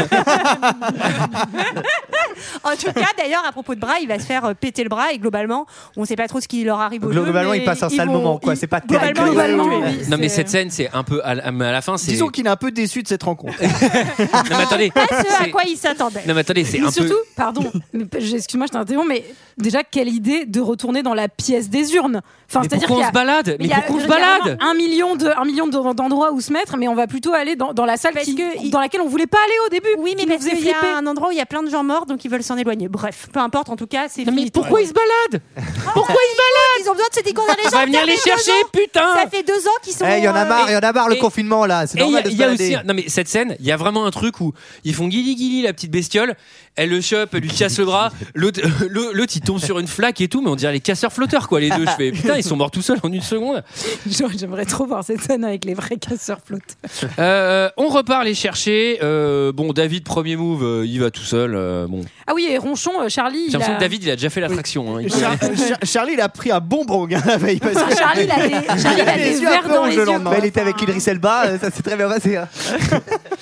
[SPEAKER 9] En tout cas, d'ailleurs, à propos de bras, il va se faire euh, péter le bras et globalement, on sait pas trop ce qui leur arrive au
[SPEAKER 10] Globalement, il passe un sale moment, quoi. C'est pas terrible. Eh,
[SPEAKER 1] non mais cette scène, c'est un peu à la, mais à la fin, c'est.
[SPEAKER 7] Disons qu'il est un peu déçu de cette rencontre.
[SPEAKER 1] Non mais attendez.
[SPEAKER 6] ce à
[SPEAKER 1] c'est-
[SPEAKER 6] quoi il s'attendait.
[SPEAKER 1] Non, mais attendez, c'est
[SPEAKER 6] Mais
[SPEAKER 1] un peu-
[SPEAKER 6] surtout, pardon, mais p- j'ai- excuse-moi, je t'interromps, mais déjà, quelle idée de retourner dans la pièce des urnes. Enfin,
[SPEAKER 1] Mais
[SPEAKER 6] c'est-à-dire
[SPEAKER 1] pourquoi
[SPEAKER 6] qu'il y
[SPEAKER 1] on
[SPEAKER 6] a-
[SPEAKER 1] se balade
[SPEAKER 6] mais
[SPEAKER 1] Mais
[SPEAKER 6] il y a-
[SPEAKER 1] pourquoi on se
[SPEAKER 6] il y a
[SPEAKER 1] balade
[SPEAKER 6] vraiment un million de, un million de- d'endroits où se mettre, mais on va plutôt aller dans, dans la salle qui- dans laquelle on voulait pas aller au début. Oui, mais
[SPEAKER 9] Parce qu'il y a un endroit où il y a plein de gens morts, donc ils veulent s'en éloigner. Bref, peu importe, en tout cas, c'est fini. Mais
[SPEAKER 1] pourquoi ils se baladent Pourquoi ils se
[SPEAKER 9] baladent Ils ont besoin de se découvrir les
[SPEAKER 1] On
[SPEAKER 9] gens.
[SPEAKER 1] va venir
[SPEAKER 9] Ça
[SPEAKER 1] les
[SPEAKER 9] fait deux
[SPEAKER 1] chercher,
[SPEAKER 9] ans-
[SPEAKER 1] putain
[SPEAKER 9] Ça fait deux ans qu'ils sont.
[SPEAKER 10] Ah. Eh, il y en a
[SPEAKER 9] euh,
[SPEAKER 10] marre, il y en a marre le
[SPEAKER 1] et-
[SPEAKER 10] confinement là. C'est
[SPEAKER 1] Et il y a-
[SPEAKER 10] normal de
[SPEAKER 1] il
[SPEAKER 10] se
[SPEAKER 1] y a
[SPEAKER 10] balader.
[SPEAKER 1] aussi, non mais cette scène, il y a vraiment un truc où ils font guili guili la petite bestiole, elle le chope, elle lui casse le bras, l'autre le- l'autre, il tombe sur une flaque et tout, mais on dirait les casseurs flotteurs quoi les deux. Je fais putain ils sont morts tout seuls en une seconde.
[SPEAKER 6] Genre, J'aimerais trop voir cette scène avec les vrais casseurs flotteurs.
[SPEAKER 1] Euh, on repart les chercher. Euh, bon David premier move, euh, il va tout seul. euh, bon,
[SPEAKER 6] Ah oui, et Ronchon, euh,
[SPEAKER 1] j'ai
[SPEAKER 6] Charlie. il
[SPEAKER 1] l'impression
[SPEAKER 6] a-
[SPEAKER 1] que David il a déjà fait l'attraction. hein, il
[SPEAKER 7] Char- Char- Charlie, il a pris un bon brongue hein, la veille. parce que-
[SPEAKER 6] Charlie, il a des- Charlie, il a des verres
[SPEAKER 7] après
[SPEAKER 6] dans
[SPEAKER 7] au
[SPEAKER 6] les
[SPEAKER 7] jeu
[SPEAKER 6] yeux,
[SPEAKER 7] lendemain.
[SPEAKER 10] Bah, il était avec Idriss Elba, euh, ça s'est très bien passé. hein.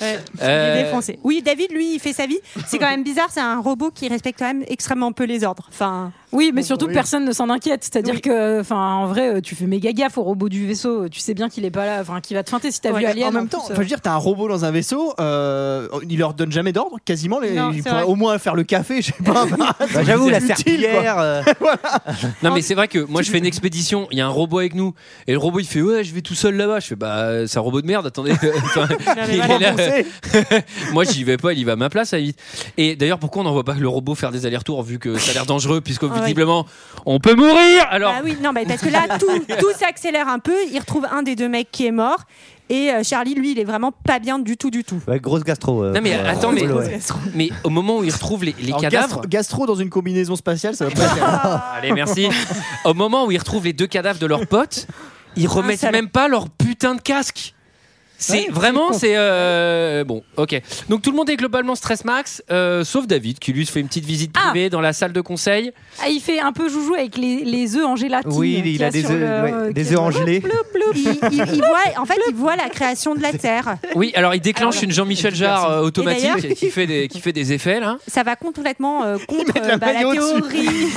[SPEAKER 9] Il est
[SPEAKER 1] Euh,
[SPEAKER 9] défoncé. Oui, David, lui, il fait sa vie. C'est quand même bizarre, c'est un robot qui respecte quand même extrêmement peu les ordres. Enfin,
[SPEAKER 6] Oui, mais surtout
[SPEAKER 9] oui.
[SPEAKER 6] personne ne s'en inquiète. C'est-à-dire que, enfin, en vrai, euh, tu fais méga gaffe au robot du vaisseau. Tu sais bien qu'il est pas là, enfin, qu'il va te feinter si t'as
[SPEAKER 7] Ouais,
[SPEAKER 6] vu
[SPEAKER 7] mais
[SPEAKER 6] Alien.
[SPEAKER 7] en même temps,
[SPEAKER 6] plus,
[SPEAKER 7] enfin,
[SPEAKER 6] euh.
[SPEAKER 7] je veux dire, t'as un robot dans un vaisseau, euh, il leur donne jamais d'ordre, quasiment. Les,
[SPEAKER 6] Non,
[SPEAKER 7] ils
[SPEAKER 6] c'est
[SPEAKER 7] pourraient
[SPEAKER 6] vrai.
[SPEAKER 7] au moins faire le café, je sais pas.
[SPEAKER 10] Bah, J'avoue, la
[SPEAKER 7] C'est utile,
[SPEAKER 10] serpillière.
[SPEAKER 7] quoi.
[SPEAKER 10] euh,
[SPEAKER 1] Non mais c'est vrai que moi je fais une expédition, il y a un robot avec nous et le robot il fait ouais je vais tout seul là-bas, je fais bah euh, c'est un robot de merde, attendez. Enfin,
[SPEAKER 7] mais
[SPEAKER 1] il
[SPEAKER 7] voilà.
[SPEAKER 1] est là.
[SPEAKER 7] Enfoncé.
[SPEAKER 1] moi j'y vais pas, il y va à ma place à la limite. Et d'ailleurs pourquoi on n'envoie pas le robot faire des allers-retours vu que ça a l'air dangereux puisque
[SPEAKER 9] ouais.
[SPEAKER 1] visiblement on peut mourir alors.
[SPEAKER 9] Ah oui, non, mais parce que là, tout, tout s'accélère un peu. Il retrouve un des deux mecs qui est mort. Et euh, Charlie, lui, il est vraiment pas bien du tout, du tout.
[SPEAKER 10] ouais, grosse gastro. euh,
[SPEAKER 1] Non mais
[SPEAKER 10] pour, euh,
[SPEAKER 1] attends mais,
[SPEAKER 10] Polo, ouais.
[SPEAKER 1] mais au moment où il retrouve les, les
[SPEAKER 7] Alors,
[SPEAKER 1] cadavres,
[SPEAKER 7] gastro, gastro dans une combinaison spatiale, ça va pas le faire.
[SPEAKER 1] allez merci. au moment où il retrouve les deux cadavres de leurs potes, ils remettent
[SPEAKER 9] salaud.
[SPEAKER 1] même pas leur putain de casque. C'est vraiment, c'est euh, bon, ok. Donc tout le monde est globalement stress max, euh, sauf David qui lui se fait une petite visite privée dans la salle de conseil.
[SPEAKER 6] Ah, il fait un peu joujou avec les, les œufs en gélatine.
[SPEAKER 10] Oui, il
[SPEAKER 6] qu'il y
[SPEAKER 10] a des
[SPEAKER 6] sur
[SPEAKER 10] œufs-
[SPEAKER 6] le-
[SPEAKER 10] ouais,
[SPEAKER 6] euh,
[SPEAKER 10] des
[SPEAKER 6] qu'il y
[SPEAKER 10] œufs
[SPEAKER 6] a-
[SPEAKER 10] en gelée.
[SPEAKER 9] Il, il- il voit, en fait, il voit la création de la Terre.
[SPEAKER 1] Oui, alors il déclenche une Jean-Michel Jarre euh,
[SPEAKER 9] Et
[SPEAKER 1] automatique
[SPEAKER 9] d'ailleurs-
[SPEAKER 1] qui fait des qui fait des effets là.
[SPEAKER 9] Ça va complètement euh, contre
[SPEAKER 7] la
[SPEAKER 9] euh, bah, la,
[SPEAKER 7] maillot dessus.
[SPEAKER 9] théorie.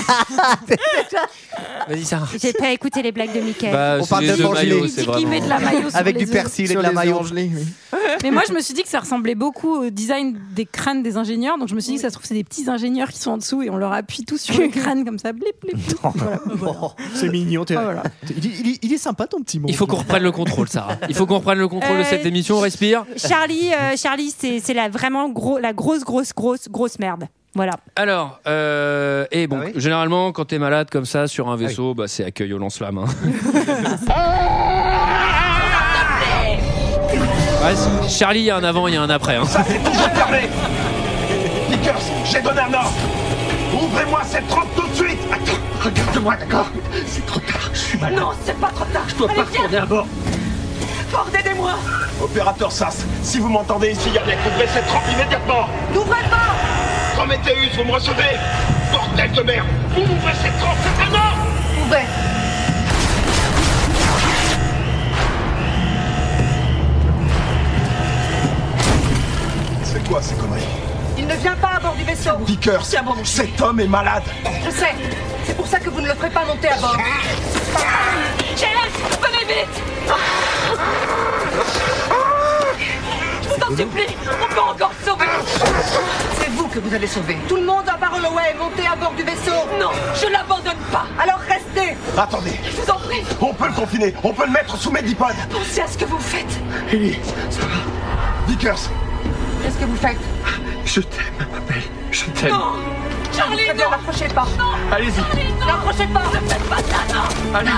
[SPEAKER 1] Vas-y Sarah.
[SPEAKER 9] J'ai pas écouté les blagues de Michael.
[SPEAKER 1] Bah,
[SPEAKER 10] On
[SPEAKER 1] c'est
[SPEAKER 10] parle
[SPEAKER 1] les
[SPEAKER 10] de
[SPEAKER 1] deux
[SPEAKER 10] manger.
[SPEAKER 1] maillots,
[SPEAKER 10] Il
[SPEAKER 1] c'est
[SPEAKER 6] dit qu'il met de la
[SPEAKER 1] vraiment.
[SPEAKER 6] maillot sur
[SPEAKER 10] Avec
[SPEAKER 6] les
[SPEAKER 10] du
[SPEAKER 6] œufs.
[SPEAKER 10] persil et de
[SPEAKER 7] Sur
[SPEAKER 10] la
[SPEAKER 7] les
[SPEAKER 10] maillot.
[SPEAKER 7] angelés, oui.
[SPEAKER 6] Mais moi, je me suis dit que ça ressemblait beaucoup au design des crânes des ingénieurs. Donc, je me suis dit que ça se trouve, c'est des petits ingénieurs qui sont en dessous et on leur appuie tous sur le crâne comme ça. Blip, blip, blip. Voilà.
[SPEAKER 7] C'est mignon. t'es-
[SPEAKER 6] Ah, voilà.
[SPEAKER 7] Il, il- il est sympa ton petit mot.
[SPEAKER 1] Il faut qu'on reprenne le contrôle Sarah. Il faut qu'on reprenne le contrôle de cette
[SPEAKER 9] Euh,
[SPEAKER 1] émission, on respire.
[SPEAKER 9] Charlie, euh, Charlie, c'est c'est la vraiment gros, la grosse, grosse, grosse, grosse merde. Voilà.
[SPEAKER 1] Alors, euh, et bon,
[SPEAKER 10] Ah oui
[SPEAKER 1] généralement quand t'es malade comme ça sur un vaisseau, bah c'est accueil au lance-flamme. hein. Ouais, c'est- Charlie, il y a un avant, il y a un après. hein.
[SPEAKER 12] Ça, c'est toujours fermé Lickers, j'ai donné un ordre Ouvrez-moi cette trompe tout de suite
[SPEAKER 14] Regarde-moi, d'accord C'est trop tard, je suis malade.
[SPEAKER 8] Non, c'est pas trop tard.
[SPEAKER 14] je dois pas tourner à bord.
[SPEAKER 8] Ford, aidez-moi.
[SPEAKER 12] Opérateur SAS, si vous m'entendez ici, Yarnek, ouvrez cette trompe immédiatement
[SPEAKER 8] N'ouvrez pas.
[SPEAKER 12] Prometheus, vous me recevez Bordel de merde Vous m'ouvrez cette trompe maintenant
[SPEAKER 8] Ouvert.
[SPEAKER 11] C'est quoi ces conneries
[SPEAKER 8] Il ne vient pas à bord du vaisseau.
[SPEAKER 11] Lickers, cet homme est malade
[SPEAKER 8] Je sais. C'est pour ça que vous ne le ferez pas monter à bord. James, venez vite. Je vous en supplie, on peut encore sauver. C'est vous que vous allez sauver. Tout le monde à part Holloway est monté à bord du vaisseau. Non, je l'abandonne pas. Alors restez.
[SPEAKER 12] Attendez,
[SPEAKER 8] Je vous en prie,
[SPEAKER 12] on peut le confiner, on peut le mettre sous Medipod
[SPEAKER 8] pensez à ce que vous faites.
[SPEAKER 12] Ellie, ça va Lickers,
[SPEAKER 8] Qu'est-ce que vous faites
[SPEAKER 12] je t'aime, ma belle, je t'aime
[SPEAKER 8] Non Charlie, ne rapprochez pas Non
[SPEAKER 12] Allez-y.
[SPEAKER 8] Charlie, non N'approchez pas Ne faites pas ça, non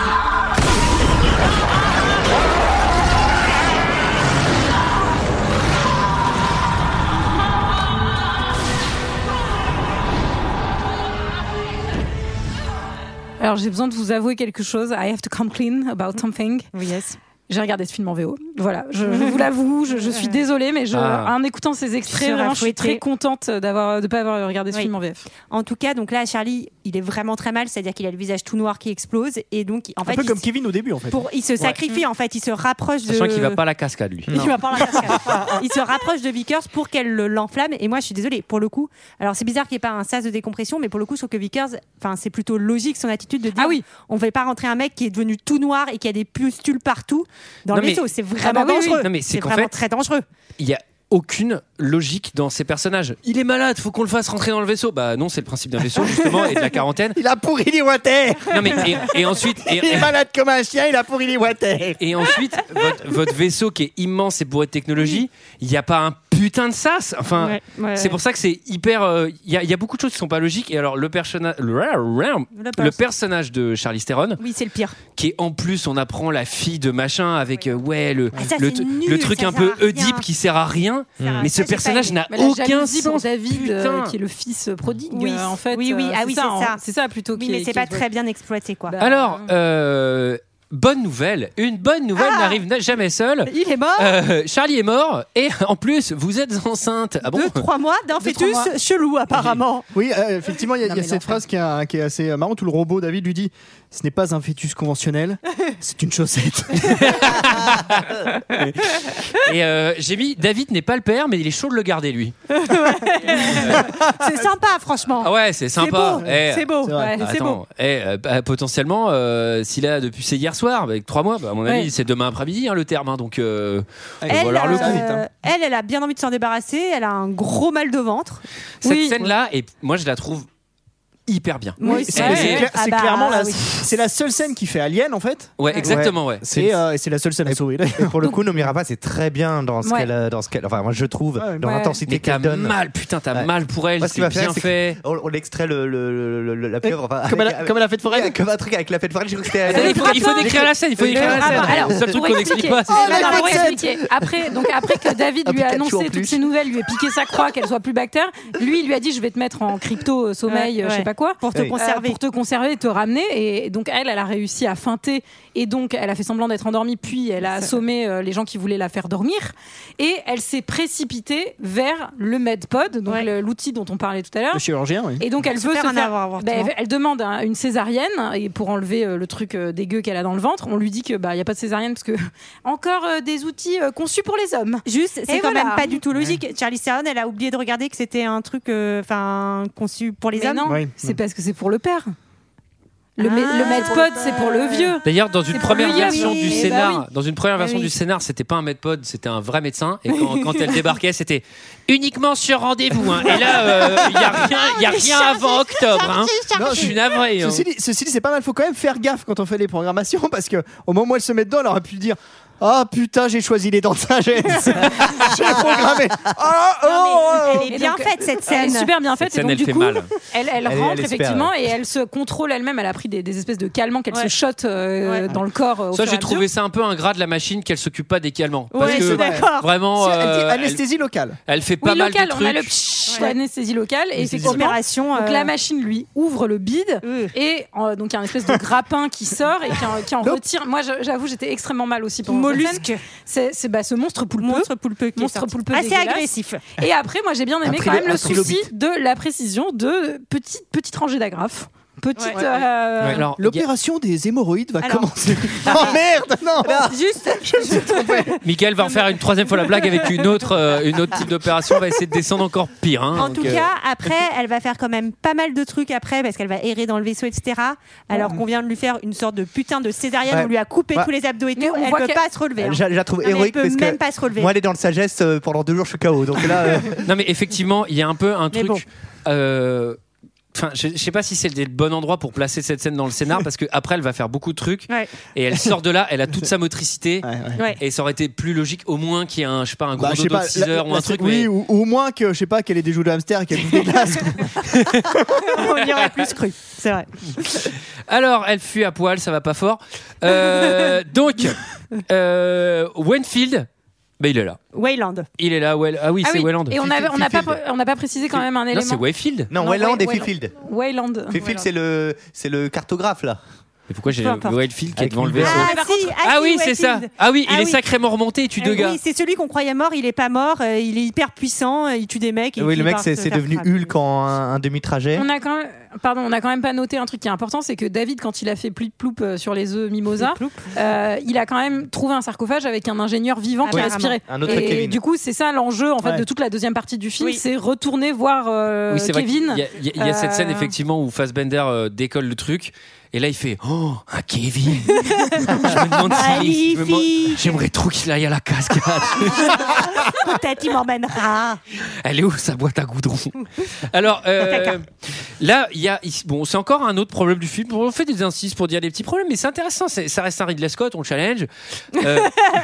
[SPEAKER 6] Alors, j'ai besoin de vous avouer quelque chose. I have to come clean about something.
[SPEAKER 9] Oui, yes.
[SPEAKER 6] J'ai regardé ce film en VO. Voilà, je, je vous l'avoue, je, je suis désolée, mais je,
[SPEAKER 9] Ah.
[SPEAKER 6] en écoutant ces extraits,
[SPEAKER 9] seras
[SPEAKER 6] vraiment, je suis
[SPEAKER 9] fouettée.
[SPEAKER 6] très contente d'avoir de pas avoir regardé ce
[SPEAKER 9] Oui.
[SPEAKER 6] film en VF.
[SPEAKER 9] En tout cas, donc là, Charlie, il est vraiment très mal, c'est-à-dire qu'il a le visage tout noir qui explose et donc en
[SPEAKER 7] Un
[SPEAKER 9] fait,
[SPEAKER 7] peu
[SPEAKER 9] il
[SPEAKER 7] comme
[SPEAKER 9] se-
[SPEAKER 7] Kevin au début, en fait.
[SPEAKER 9] pour, il se sacrifie en fait, il se rapproche de.
[SPEAKER 1] Sachant qu'il va pas à la cascade, lui.
[SPEAKER 9] Il va pas à la cascade. Il se rapproche de Vickers pour qu'elle le- l'enflamme. Et moi, je suis désolée. Pour le coup, alors c'est bizarre qu'il n'y ait pas un sas de décompression, mais pour le coup, je trouve que Vickers, enfin, c'est plutôt logique son attitude de dire ah oui. on ne fait pas rentrer un mec qui est devenu tout noir et qui a des pustules partout dans
[SPEAKER 1] Non,
[SPEAKER 9] le
[SPEAKER 1] mais-
[SPEAKER 9] vaisseau. C'est
[SPEAKER 1] Ah
[SPEAKER 9] vraiment
[SPEAKER 1] bah oui, oui.
[SPEAKER 9] dangereux.
[SPEAKER 1] Non, mais c'est
[SPEAKER 9] C'est
[SPEAKER 1] qu'en
[SPEAKER 9] vraiment
[SPEAKER 1] fait-
[SPEAKER 9] très dangereux.
[SPEAKER 1] Il n'y a aucune logique dans ces personnages. Il est malade, faut qu'on le fasse rentrer dans le vaisseau. Bah non, c'est le principe d'un vaisseau, justement, et de la quarantaine.
[SPEAKER 10] Il a pourri les water
[SPEAKER 1] Non, mais et, et ensuite. et-
[SPEAKER 10] Il est malade comme un chien, il a pourri les water
[SPEAKER 1] Et ensuite, votre, votre vaisseau qui est immense et bourré de technologie, il n'y a pas un putain de sas. Enfin,
[SPEAKER 9] Ouais, ouais,
[SPEAKER 1] c'est
[SPEAKER 9] ouais.
[SPEAKER 1] pour ça que c'est hyper. euh, Il y, a- il y a beaucoup de choses qui sont pas logiques. Et alors, le, personnage le,
[SPEAKER 9] perso-
[SPEAKER 1] personnage de Charlie Theron,
[SPEAKER 9] Oui, c'est le pire.
[SPEAKER 1] qui est en plus, on apprend la fille de machin avec euh, ouais le
[SPEAKER 9] Ah, ça,
[SPEAKER 1] le,
[SPEAKER 9] c'est
[SPEAKER 1] t-
[SPEAKER 9] nul,
[SPEAKER 1] le truc
[SPEAKER 9] ça
[SPEAKER 1] un peu
[SPEAKER 9] sert à rien.
[SPEAKER 1] Oedipe qui sert à rien. Mmh.
[SPEAKER 9] Ah,
[SPEAKER 1] Mais ce personnage n'a
[SPEAKER 6] Mais la
[SPEAKER 1] aucun
[SPEAKER 6] jalousie pour
[SPEAKER 1] sens.
[SPEAKER 6] David, euh,
[SPEAKER 1] Putain.
[SPEAKER 6] qui est le fils prodigue,
[SPEAKER 9] Oui,
[SPEAKER 6] euh, en fait.
[SPEAKER 9] oui, oui,
[SPEAKER 6] euh,
[SPEAKER 9] ah oui, c'est
[SPEAKER 6] en-
[SPEAKER 9] ça.
[SPEAKER 6] C'est ça plutôt.
[SPEAKER 9] Oui,
[SPEAKER 6] qui
[SPEAKER 9] mais
[SPEAKER 6] est-
[SPEAKER 9] c'est
[SPEAKER 6] qui
[SPEAKER 9] pas
[SPEAKER 6] est-
[SPEAKER 9] très bien exploité, quoi.
[SPEAKER 1] Bah,
[SPEAKER 9] Bah,
[SPEAKER 1] Alors,
[SPEAKER 6] Ah.
[SPEAKER 1] euh, bonne nouvelle, une bonne nouvelle n'arrive jamais seule.
[SPEAKER 9] Il est mort.
[SPEAKER 1] Euh, Charlie est mort et en plus vous êtes enceinte. Ah bon
[SPEAKER 9] Deux, trois mois d'un fœtus chelou, apparemment.
[SPEAKER 7] Oui, euh, effectivement, il y a, il y a
[SPEAKER 9] mais
[SPEAKER 7] cette phrase qui, a- qui est assez marrante tout le robot David lui dit Ce n'est pas un fœtus conventionnel, c'est une chaussette.
[SPEAKER 1] Et euh, j'ai mis David n'est pas le père, mais il est chaud de le garder lui.
[SPEAKER 9] c'est sympa, franchement.
[SPEAKER 1] Ah ouais, c'est sympa.
[SPEAKER 9] beau,
[SPEAKER 1] Eh,
[SPEAKER 9] c'est
[SPEAKER 1] bah,
[SPEAKER 9] beau, C'est vrai. ouais, c'est
[SPEAKER 1] attends, eh, euh, bah, potentiellement, euh, s'il a depuis c'est hier soir, bah, avec trois mois, bah, à mon avis,
[SPEAKER 9] Ouais.
[SPEAKER 1] c'est demain après-midi hein, le terme. hein, donc, euh, faut
[SPEAKER 9] Elle,
[SPEAKER 1] valoir le coup.
[SPEAKER 9] euh,
[SPEAKER 7] hein.
[SPEAKER 9] elle, elle a bien envie de s'en débarrasser. Elle a un gros mal de ventre.
[SPEAKER 1] Cette
[SPEAKER 9] Oui.
[SPEAKER 1] scène-là, et moi je la trouve hyper bien.
[SPEAKER 7] Oui, c'est c'est clair-
[SPEAKER 9] Ah
[SPEAKER 7] c'est
[SPEAKER 9] bah,
[SPEAKER 7] clairement la,
[SPEAKER 9] oui.
[SPEAKER 7] c'est la seule scène qui fait Alien en fait.
[SPEAKER 1] Ouais, exactement, ouais.
[SPEAKER 7] C'est euh, et c'est la seule scène à sauver.
[SPEAKER 10] Et pour le coup, Nomirava, c'est très bien dans ce
[SPEAKER 7] Ouais.
[SPEAKER 10] qu'elle, euh, dans ce qu'elle, enfin moi je trouve, dans
[SPEAKER 1] ouais. Mais
[SPEAKER 10] l'intensité
[SPEAKER 1] t'as
[SPEAKER 10] qu'elle donne.
[SPEAKER 1] mal, putain, t'as mal pour elle,
[SPEAKER 10] Moi, ce qui
[SPEAKER 1] c'est
[SPEAKER 10] m'a
[SPEAKER 1] bien
[SPEAKER 10] rire, c'est
[SPEAKER 1] fait.
[SPEAKER 10] que On, on extrait le, le- le- le- le- la pieuvre. Enfin,
[SPEAKER 1] Comme à la-
[SPEAKER 10] avec-
[SPEAKER 1] comme à la fête foraine.
[SPEAKER 10] Ouais, Comme un truc avec la fête foraine. J'ai cru que c'était.
[SPEAKER 1] Attendez, il faut- il faut décrire la scène, il faut décrire la scène.
[SPEAKER 10] Alors,
[SPEAKER 1] C'est le seul truc
[SPEAKER 6] Ah, bah, pour
[SPEAKER 1] qu'on
[SPEAKER 6] expliquer,
[SPEAKER 1] n'explique pas. c'est- Ah,
[SPEAKER 6] eh ben non, pour expliquer. Après, donc après que David
[SPEAKER 1] Un
[SPEAKER 6] lui a
[SPEAKER 1] Pikachu en
[SPEAKER 6] annoncé
[SPEAKER 1] Ah, plus.
[SPEAKER 6] toutes ces nouvelles, lui a piqué sa croix, qu'elle soit plus bactère, lui il lui a dit je vais te mettre en crypto euh, sommeil,
[SPEAKER 9] Ouais,
[SPEAKER 6] euh, je sais
[SPEAKER 9] ouais.
[SPEAKER 6] pas quoi,
[SPEAKER 9] Pour te
[SPEAKER 6] Euh,
[SPEAKER 9] conserver.
[SPEAKER 6] pour te conserver, et te ramener. Et donc elle, elle a réussi à feinter et donc elle a fait semblant d'être endormie, puis elle a assommé euh, les gens qui voulaient la faire dormir et elle s'est précipitée vers le MedPod, donc le- l'outil dont on parlait tout à l'heure.
[SPEAKER 7] Le chirurgien, oui.
[SPEAKER 6] Et donc elle
[SPEAKER 9] Se
[SPEAKER 6] veut
[SPEAKER 9] faire
[SPEAKER 6] se
[SPEAKER 9] un
[SPEAKER 6] faire.
[SPEAKER 9] avoir-
[SPEAKER 6] Bah,
[SPEAKER 9] avortement.
[SPEAKER 6] elle demande hein, une césarienne et pour enlever euh, le truc euh, dégueu qu'elle a dans le ventre, on lui dit que bah y a pas de césarienne parce que encore euh, des outils euh, conçus pour les hommes.
[SPEAKER 9] Juste, c'est
[SPEAKER 6] Et
[SPEAKER 9] quand
[SPEAKER 6] voilà.
[SPEAKER 9] même pas du tout logique. Charlie Theron, elle a oublié de regarder que c'était un truc, euh, enfin, conçu pour les
[SPEAKER 6] Mais
[SPEAKER 9] hommes. Ah,
[SPEAKER 6] non, Oui. c'est parce que c'est pour le père. Le, med- le medpod c'est pour le vieux.
[SPEAKER 1] D'ailleurs, dans une
[SPEAKER 6] C'est
[SPEAKER 1] première
[SPEAKER 6] pour le
[SPEAKER 1] version
[SPEAKER 6] Yami.
[SPEAKER 1] du
[SPEAKER 6] Eh bah
[SPEAKER 1] scénar,
[SPEAKER 6] oui.
[SPEAKER 1] dans une première
[SPEAKER 6] Eh
[SPEAKER 1] version
[SPEAKER 6] oui.
[SPEAKER 1] du scénar, c'était pas un medpod, c'était un vrai médecin. Et quand, quand elle débarquait, c'était uniquement sur rendez-vous. hein. Et là, il n'y y a rien, y a
[SPEAKER 7] Mais
[SPEAKER 1] rien
[SPEAKER 7] Charlie,
[SPEAKER 1] avant octobre. hein. je suis navré. hein.
[SPEAKER 7] Ceci dit, ceci dit, c'est pas mal. Faut quand même faire gaffe quand on fait les programmations parce que au moment où elle se met dedans, elle aurait pu dire. Ah putain, j'ai choisi les dents de sagesse. j'ai programmé. Ah, oh,
[SPEAKER 9] Elle est bien faite cette scène.
[SPEAKER 6] Elle est super bien faite.
[SPEAKER 7] Cette
[SPEAKER 6] et
[SPEAKER 7] scène,
[SPEAKER 6] donc,
[SPEAKER 7] elle
[SPEAKER 6] du
[SPEAKER 7] fait
[SPEAKER 6] coup,
[SPEAKER 7] mal.
[SPEAKER 6] Elle, elle
[SPEAKER 7] Elle- elle
[SPEAKER 6] rentre
[SPEAKER 7] espère,
[SPEAKER 6] effectivement
[SPEAKER 7] ouais.
[SPEAKER 6] et elle se contrôle elle-même. Elle a pris des, des espèces de calmants qu'elle se shot euh, dans le corps. euh, au
[SPEAKER 1] Ça,
[SPEAKER 6] fur et
[SPEAKER 1] j'ai
[SPEAKER 6] à
[SPEAKER 1] trouvé ça un peu ingrat de la machine qu'elle s'occupe pas des calmants.
[SPEAKER 6] Ouais, je suis d'accord.
[SPEAKER 1] Vraiment,
[SPEAKER 7] Si, elle dit
[SPEAKER 1] euh,
[SPEAKER 7] anesthésie locale.
[SPEAKER 1] Elle fait
[SPEAKER 6] Oui,
[SPEAKER 1] pas mal
[SPEAKER 6] local,
[SPEAKER 1] de
[SPEAKER 6] on
[SPEAKER 1] trucs.
[SPEAKER 6] a le pshhh, l'anesthésie locale et
[SPEAKER 1] Anesthésie
[SPEAKER 6] effectivement,
[SPEAKER 1] locale.
[SPEAKER 6] donc
[SPEAKER 9] euh,
[SPEAKER 6] la machine lui ouvre le bide et euh, donc il y a un espèce de grappin qui sort et qui en, qui en retire. Moi, je- j'avoue, j'étais extrêmement mal aussi pendant cette
[SPEAKER 9] Mollusque.
[SPEAKER 6] scène. C'est c'est, bah, ce monstre poulpeux, monstre
[SPEAKER 9] poulpeux,
[SPEAKER 6] qui monstre poulpeux
[SPEAKER 9] Assez
[SPEAKER 6] dégueulasse.
[SPEAKER 9] agressif.
[SPEAKER 6] Et après, moi, j'ai bien aimé
[SPEAKER 9] Un
[SPEAKER 6] quand
[SPEAKER 9] trilo-
[SPEAKER 6] même le
[SPEAKER 9] un
[SPEAKER 6] souci
[SPEAKER 9] trilobite.
[SPEAKER 6] de la précision de petite petite rangée d'agrafes. Petite.
[SPEAKER 9] Ouais.
[SPEAKER 6] euh,
[SPEAKER 1] Ouais, alors,
[SPEAKER 7] L'opération des hémorroïdes va
[SPEAKER 6] Alors-
[SPEAKER 7] commencer. oh merde, non.
[SPEAKER 9] Juste,
[SPEAKER 1] Ah
[SPEAKER 9] Ah
[SPEAKER 1] Michael va en faire une troisième fois la blague avec une autre, euh, une autre type d'opération. On va essayer de descendre encore pire. hein.
[SPEAKER 9] En
[SPEAKER 1] Donc,
[SPEAKER 9] tout
[SPEAKER 1] euh,
[SPEAKER 9] cas, après, elle va faire quand même pas mal de trucs après parce qu'elle va errer dans le vaisseau, etc. Alors qu'on vient de lui faire une sorte de putain de césarienne,
[SPEAKER 10] Ouais.
[SPEAKER 9] on lui a coupé
[SPEAKER 10] Ouais.
[SPEAKER 9] tous les abdos et
[SPEAKER 6] Mais
[SPEAKER 9] tout.
[SPEAKER 6] on
[SPEAKER 9] Elle
[SPEAKER 6] voit
[SPEAKER 9] peut
[SPEAKER 6] qu'elle-
[SPEAKER 9] pas se relever. hein.
[SPEAKER 10] Euh, Je la trouve
[SPEAKER 9] Non, mais
[SPEAKER 10] héroïque
[SPEAKER 9] Elle
[SPEAKER 10] parce
[SPEAKER 9] peut
[SPEAKER 10] que
[SPEAKER 9] même pas se relever.
[SPEAKER 10] moi, les dents de sagesse euh, pendant deux jours, je suis KO. Donc là, euh,
[SPEAKER 1] Non, mais effectivement, il y a un peu un truc. euh, Enfin, je, je sais pas si c'est le bon endroit pour placer cette scène dans le scénar parce que après elle va faire beaucoup de trucs et elle sort de là, elle a toute sa motricité
[SPEAKER 9] hein. Ouais.
[SPEAKER 1] et ça aurait été plus logique au moins qu'il y ait un je sais pas un gros
[SPEAKER 7] Bah, je sais
[SPEAKER 1] dodo
[SPEAKER 7] pas,
[SPEAKER 1] de 6
[SPEAKER 7] la-
[SPEAKER 1] heures ou
[SPEAKER 7] la-
[SPEAKER 1] un truc
[SPEAKER 7] oui,
[SPEAKER 1] mais
[SPEAKER 7] ou, ou au moins que je sais pas qu'elle ait des joues de hamster et qu'elle bouffe des glaces.
[SPEAKER 9] On y aurait plus cru. C'est vrai.
[SPEAKER 1] alors elle fuit à poil, ça va pas fort. Euh, donc euh, Wenfield, bah, il est là.
[SPEAKER 9] Wayland.
[SPEAKER 1] Il est là, Well- ah oui,
[SPEAKER 6] Ah
[SPEAKER 1] c'est
[SPEAKER 6] oui,
[SPEAKER 1] Wayland.
[SPEAKER 6] Et on n'a on n'a pas, on n'a pas précisé quand même un
[SPEAKER 1] Non,
[SPEAKER 6] élément.
[SPEAKER 1] c'est Wayfield.
[SPEAKER 10] non, Wayland
[SPEAKER 6] Way-
[SPEAKER 10] et
[SPEAKER 6] Wayland.
[SPEAKER 10] Fifield.
[SPEAKER 6] Wayland.
[SPEAKER 10] Fifield, c'est le, c'est le cartographe là.
[SPEAKER 1] Mais pourquoi j'ai
[SPEAKER 9] Peu importe.
[SPEAKER 1] Wildfield qui est
[SPEAKER 13] Avec
[SPEAKER 1] devant le
[SPEAKER 13] Wildfield.
[SPEAKER 1] vaisseau
[SPEAKER 9] Ah, si, ah,
[SPEAKER 1] Ah
[SPEAKER 9] si,
[SPEAKER 1] oui, c'est ça.
[SPEAKER 9] Westfield.
[SPEAKER 1] Ah oui, il
[SPEAKER 9] Ah
[SPEAKER 1] est
[SPEAKER 9] oui.
[SPEAKER 1] sacrément remonté, tu
[SPEAKER 9] Eh
[SPEAKER 1] deux gars.
[SPEAKER 9] Oui, c'est celui qu'on croyait mort, il est pas mort, euh, il est hyper puissant, euh, il tue des mecs. et
[SPEAKER 10] Ah Oui,
[SPEAKER 9] il
[SPEAKER 10] le mec,
[SPEAKER 9] part
[SPEAKER 10] c'est
[SPEAKER 9] se
[SPEAKER 10] c'est
[SPEAKER 9] faire
[SPEAKER 10] devenu
[SPEAKER 9] frapper.
[SPEAKER 10] Hulk en un, un demi-trajet.
[SPEAKER 6] On a quand même, pardon, on a quand même pas noté un truc qui est important, c'est que David, quand il a fait ploup ploup euh, sur les œufs mimosa, euh, il a quand même trouvé un sarcophage avec un ingénieur vivant qui a
[SPEAKER 10] Apparemment.
[SPEAKER 6] aspiré.
[SPEAKER 10] Un autre
[SPEAKER 6] et
[SPEAKER 10] Kevin.
[SPEAKER 6] du coup, c'est ça l'enjeu en fait
[SPEAKER 1] Ouais.
[SPEAKER 6] de toute la deuxième partie du film, c'est retourner voir euh,
[SPEAKER 1] Oui, c'est vrai qu'il
[SPEAKER 6] Kevin.
[SPEAKER 1] y a- Il y, a- il y a cette
[SPEAKER 6] Euh,
[SPEAKER 1] scène effectivement où Fassbender euh, décolle le truc et là il fait Oh, un Kevin Je me demande s'il est- Ah, je me demande- J'aimerais trop qu'il aille à la cascade.
[SPEAKER 9] Peut-être il m'emmènera.
[SPEAKER 1] Elle est où sa boîte à goudron Alors euh, là, il y a il- bon, c'est encore un autre problème du film. On fait des incises pour dire des petits problèmes, mais c'est intéressant. c'est- Ça reste un Ridley Scott, on le challenge. Euh,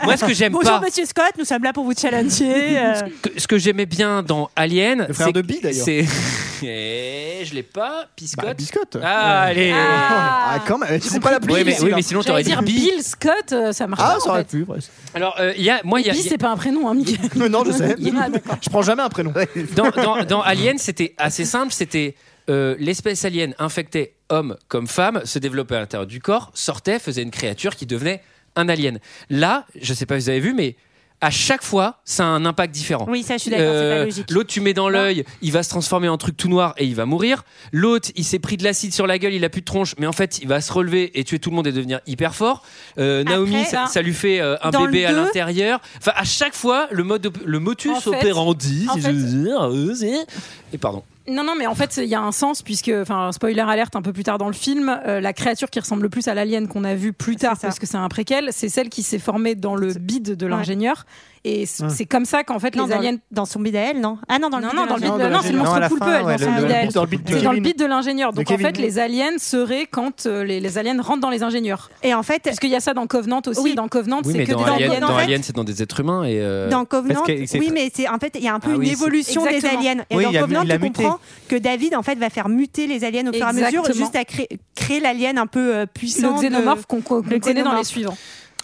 [SPEAKER 1] moi, ce que j'aime
[SPEAKER 9] Bonjour
[SPEAKER 1] pas,
[SPEAKER 9] Monsieur Scott, nous sommes là pour vous challenger. euh.
[SPEAKER 1] ce que, ce que j'aimais bien dans Alien,
[SPEAKER 7] frère
[SPEAKER 1] c'est-
[SPEAKER 7] de Bee, d'ailleurs. Bah,
[SPEAKER 1] c'est- Eh, je l'ai pas, Piscotte.
[SPEAKER 7] Biscotte.
[SPEAKER 1] Ah, allez.
[SPEAKER 7] Ah, quand même. C'est pas la plus
[SPEAKER 1] Oui, mais-
[SPEAKER 7] difficile,
[SPEAKER 1] oui, mais
[SPEAKER 7] hein.
[SPEAKER 1] sinon,
[SPEAKER 6] J'allais
[SPEAKER 1] t'aurais dit
[SPEAKER 6] dire
[SPEAKER 1] Bill.
[SPEAKER 6] Bill Scott, euh, ça marche
[SPEAKER 7] Ah,
[SPEAKER 6] pas,
[SPEAKER 7] ça
[SPEAKER 6] en
[SPEAKER 7] aurait
[SPEAKER 6] fait.
[SPEAKER 7] pu. ouais.
[SPEAKER 1] Alors, euh, il y a, moi, il y a-
[SPEAKER 6] Bill,
[SPEAKER 1] il y a-
[SPEAKER 6] c'est pas un prénom, hein, Miguel.
[SPEAKER 7] Mais non, je sais.
[SPEAKER 6] Ah, d'accord.
[SPEAKER 7] Je prends jamais un prénom.
[SPEAKER 1] dans, dans- dans Alien, c'était assez simple. C'était euh, l'espèce alien infectée homme comme femme, se développait à l'intérieur du corps, sortait, faisait une créature qui devenait un alien. Là, je sais pas si vous avez vu, mais à chaque fois, ça a un impact différent.
[SPEAKER 9] Oui, ça, je suis d'accord, c'est pas
[SPEAKER 1] Euh,
[SPEAKER 9] logique.
[SPEAKER 1] L'autre, tu mets dans l'œil, il va se transformer en truc tout noir et il va mourir. L'autre, il s'est pris de l'acide sur la gueule, il a plus de tronche, mais en fait, il va se relever et tuer tout le monde et devenir hyper fort. Euh, Naomi, ça,
[SPEAKER 6] ben,
[SPEAKER 1] ça lui fait euh, un
[SPEAKER 9] hein, dans le
[SPEAKER 1] bébé à
[SPEAKER 9] deux-
[SPEAKER 1] l'intérieur. Enfin, à chaque fois, le, mode, op- le motus
[SPEAKER 6] En fait-
[SPEAKER 1] operandi,
[SPEAKER 6] en
[SPEAKER 1] si
[SPEAKER 6] fait-
[SPEAKER 1] je veux dire, euh, c'est- et pardon.
[SPEAKER 6] Non, non, mais en fait, il y a un sens, puisque, enfin, spoiler alerte, un peu plus tard dans le film, euh, la créature qui ressemble le plus à l'alien qu'on a vue plus tard, parce que c'est un préquel, c'est celle qui s'est formée dans le bide de l'ingénieur. Et c-
[SPEAKER 9] Ouais.
[SPEAKER 6] c'est comme ça qu'en fait,
[SPEAKER 9] Non,
[SPEAKER 6] les
[SPEAKER 9] dans-
[SPEAKER 6] aliens.
[SPEAKER 9] Dans son bide à elle, non Ah non, dans le
[SPEAKER 6] Non,
[SPEAKER 9] bide
[SPEAKER 6] non,
[SPEAKER 9] de
[SPEAKER 6] dans le bide
[SPEAKER 9] l'ingénieur.
[SPEAKER 6] de- non, c'est le
[SPEAKER 10] Non, à la
[SPEAKER 6] monstre
[SPEAKER 10] fin,
[SPEAKER 6] poulpeux, elle,
[SPEAKER 10] ouais,
[SPEAKER 6] dans son
[SPEAKER 10] le-
[SPEAKER 6] bide à elle.
[SPEAKER 7] Dans le bide de
[SPEAKER 6] C'est dans le
[SPEAKER 7] Kevin.
[SPEAKER 6] bide de l'ingénieur.
[SPEAKER 7] De
[SPEAKER 6] Donc en fait,
[SPEAKER 7] Kevin.
[SPEAKER 6] les aliens seraient quand euh, les, les aliens rentrent dans les ingénieurs.
[SPEAKER 9] Et en fait,
[SPEAKER 6] Parce qu'il y a ça dans Covenant aussi.
[SPEAKER 9] Oui.
[SPEAKER 6] et Dans Covenant,
[SPEAKER 1] Oui,
[SPEAKER 6] c'est
[SPEAKER 1] mais
[SPEAKER 6] que des
[SPEAKER 1] dans Alien,
[SPEAKER 6] aliens.
[SPEAKER 1] dans
[SPEAKER 9] en fait-
[SPEAKER 1] Alien, c'est dans des êtres humains. Et euh,
[SPEAKER 9] Dans Covenant,
[SPEAKER 10] parce que c'est-
[SPEAKER 9] oui, mais c'est en fait, il y a un peu
[SPEAKER 1] Ah
[SPEAKER 9] une
[SPEAKER 1] oui, c'est-
[SPEAKER 9] évolution des
[SPEAKER 6] Exactement.
[SPEAKER 9] aliens. Et
[SPEAKER 10] Oui,
[SPEAKER 9] dans
[SPEAKER 10] il a mu-
[SPEAKER 9] Covenant,
[SPEAKER 10] il a
[SPEAKER 9] tu
[SPEAKER 10] muté.
[SPEAKER 9] comprends que David, en fait, va faire muter les aliens au fur et à mesure,
[SPEAKER 6] Exactement.
[SPEAKER 9] juste à créer, créer l'alien un peu euh, puissant.
[SPEAKER 6] Le
[SPEAKER 9] de-
[SPEAKER 6] xénomorphe qu'on qu'on
[SPEAKER 9] le
[SPEAKER 6] connaît dans les
[SPEAKER 9] xénomorphe.
[SPEAKER 6] suivants.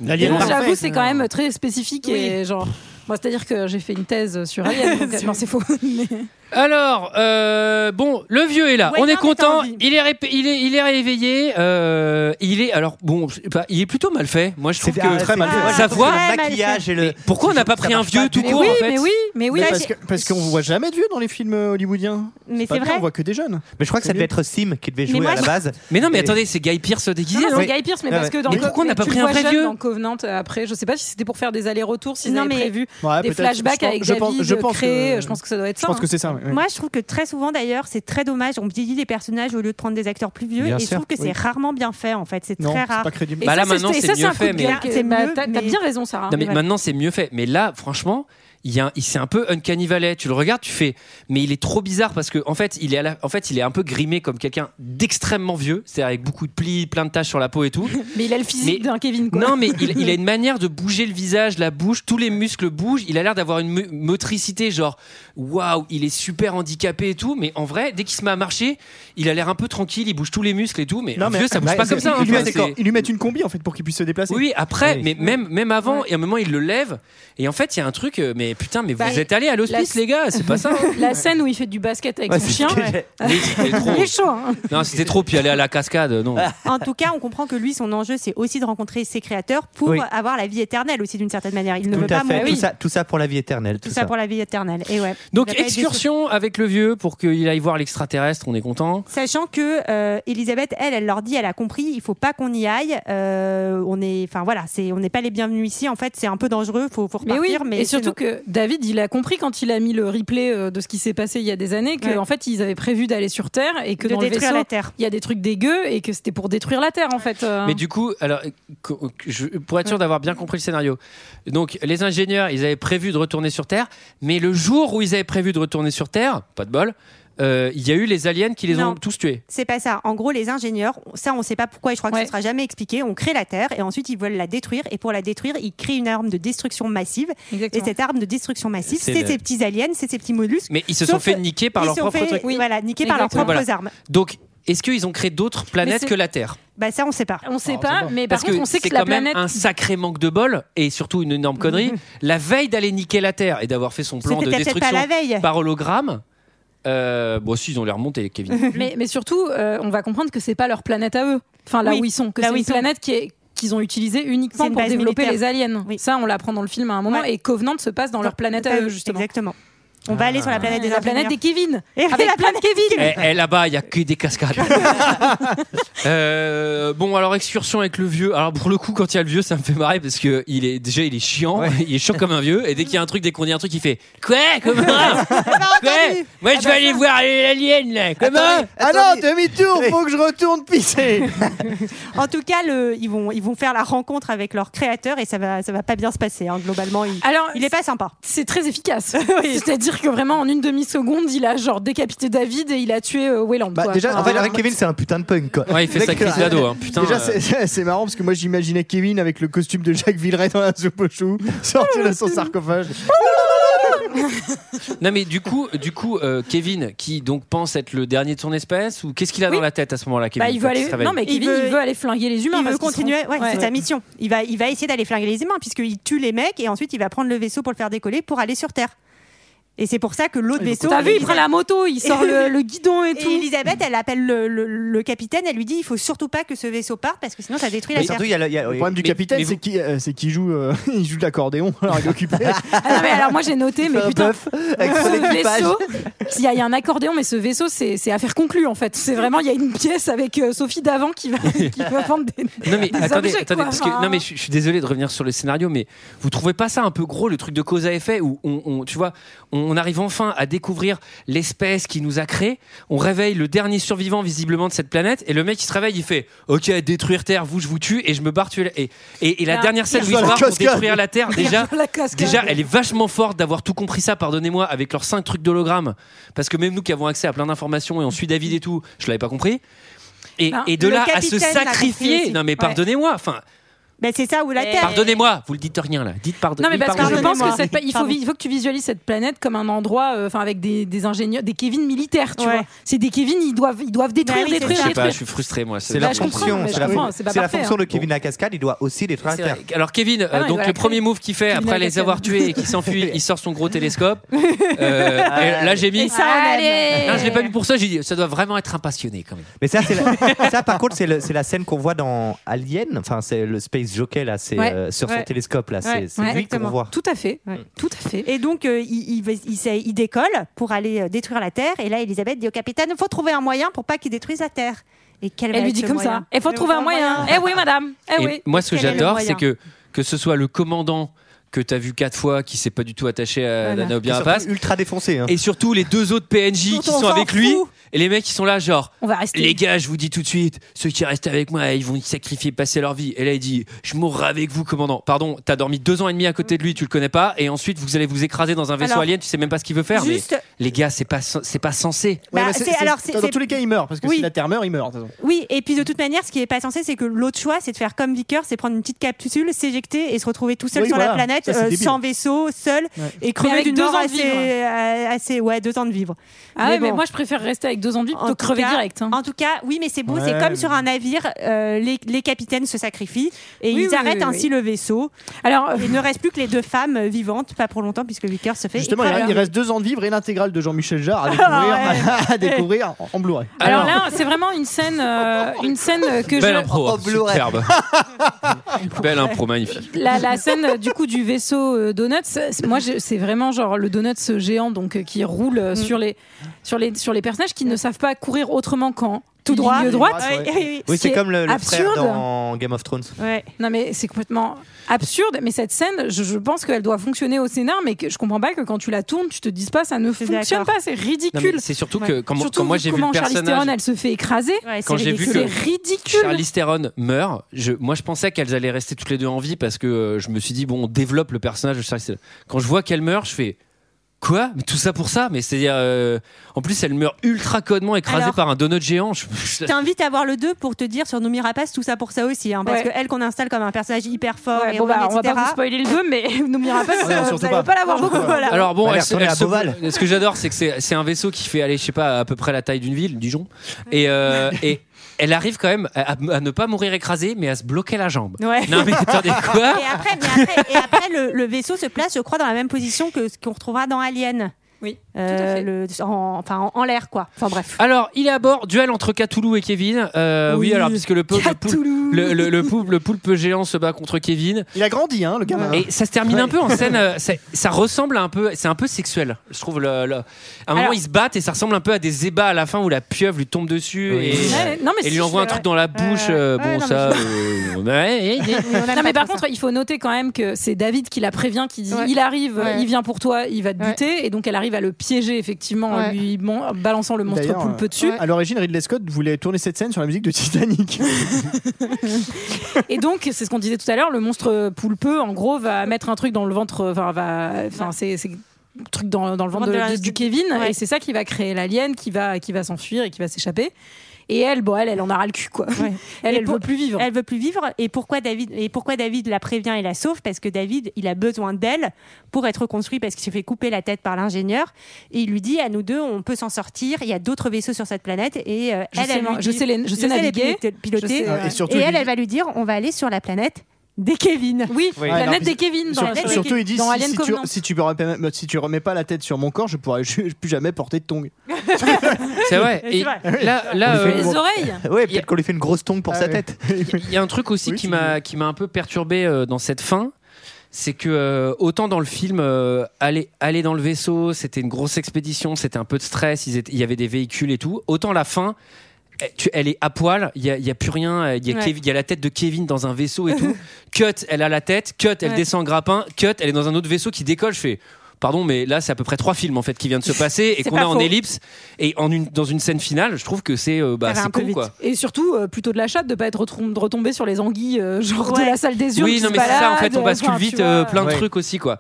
[SPEAKER 7] L'alien
[SPEAKER 6] Et moi,
[SPEAKER 7] parfait.
[SPEAKER 6] j'avoue, c'est quand même très spécifique et genre. Moi, c'est-à-dire que j'ai fait une thèse sur Alien. donc- non, c'est faux. mais-
[SPEAKER 1] Alors, euh, bon, le vieux est là.
[SPEAKER 9] Ouais,
[SPEAKER 1] on
[SPEAKER 9] non,
[SPEAKER 1] est
[SPEAKER 9] mais t'as
[SPEAKER 1] content.
[SPEAKER 9] envie.
[SPEAKER 1] Il est, rép- il est, il est réveillé. euh, il est, alors bon, je sais pas, il est plutôt mal fait. Moi, je trouve
[SPEAKER 7] euh,
[SPEAKER 1] que
[SPEAKER 10] Ah, c'est-
[SPEAKER 9] mal fait.
[SPEAKER 10] moi,
[SPEAKER 1] Sa
[SPEAKER 10] je trouve
[SPEAKER 1] voix-
[SPEAKER 10] que
[SPEAKER 9] Très
[SPEAKER 10] le
[SPEAKER 9] mal
[SPEAKER 10] maquillage et le.
[SPEAKER 1] Pourquoi on n'a pas
[SPEAKER 10] Ça
[SPEAKER 1] pris un
[SPEAKER 10] marche
[SPEAKER 1] vieux
[SPEAKER 10] pas
[SPEAKER 1] tout
[SPEAKER 10] du
[SPEAKER 6] Mais
[SPEAKER 1] court
[SPEAKER 6] oui,
[SPEAKER 1] en fait
[SPEAKER 6] mais oui, mais oui.
[SPEAKER 7] Mais
[SPEAKER 9] Là,
[SPEAKER 7] parce
[SPEAKER 9] j'ai-
[SPEAKER 7] que- parce qu'on voit jamais de vieux dans les films euh, hollywoodiens.
[SPEAKER 9] Mais
[SPEAKER 7] Pas
[SPEAKER 9] c'est
[SPEAKER 7] bien,
[SPEAKER 9] vrai.
[SPEAKER 7] On voit que des jeunes.
[SPEAKER 10] Mais je crois que ça devait être Sim qui devait jouer
[SPEAKER 9] moi,
[SPEAKER 10] à la
[SPEAKER 9] je-
[SPEAKER 10] base.
[SPEAKER 1] Mais non, mais
[SPEAKER 10] Et-
[SPEAKER 1] attendez, c'est Guy Pierce déguisé. hein.
[SPEAKER 6] Non, non,
[SPEAKER 1] non
[SPEAKER 6] c'est Guy Pierce, mais
[SPEAKER 10] Ouais,
[SPEAKER 6] parce que dans
[SPEAKER 1] Mais
[SPEAKER 6] le-
[SPEAKER 1] pourquoi on n'a pas
[SPEAKER 6] tu
[SPEAKER 1] pris un
[SPEAKER 6] le vois
[SPEAKER 1] vrai
[SPEAKER 6] jeune
[SPEAKER 1] vieux
[SPEAKER 6] dans Covenant euh, après, je sais pas si c'était pour faire des allers-retours, s'ils
[SPEAKER 9] Non,
[SPEAKER 6] avaient
[SPEAKER 9] mais-
[SPEAKER 6] prévu
[SPEAKER 7] Ouais,
[SPEAKER 6] des
[SPEAKER 7] Ah, peut-être.
[SPEAKER 6] flashbacks
[SPEAKER 7] Je
[SPEAKER 6] avec
[SPEAKER 7] je pense-
[SPEAKER 6] David
[SPEAKER 7] je pense
[SPEAKER 6] créé,
[SPEAKER 7] que-
[SPEAKER 6] je pense que ça doit être
[SPEAKER 7] Je
[SPEAKER 6] ça.
[SPEAKER 7] pense que
[SPEAKER 6] hein.
[SPEAKER 7] c'est ça. ouais, ouais.
[SPEAKER 9] Moi, je trouve que très souvent, d'ailleurs, c'est très dommage. On vieillit les personnages au lieu de prendre des acteurs plus vieux.
[SPEAKER 10] Bien
[SPEAKER 9] et
[SPEAKER 10] sûr,
[SPEAKER 9] je trouve que
[SPEAKER 10] oui.
[SPEAKER 9] c'est rarement bien fait, en fait. C'est
[SPEAKER 7] non,
[SPEAKER 9] très
[SPEAKER 7] c'est
[SPEAKER 9] rare.
[SPEAKER 7] pas crédible.
[SPEAKER 6] hein. Et
[SPEAKER 1] Bah là,
[SPEAKER 6] ça, c'est-
[SPEAKER 1] maintenant,
[SPEAKER 6] et
[SPEAKER 1] c'est
[SPEAKER 6] ça,
[SPEAKER 1] mieux
[SPEAKER 6] un coup de
[SPEAKER 1] fait, mais-
[SPEAKER 6] gueule que-
[SPEAKER 9] C'est
[SPEAKER 6] bah,
[SPEAKER 9] mieux,
[SPEAKER 6] T'as t'as
[SPEAKER 9] mais-
[SPEAKER 6] bien raison, Sarah.
[SPEAKER 1] Non mais
[SPEAKER 9] Ouais.
[SPEAKER 1] maintenant c'est mieux fait. Mais là franchement, il y a, un- il- c'est un peu un canivalet. Tu le regardes, tu fais, mais il est trop bizarre parce que en fait il est, à la- en fait il est un peu grimé comme quelqu'un d'extrêmement vieux, c'est-à-dire avec beaucoup de plis, plein de taches sur la peau et tout.
[SPEAKER 6] Mais il a le physique
[SPEAKER 1] Mais-
[SPEAKER 6] d'un Kevin. quoi.
[SPEAKER 1] Non, mais il, il a une manière de bouger le visage, la bouche, tous les muscles bougent. Il a l'air d'avoir une mo- motricité, genre waouh, il est super handicapé et tout. Mais en vrai, dès qu'il se met à marcher, il a l'air un peu tranquille, il bouge tous les muscles et tout. Mais un vieux, ça bouge
[SPEAKER 7] Bah,
[SPEAKER 1] pas comme
[SPEAKER 7] c'est-
[SPEAKER 1] ça. hein,
[SPEAKER 7] Ils lui,
[SPEAKER 1] enfin,
[SPEAKER 7] mettent,
[SPEAKER 1] c'est-
[SPEAKER 7] ils lui mettent une combi en fait pour qu'il puisse se déplacer.
[SPEAKER 1] oui, oui, après,
[SPEAKER 10] Oui.
[SPEAKER 1] mais même, même avant, et à un moment, il le lève. Et en fait, il y a un truc, euh, mais putain, mais vous
[SPEAKER 6] Bah,
[SPEAKER 1] êtes allés à l'hospice,
[SPEAKER 6] la-
[SPEAKER 1] les gars, c'est pas ça. hein.
[SPEAKER 6] La scène où il fait du basket avec
[SPEAKER 10] Ouais,
[SPEAKER 6] son
[SPEAKER 10] c'est ce
[SPEAKER 6] chien,
[SPEAKER 10] que j'ai-
[SPEAKER 1] Oui, c'était trop.
[SPEAKER 6] il est chaud. hein.
[SPEAKER 1] Non, c'était trop, puis aller à la cascade, non.
[SPEAKER 9] En tout cas, on comprend que lui, son enjeu, c'est aussi de rencontrer ses créateurs pour
[SPEAKER 10] Oui.
[SPEAKER 9] avoir la vie éternelle aussi, d'une certaine manière. Il ne veut
[SPEAKER 10] Tout
[SPEAKER 9] pas
[SPEAKER 10] à fait.
[SPEAKER 9] mourir.
[SPEAKER 10] Tout ça, tout ça pour la vie éternelle. Tout,
[SPEAKER 9] Tout ça pour la vie éternelle. Et ouais. Il
[SPEAKER 1] Donc,
[SPEAKER 9] va pas être déçu.
[SPEAKER 1] excursion avec le vieux pour qu'il aille voir l'extraterrestre, on est content.
[SPEAKER 9] Sachant que euh, Elisabeth, elle, elle leur dit, elle a compris, il faut pas qu'on y aille. euh, on est, enfin voilà, c'est, on n'est pas les bienvenus ici. En fait, c'est un peu dangereux, faut, faut
[SPEAKER 6] Mais
[SPEAKER 9] repartir.
[SPEAKER 6] oui, et
[SPEAKER 9] c'est
[SPEAKER 6] surtout que David, il a compris quand il a mis le replay euh, de ce qui s'est passé il y a des années que
[SPEAKER 9] Ouais.
[SPEAKER 6] en fait ils avaient prévu d'aller sur Terre et que
[SPEAKER 9] de
[SPEAKER 6] dans le
[SPEAKER 9] détruire
[SPEAKER 6] vaisseau
[SPEAKER 9] la terre.
[SPEAKER 6] il y a des trucs dégueux et que c'était pour détruire la Terre en fait. euh.
[SPEAKER 1] Mais du coup, alors, euh, co- je- pour être sûr d'avoir bien compris le scénario, donc les ingénieurs, ils avaient prévu de retourner sur Terre, mais le jour où ils avaient prévu de retourner sur Terre, pas de bol, euh, il y a eu les aliens qui les
[SPEAKER 9] Non.
[SPEAKER 1] ont tous tués.
[SPEAKER 9] C'est pas ça. En gros, les ingénieurs, ça, on ne sait pas pourquoi. Et je crois que
[SPEAKER 6] Ouais.
[SPEAKER 9] ce sera jamais expliqué. On crée la terre et ensuite ils veulent la détruire. Et pour la détruire, ils créent une arme de destruction massive.
[SPEAKER 6] Exactement.
[SPEAKER 9] Et cette arme de destruction massive,
[SPEAKER 1] C'est
[SPEAKER 9] c'est
[SPEAKER 1] le-
[SPEAKER 9] ces petits aliens, c'est ces petits mollusques.
[SPEAKER 1] Mais ils se
[SPEAKER 9] Sauf
[SPEAKER 1] sont fait
[SPEAKER 9] que-
[SPEAKER 1] niquer par
[SPEAKER 9] Ils
[SPEAKER 1] leur
[SPEAKER 9] sont
[SPEAKER 1] propre
[SPEAKER 9] fait-
[SPEAKER 1] truc.
[SPEAKER 9] oui, voilà, niqués par leurs
[SPEAKER 6] Exactement.
[SPEAKER 9] propres
[SPEAKER 1] Voilà.
[SPEAKER 9] armes.
[SPEAKER 1] Donc, est-ce qu'ils ont créé d'autres planètes
[SPEAKER 6] c'est-
[SPEAKER 1] que la Terre
[SPEAKER 9] Bah ça, on ne sait pas.
[SPEAKER 6] On sait
[SPEAKER 7] Alors,
[SPEAKER 6] pas,
[SPEAKER 7] c'est bon.
[SPEAKER 6] mais par
[SPEAKER 1] Parce
[SPEAKER 6] contre
[SPEAKER 1] que
[SPEAKER 6] on sait
[SPEAKER 1] c'est
[SPEAKER 6] que la
[SPEAKER 1] quand même
[SPEAKER 6] planète.
[SPEAKER 1] un sacré manque de bol et surtout une énorme connerie. La veille d'aller niquer la Terre et d'avoir fait son plan de
[SPEAKER 9] C'était peut-être
[SPEAKER 1] destruction
[SPEAKER 9] pas la veille.
[SPEAKER 1] par hologramme, Euh, bon, si, ils ont l'air montés, Kevin.
[SPEAKER 6] mais, mais surtout, euh, on va comprendre que c'est pas leur planète à eux. Enfin, là
[SPEAKER 9] Oui,
[SPEAKER 6] où ils sont. Que
[SPEAKER 9] là
[SPEAKER 6] c'est
[SPEAKER 9] où
[SPEAKER 6] une
[SPEAKER 9] ils sont.
[SPEAKER 6] planète qui est qu'ils ont utilisée
[SPEAKER 9] C'est
[SPEAKER 6] uniquement
[SPEAKER 9] une
[SPEAKER 6] pour
[SPEAKER 9] base
[SPEAKER 6] développer
[SPEAKER 9] militaire.
[SPEAKER 6] les aliens. Ça, on l'apprend dans le film à un moment.
[SPEAKER 9] Ouais.
[SPEAKER 6] Et Covenant se passe dans, leur planète à eux, justement.
[SPEAKER 9] Euh, Exactement. On va aller sur la
[SPEAKER 1] Ah.
[SPEAKER 9] planète des
[SPEAKER 6] La planète des
[SPEAKER 9] ingénieurs.
[SPEAKER 6] Kevin.
[SPEAKER 9] Et
[SPEAKER 6] avec
[SPEAKER 9] la
[SPEAKER 6] plein de Kevin.
[SPEAKER 1] Eh, eh, là-bas, il y a que des cascades. Euh, bon, alors excursion avec le vieux. Alors pour le coup, quand il y a le vieux, ça me fait marrer parce que il est déjà il est chiant, il est chiant comme un vieux. Et dès qu'il y a un truc, dès qu'on dit un truc, il fait quoi Comment
[SPEAKER 6] Ah,
[SPEAKER 1] Quoi Moi,
[SPEAKER 6] bah,
[SPEAKER 1] je vais aller voir l'alien là. Comment
[SPEAKER 7] Ah non, demi-tour, faut que je retourne pisser.
[SPEAKER 9] En tout cas, le- ils, vont, ils vont faire la rencontre avec leur créateur et ça va, ça va pas bien se passer. hein. Globalement, il,
[SPEAKER 6] Alors,
[SPEAKER 9] il est pas sympa.
[SPEAKER 6] C'est très efficace. C'est-à-dire que vraiment, en une demi-seconde, il a genre décapité David et il a tué euh, Wayland.
[SPEAKER 10] Bah,
[SPEAKER 6] quoi.
[SPEAKER 10] déjà,
[SPEAKER 6] Enfin,
[SPEAKER 10] en fait,
[SPEAKER 6] vraiment.
[SPEAKER 10] Harry Kevin, c'est un putain de punk. Quoi.
[SPEAKER 1] Ouais, il fait
[SPEAKER 10] Dès
[SPEAKER 1] sa
[SPEAKER 10] que-
[SPEAKER 1] crise d'ado, hein, putain.
[SPEAKER 7] Déjà,
[SPEAKER 1] euh.
[SPEAKER 7] c'est- c'est c'est marrant parce que moi j'imaginais Kevin avec le costume de Jacques Villeray dans la soupe au chou, sorti de son sarcophage.
[SPEAKER 1] Non mais du coup, du coup, euh, Kevin qui donc pense être le dernier de son espèce ou qu'est-ce qu'il a dans la tête à ce moment-là, Kevin
[SPEAKER 6] Bah, il
[SPEAKER 1] quand
[SPEAKER 6] veut aller...
[SPEAKER 1] se réveille
[SPEAKER 6] Non, mais
[SPEAKER 9] Il
[SPEAKER 6] Kevin,
[SPEAKER 9] veut-
[SPEAKER 6] il veut aller flinguer les humains.
[SPEAKER 9] il veut
[SPEAKER 6] parce qu'ils
[SPEAKER 9] continuer,
[SPEAKER 6] sont-
[SPEAKER 9] ouais, c'est
[SPEAKER 6] ouais.
[SPEAKER 9] sa mission. Il va, il va essayer d'aller flinguer les humains, puisqu'il tue les mecs et ensuite il va prendre le vaisseau pour le faire décoller pour aller sur Terre. Et c'est pour ça que l'autre vaisseau.
[SPEAKER 6] T'as vu, il prend la moto, il sort le, le guidon et
[SPEAKER 9] Et
[SPEAKER 6] tout.
[SPEAKER 9] Elisabeth, elle appelle le, le- le capitaine, elle lui dit il faut surtout pas que ce vaisseau parte parce que sinon ça détruit la
[SPEAKER 10] Mais
[SPEAKER 9] Terre.
[SPEAKER 10] surtout, il y a le, il y a-
[SPEAKER 7] Le problème du
[SPEAKER 10] mais-
[SPEAKER 7] capitaine,
[SPEAKER 10] mais
[SPEAKER 7] c'est qu'il euh, c'est qu'il joue, euh, il joue de l'accordéon, alors il est occupé.
[SPEAKER 6] Ah non, mais alors moi j'ai noté, mais
[SPEAKER 10] un
[SPEAKER 6] putain,
[SPEAKER 10] bœuf avec son
[SPEAKER 6] ce
[SPEAKER 10] équipage.
[SPEAKER 6] vaisseau, il y, a- il y a un accordéon, mais ce vaisseau c'est c'est affaire conclue en fait. C'est vraiment, il y a une pièce avec euh, Sophie d'avant qui va, qui va vendre des.
[SPEAKER 1] Non mais
[SPEAKER 6] des
[SPEAKER 1] attendez,
[SPEAKER 6] objets,
[SPEAKER 1] attendez,
[SPEAKER 6] quoi.
[SPEAKER 1] parce que-
[SPEAKER 6] Enfin,
[SPEAKER 1] non mais je, je suis désolé de revenir sur le scénario, mais vous trouvez pas ça un peu gros le truc de cause à effet où on, on- tu vois, on arrive enfin à découvrir l'espèce qui nous a créé, on réveille le dernier survivant visiblement de cette planète et le mec qui se réveille il fait OK détruire Terre, vous je vous tue et je me barre tuer la- et, et, et la
[SPEAKER 6] Non.
[SPEAKER 1] dernière scène
[SPEAKER 6] Il
[SPEAKER 1] où
[SPEAKER 6] reçoit
[SPEAKER 1] ils se
[SPEAKER 6] la
[SPEAKER 1] barrent pour
[SPEAKER 7] cascade.
[SPEAKER 1] détruire la Terre déjà.
[SPEAKER 6] la cascade.
[SPEAKER 1] Déjà, elle est vachement forte d'avoir tout compris ça, pardonnez-moi, avec leurs cinq trucs d'hologramme. Parce que même nous qui avons accès à plein d'informations et on suit David et tout, je l'avais pas compris. Et,
[SPEAKER 6] Non,
[SPEAKER 1] et de
[SPEAKER 9] le
[SPEAKER 1] là à se
[SPEAKER 9] capitaine l'a compris
[SPEAKER 1] sacrifier,
[SPEAKER 9] aussi.
[SPEAKER 1] non mais
[SPEAKER 9] Ouais.
[SPEAKER 1] pardonnez-moi, enfin,
[SPEAKER 9] Mais Ben, c'est ça où la
[SPEAKER 6] Et-
[SPEAKER 9] Terre.
[SPEAKER 1] pardonnez-moi, vous le dites rien là, dites pardon.
[SPEAKER 6] Non mais
[SPEAKER 1] oui,
[SPEAKER 6] parce que je pense que
[SPEAKER 9] pardonnez-moi.
[SPEAKER 6] cette pla- il faut,
[SPEAKER 9] Pardon.
[SPEAKER 6] vi- il faut que tu visualises cette planète comme un endroit, euh, enfin avec des, des ingénieurs, des Kevin militaires, tu
[SPEAKER 9] Ouais.
[SPEAKER 6] vois. C'est des Kevin, ils doivent, ils doivent
[SPEAKER 9] Bah
[SPEAKER 6] détruire,
[SPEAKER 9] oui, c'est
[SPEAKER 1] Je
[SPEAKER 6] détruire,
[SPEAKER 9] ça.
[SPEAKER 1] sais pas,
[SPEAKER 6] détruire.
[SPEAKER 1] je suis frustré moi.
[SPEAKER 10] C'est la
[SPEAKER 6] Bah,
[SPEAKER 10] Bah,
[SPEAKER 6] je comprends,
[SPEAKER 10] fonction.
[SPEAKER 6] mais
[SPEAKER 10] C'est
[SPEAKER 6] je
[SPEAKER 10] la,
[SPEAKER 6] comprends,
[SPEAKER 10] fon-
[SPEAKER 6] c'est pas
[SPEAKER 10] c'est hein. la
[SPEAKER 6] parfait,
[SPEAKER 10] fonction de Kevin la cascade. Il doit aussi les
[SPEAKER 1] C'est
[SPEAKER 10] traiter.
[SPEAKER 1] vrai. Alors Kevin, euh,
[SPEAKER 6] Ah non, il
[SPEAKER 1] donc
[SPEAKER 6] va
[SPEAKER 1] le
[SPEAKER 6] la
[SPEAKER 1] premier
[SPEAKER 6] créer.
[SPEAKER 1] move qu'il fait
[SPEAKER 6] Kevin
[SPEAKER 1] après
[SPEAKER 6] la
[SPEAKER 1] les
[SPEAKER 6] cascade.
[SPEAKER 1] avoir tués et qu'il s'enfuit, il sort son gros télescope. Euh, et là j'ai mis.
[SPEAKER 9] Et ça, on aime.
[SPEAKER 1] Non, je l'ai pas mis pour ça. J'ai dit, ça doit vraiment être un passionné quand même.
[SPEAKER 10] Mais ça, c'est la- ça, par contre, c'est le- c'est la scène qu'on voit dans Alien. Enfin, c'est le Space Jockey là, c'est
[SPEAKER 6] Ouais.
[SPEAKER 10] euh, sur
[SPEAKER 9] Ouais.
[SPEAKER 10] son télescope là.
[SPEAKER 9] Ouais.
[SPEAKER 10] C'est c'est
[SPEAKER 6] Ouais,
[SPEAKER 10] lui qu'on
[SPEAKER 9] exactement.
[SPEAKER 10] voit.
[SPEAKER 6] Tout à fait,
[SPEAKER 9] Ouais.
[SPEAKER 6] tout à fait.
[SPEAKER 9] Et donc, euh, il, il va- il s'est- il décolle pour aller euh, détruire la Terre. Et là, Elisabeth dit au capitaine il faut trouver un moyen pour pas qu'il détruise la Terre. Et quel va
[SPEAKER 6] Elle lui
[SPEAKER 9] être
[SPEAKER 6] dit
[SPEAKER 9] ce
[SPEAKER 6] comme
[SPEAKER 9] moyen
[SPEAKER 6] ça. Il faut
[SPEAKER 9] Mais
[SPEAKER 6] trouver un moyen. Eh oui, madame. Eh
[SPEAKER 9] Ah
[SPEAKER 1] Et
[SPEAKER 6] oui.
[SPEAKER 1] moi, ce que
[SPEAKER 9] Quel est le
[SPEAKER 1] j'adore,
[SPEAKER 9] moyen
[SPEAKER 1] c'est que que ce soit le commandant que t'as vu quatre fois, qui s'est pas du tout attaché Euh, à
[SPEAKER 9] Voilà.
[SPEAKER 1] Dana
[SPEAKER 10] Ils sont
[SPEAKER 1] Obiarapas,
[SPEAKER 10] ultra défoncé. hein.
[SPEAKER 1] et surtout les deux autres PNJ
[SPEAKER 9] Dont
[SPEAKER 1] qui
[SPEAKER 9] on
[SPEAKER 1] sont
[SPEAKER 9] s'en
[SPEAKER 1] avec lui,
[SPEAKER 9] fout.
[SPEAKER 1] et les mecs qui sont là genre.
[SPEAKER 6] On va rester.
[SPEAKER 1] Les gars, je vous dis tout de suite, ceux qui restent avec moi, ils vont y sacrifier, passer leur vie. Et là, il dit Je mourrai avec vous, commandant. Pardon, t'as dormi deux ans et demi à côté de lui, tu le connais pas, et ensuite vous allez vous écraser dans un vaisseau
[SPEAKER 9] Alors,
[SPEAKER 1] alien, tu sais même pas ce qu'il
[SPEAKER 6] Eh,
[SPEAKER 1] veut faire.
[SPEAKER 9] Juste,
[SPEAKER 1] Mais les gars, c'est pas, sen- c'est pas censé.
[SPEAKER 9] Bah,
[SPEAKER 7] Ouais, mais
[SPEAKER 9] c'est- alors, c'est-
[SPEAKER 7] dans
[SPEAKER 9] c'est-
[SPEAKER 7] tous les cas, il meurt parce que
[SPEAKER 9] Oui.
[SPEAKER 7] si la Terre meurt, il meurt. de toute façon.
[SPEAKER 9] oui, et puis de toute manière, ce qui est pas censé, c'est que l'autre choix, c'est de faire comme Vicker, c'est prendre une petite capsule, s'éjecter et se retrouver tout seul
[SPEAKER 7] Oui,
[SPEAKER 9] sur la
[SPEAKER 7] voilà.
[SPEAKER 9] planète, euh,
[SPEAKER 7] Ça, c'est débile.
[SPEAKER 9] sans vaisseau, seul,
[SPEAKER 7] Ouais.
[SPEAKER 9] et
[SPEAKER 6] Mais
[SPEAKER 9] crever
[SPEAKER 6] avec
[SPEAKER 9] d'une
[SPEAKER 6] deux
[SPEAKER 9] mort
[SPEAKER 6] ans de
[SPEAKER 9] assez, euh, assez- Ouais, deux ans de vivre.
[SPEAKER 6] Ah ouais, mais,
[SPEAKER 9] bon.
[SPEAKER 6] moi, je préfère rester avec deux ans de vie
[SPEAKER 9] En
[SPEAKER 6] plutôt que
[SPEAKER 9] tout
[SPEAKER 6] crever
[SPEAKER 9] cas-
[SPEAKER 6] direct. hein.
[SPEAKER 9] En tout cas, oui, mais c'est beau.
[SPEAKER 7] Ouais,
[SPEAKER 9] c'est comme
[SPEAKER 7] mais-
[SPEAKER 9] sur un navire, euh, les, les capitaines se sacrifient et
[SPEAKER 6] Oui,
[SPEAKER 9] ils
[SPEAKER 6] oui,
[SPEAKER 9] arrêtent
[SPEAKER 6] oui,
[SPEAKER 9] ainsi
[SPEAKER 6] oui.
[SPEAKER 9] le vaisseau.
[SPEAKER 6] Alors, euh,
[SPEAKER 9] Il ne reste plus que les deux femmes euh, vivantes, pas pour longtemps, puisque Vicker se fait.
[SPEAKER 7] Justement, il,
[SPEAKER 9] écraser.
[SPEAKER 7] il reste deux ans de vivre et l'intégrale de Jean-Michel Jarre à découvrir, à découvrir en- en Blu-ray.
[SPEAKER 6] alors là, c'est vraiment une scène, euh, une scène euh, que
[SPEAKER 1] Belle
[SPEAKER 6] je.
[SPEAKER 1] impro, hein,
[SPEAKER 10] Oh, Blu-ray.
[SPEAKER 1] superbe. Belle impro, magnifique.
[SPEAKER 6] La, la scène euh, du coup du vaisseau euh, Donuts, c'est- moi je- c'est vraiment genre le Donuts géant donc euh, qui roule euh, sur les sur les sur les personnages qui ne savent pas courir autrement qu'en
[SPEAKER 9] tout droit.
[SPEAKER 6] ligne droite.
[SPEAKER 9] Ouais,
[SPEAKER 7] Ouais.
[SPEAKER 9] ouais,
[SPEAKER 10] Oui,
[SPEAKER 6] Ce qui
[SPEAKER 10] c'est
[SPEAKER 6] est
[SPEAKER 10] comme le, le frère
[SPEAKER 6] absurde.
[SPEAKER 10] dans Game of Thrones.
[SPEAKER 9] ouais.
[SPEAKER 6] Non mais c'est complètement absurde. Mais cette scène, je, je pense qu'elle doit fonctionner au scénar, mais que je comprends pas que quand tu la tournes, tu te dises pas ça ne
[SPEAKER 9] suis
[SPEAKER 6] fonctionne
[SPEAKER 9] d'accord.
[SPEAKER 6] pas, c'est
[SPEAKER 1] Non, mais
[SPEAKER 6] ridicule.
[SPEAKER 1] C'est surtout
[SPEAKER 9] Ouais.
[SPEAKER 1] que quand,
[SPEAKER 6] Surtout
[SPEAKER 1] quand moi
[SPEAKER 6] vu
[SPEAKER 1] j'ai vu
[SPEAKER 6] comment
[SPEAKER 1] le
[SPEAKER 6] Charlize
[SPEAKER 1] personnage.
[SPEAKER 6] Theron, elle se fait écraser.
[SPEAKER 9] Ouais, c'est
[SPEAKER 1] Quand j'ai vu
[SPEAKER 9] ridicule.
[SPEAKER 6] C'est
[SPEAKER 1] que-
[SPEAKER 6] ridicule.
[SPEAKER 1] Charlize Theron meurt. Je, moi, je pensais qu'elles allaient rester toutes les deux en vie parce que euh, je me suis dit bon, on développe le personnage de Charlize Theron. Quand je vois qu'elle meurt, je fais quoi Mais tout ça pour ça Mais c'est-à-dire, euh, en plus, elle meurt ultra codement écrasée
[SPEAKER 9] Alors-
[SPEAKER 1] par un donut géant. Je- je-
[SPEAKER 9] Je t'invite à voir le 2 pour te dire sur Nomi Rapace tout ça pour ça aussi. hein, parce
[SPEAKER 6] Ouais.
[SPEAKER 9] que elle qu'on installe comme un personnage hyper fort,
[SPEAKER 6] Ouais,
[SPEAKER 9] et
[SPEAKER 6] bon, bah,
[SPEAKER 9] etc.
[SPEAKER 6] on va pas vous spoiler le jeu, mais n'oubliera pas, que,
[SPEAKER 7] Ouais, non,
[SPEAKER 6] euh, vous
[SPEAKER 7] surtout
[SPEAKER 6] n'allez
[SPEAKER 7] pas.
[SPEAKER 6] pas l'avoir beaucoup.
[SPEAKER 9] Voilà.
[SPEAKER 1] Alors bon,
[SPEAKER 10] Bah, elle
[SPEAKER 1] elle
[SPEAKER 10] est
[SPEAKER 1] se-
[SPEAKER 10] retournée
[SPEAKER 1] elle
[SPEAKER 10] à
[SPEAKER 1] se-
[SPEAKER 10] Beauval.
[SPEAKER 1] ce que j'adore, c'est que c'est c'est un vaisseau qui fait aller, je sais pas, à peu près la taille d'une ville, Dijon, et, euh, et elle arrive quand même à, à- à ne pas mourir écrasée, mais à se bloquer la jambe.
[SPEAKER 9] Ouais.
[SPEAKER 1] Non mais attendez quoi
[SPEAKER 9] Et après, mais après- et après, le, le vaisseau se place, je crois, dans la même position que ce qu'on retrouvera dans Alien.
[SPEAKER 6] Oui.
[SPEAKER 9] Euh, le- en, enfin, en, en l'air, quoi. Enfin, bref.
[SPEAKER 1] Alors, il est à bord, duel entre Cthulhu et Kevin. Euh, oui.
[SPEAKER 9] Oui.
[SPEAKER 1] alors, puisque le, peu- le poulpe- le, le- le poulpe- le poulpe géant se bat contre Kevin.
[SPEAKER 7] Il a grandi, hein, le
[SPEAKER 6] Ah.
[SPEAKER 7] gamin.
[SPEAKER 1] Et ça se termine un peu en scène, euh, ça, ça ressemble à un peu, c'est un peu sexuel, je trouve. le- le- À un moment,
[SPEAKER 6] Alors-
[SPEAKER 1] ils se battent et ça ressemble un peu à des ébats à la fin où la pieuvre lui tombe dessus
[SPEAKER 6] Oui.
[SPEAKER 1] et,
[SPEAKER 6] Ouais, non, mais
[SPEAKER 1] et
[SPEAKER 6] si,
[SPEAKER 1] lui envoie
[SPEAKER 6] je-
[SPEAKER 1] un truc dans la bouche. euh,
[SPEAKER 6] ouais,
[SPEAKER 1] bon,
[SPEAKER 6] non,
[SPEAKER 1] ça.
[SPEAKER 6] mais
[SPEAKER 1] euh, ouais, ouais, ouais.
[SPEAKER 6] non mais par contre il faut noter quand même que c'est David qui la prévient qui dit il arrive
[SPEAKER 9] Ouais.
[SPEAKER 6] il vient pour toi il va te buter et donc elle arrive à le piéger effectivement en
[SPEAKER 9] Ouais.
[SPEAKER 6] lui mon- balançant le monstre
[SPEAKER 7] D'ailleurs,
[SPEAKER 6] poulpe
[SPEAKER 7] euh,
[SPEAKER 6] dessus
[SPEAKER 7] À l'origine, Ridley Scott voulait tourner cette scène sur la musique de Titanic.
[SPEAKER 6] et donc c'est ce qu'on disait tout à l'heure le monstre poulpeux en gros va mettre un truc dans le ventre enfin va enfin c'est c'est un truc dans, dans le ventre
[SPEAKER 9] Ventre de
[SPEAKER 6] de-
[SPEAKER 9] la-
[SPEAKER 6] du, du Kevin
[SPEAKER 9] Ouais.
[SPEAKER 6] et c'est ça qui va créer l'alien qui va qui va s'enfuir et qui va s'échapper et elle bon elle elle en a ras le cul quoi elle
[SPEAKER 9] Et
[SPEAKER 6] elle
[SPEAKER 9] pour-
[SPEAKER 6] veut plus vivre
[SPEAKER 9] Elle veut plus vivre. Et pourquoi David Et pourquoi David la prévient et la sauve Parce que David, il a besoin d'elle pour être construit parce qu'il s'est fait couper la tête par l'ingénieur. Et il lui dit à nous deux, on peut s'en sortir. Il y a d'autres vaisseaux sur cette planète. Et euh,
[SPEAKER 6] Je
[SPEAKER 9] elle,
[SPEAKER 6] sais
[SPEAKER 9] elle lui
[SPEAKER 6] man- je
[SPEAKER 9] dit-
[SPEAKER 6] sais les- je sais naviguer.
[SPEAKER 9] pil- piloter.
[SPEAKER 6] Je sais, ouais.
[SPEAKER 9] et
[SPEAKER 6] Et surtout, il
[SPEAKER 9] elle,
[SPEAKER 6] lui
[SPEAKER 9] elle va lui dire, on va aller sur la planète des Kevin.
[SPEAKER 6] Oui,
[SPEAKER 7] Ouais,
[SPEAKER 6] planète
[SPEAKER 7] alors,
[SPEAKER 6] des
[SPEAKER 7] puis-
[SPEAKER 6] Kevin dans,
[SPEAKER 7] sur-
[SPEAKER 6] dans-
[SPEAKER 7] surtout, il dit
[SPEAKER 6] dans
[SPEAKER 7] si,
[SPEAKER 6] Alien
[SPEAKER 7] si tu,
[SPEAKER 6] Covenant.
[SPEAKER 7] si tu me remets, pas- si tu remets pas la tête sur mon corps, je pourrais je- je plus jamais porter de tongue.
[SPEAKER 1] C'est vrai. Et là, là,
[SPEAKER 7] On lui fait
[SPEAKER 1] euh,
[SPEAKER 7] une grosse-
[SPEAKER 10] Ouais, peut-être qu'on lui fait une grosse tongue pour
[SPEAKER 1] Ah
[SPEAKER 10] sa
[SPEAKER 1] ouais.
[SPEAKER 10] tête.
[SPEAKER 1] Il y a un truc aussi qui m'a qui m'a un peu perturbé euh, dans cette fin. C'est que euh, autant dans le film, euh, aller, aller dans le vaisseau, c'était une grosse expédition, c'était un peu de stress, ils étaient- il y avait des véhicules et tout. Autant la fin, elle, tu- elle est à poil, il n'y a, il y a plus rien, euh, il y, a
[SPEAKER 13] Ouais.
[SPEAKER 1] Kevin- il y a la tête de Kevin dans un vaisseau et tout. cut, elle a la tête, cut, elle
[SPEAKER 13] Ouais.
[SPEAKER 1] descend en grappin, cut, elle est dans un autre vaisseau qui décolle. Je fais, pardon, mais là c'est à peu près trois films en fait qui viennent de se passer et
[SPEAKER 6] C'est
[SPEAKER 1] qu'on
[SPEAKER 6] pas
[SPEAKER 1] a en
[SPEAKER 6] faux.
[SPEAKER 1] ellipse. Et en une, dans une scène finale, je trouve que c'est euh, bah,
[SPEAKER 6] Ça va
[SPEAKER 1] c'est
[SPEAKER 6] un peu
[SPEAKER 1] con,
[SPEAKER 6] vite.
[SPEAKER 1] quoi.
[SPEAKER 6] Et surtout, euh, plutôt de la chatte, de pas être retom- de retomber sur les anguilles, euh, genre
[SPEAKER 1] Ouais.
[SPEAKER 6] de la salle des urnes.
[SPEAKER 1] Oui,
[SPEAKER 6] qui
[SPEAKER 1] non,
[SPEAKER 6] se
[SPEAKER 1] mais c'est ça, en fait,
[SPEAKER 6] baladent,
[SPEAKER 1] on bascule
[SPEAKER 6] enfin, tu
[SPEAKER 1] vite
[SPEAKER 6] vois.
[SPEAKER 1] euh, plein de trucs aussi, quoi.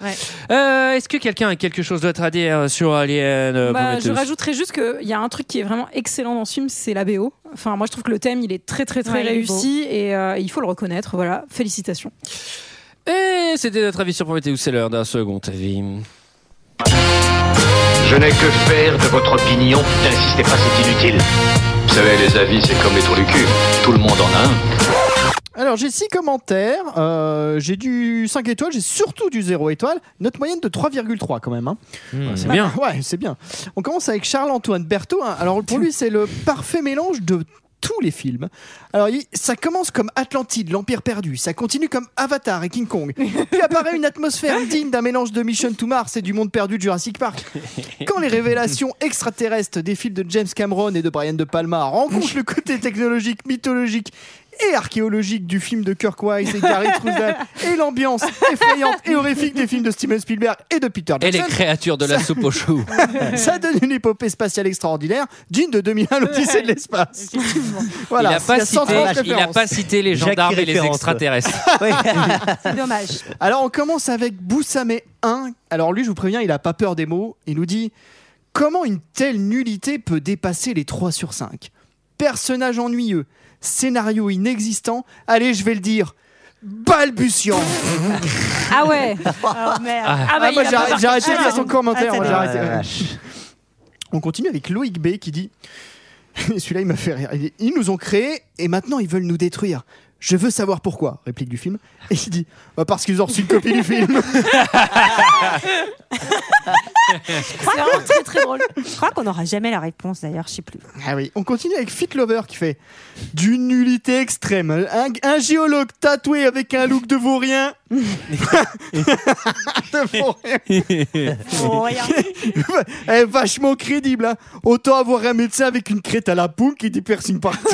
[SPEAKER 1] Euh, Est-ce que quelqu'un a quelque chose d'autre à dire sur Alien euh,
[SPEAKER 6] Bah, je
[SPEAKER 1] Prometheus
[SPEAKER 6] rajouterais juste qu'il y a un truc qui est vraiment excellent dans ce film, c'est la BO. Enfin, moi, je trouve que le thème, il est très, très, très
[SPEAKER 9] Ouais, il est
[SPEAKER 6] réussi et euh, il faut le reconnaître. Voilà, félicitations.
[SPEAKER 1] Et Eh, c'était notre avis sur Prometheus, c'est l'heure d'un second avis.
[SPEAKER 15] Je n'ai que faire de votre opinion. N'insistez pas, c'est inutile. Vous savez, les avis, c'est comme les trous du cul. Tout le monde en a un.
[SPEAKER 7] Alors, j'ai 6 commentaires. euh, j'ai du 5 étoiles, j'ai surtout du 0 étoile. Note moyenne de 3,3 quand même. hein.
[SPEAKER 1] c'est
[SPEAKER 7] Bah,
[SPEAKER 1] bien.
[SPEAKER 7] Ouais, c'est bien. On commence avec Charles-Antoine Berthaud. hein. Alors, pour lui, c'est le parfait mélange de tous les films. Alors, il- ça commence comme Atlantide, l'Empire perdu. Ça continue comme Avatar et King Kong. Puis apparaît une atmosphère digne d'un mélange de Mission to Mars et du monde perdu de Jurassic Park. Quand les révélations extraterrestres des films de James Cameron et de Brian De Palma rencontrent le côté technologique, mythologique et archéologique du film de Kirk Wise et Gary Trudell et l'ambiance effrayante et horrifique des films de Steven Spielberg et de Peter
[SPEAKER 1] Et les
[SPEAKER 7] Jackson
[SPEAKER 1] créatures de la
[SPEAKER 7] Ça-
[SPEAKER 1] soupe au chou.
[SPEAKER 7] ça donne une épopée spatiale extraordinaire, digne de 2001 l'Odyssée de l'espace.
[SPEAKER 1] il
[SPEAKER 7] Voilà,
[SPEAKER 1] n'a pas,
[SPEAKER 7] y a 130
[SPEAKER 1] cité- il a
[SPEAKER 7] références.
[SPEAKER 1] pas cité les gendarmes et les extraterrestres.
[SPEAKER 9] C'est dommage.
[SPEAKER 7] Alors on commence avec Boussamé 1. Alors lui, je vous préviens, il a pas peur des mots. Il nous dit Comment une telle nullité peut dépasser les 3 sur 5 Personnage ennuyeux, scénario inexistant. Allez, je vais le dire. Balbutiant.
[SPEAKER 6] Ah ouais
[SPEAKER 7] Ah,
[SPEAKER 6] Ah
[SPEAKER 7] moi,
[SPEAKER 6] bah, il a
[SPEAKER 7] j'ai
[SPEAKER 6] pas
[SPEAKER 7] arrêté- j'ai arrêté
[SPEAKER 6] marqué
[SPEAKER 7] de lire
[SPEAKER 6] ça.
[SPEAKER 7] son commentaire.
[SPEAKER 6] Ah,
[SPEAKER 7] moi,
[SPEAKER 6] ça
[SPEAKER 7] j'ai
[SPEAKER 6] va.
[SPEAKER 7] arrêté. On continue avec Loïc B qui dit Celui-là, il m'a fait rire. Il dit, Ils nous ont créés et maintenant ils veulent nous détruire. Je veux savoir pourquoi, réplique du film. Et il dit Bah, Parce qu'ils ont reçu une copie du film.
[SPEAKER 9] C'est vraiment très très drôle. Je crois qu'on n'aura jamais la réponse d'ailleurs, je sais plus.
[SPEAKER 7] Ah oui, on continue avec Fit Lover qui fait D'une nullité extrême. Un, un géologue tatoué avec un look de vaurien. de vaurien.
[SPEAKER 1] Oh,
[SPEAKER 7] Eh, vachement crédible. hein. Autant avoir un médecin avec une crête à la poule qui dit piercing partout.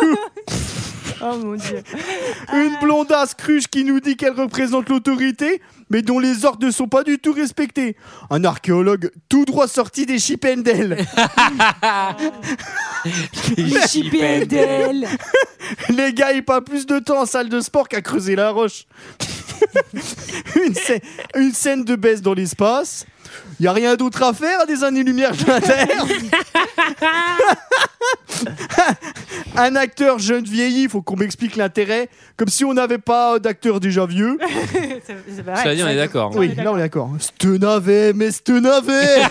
[SPEAKER 9] Oh mon dieu.
[SPEAKER 7] Une blondasse cruche qui nous dit qu'elle représente l'autorité, mais dont les ordres ne sont pas du tout respectés. Un archéologue tout droit sorti des Chipendales.
[SPEAKER 6] Les Chipendales.
[SPEAKER 7] Les gars, ils pas plus de temps en salle de sport qu'à creuser la roche. une, scè- une scène de baisse dans l'espace. Il y a rien d'autre à faire des années-lumière de la Terre. Un acteur jeune vieilli, faut qu'on m'explique l'intérêt, comme si on n'avait pas d'acteur déjà vieux.
[SPEAKER 1] Ça veut dire on est d'accord.
[SPEAKER 7] Oui, là on est d'accord. Stenavet, mais Stenavet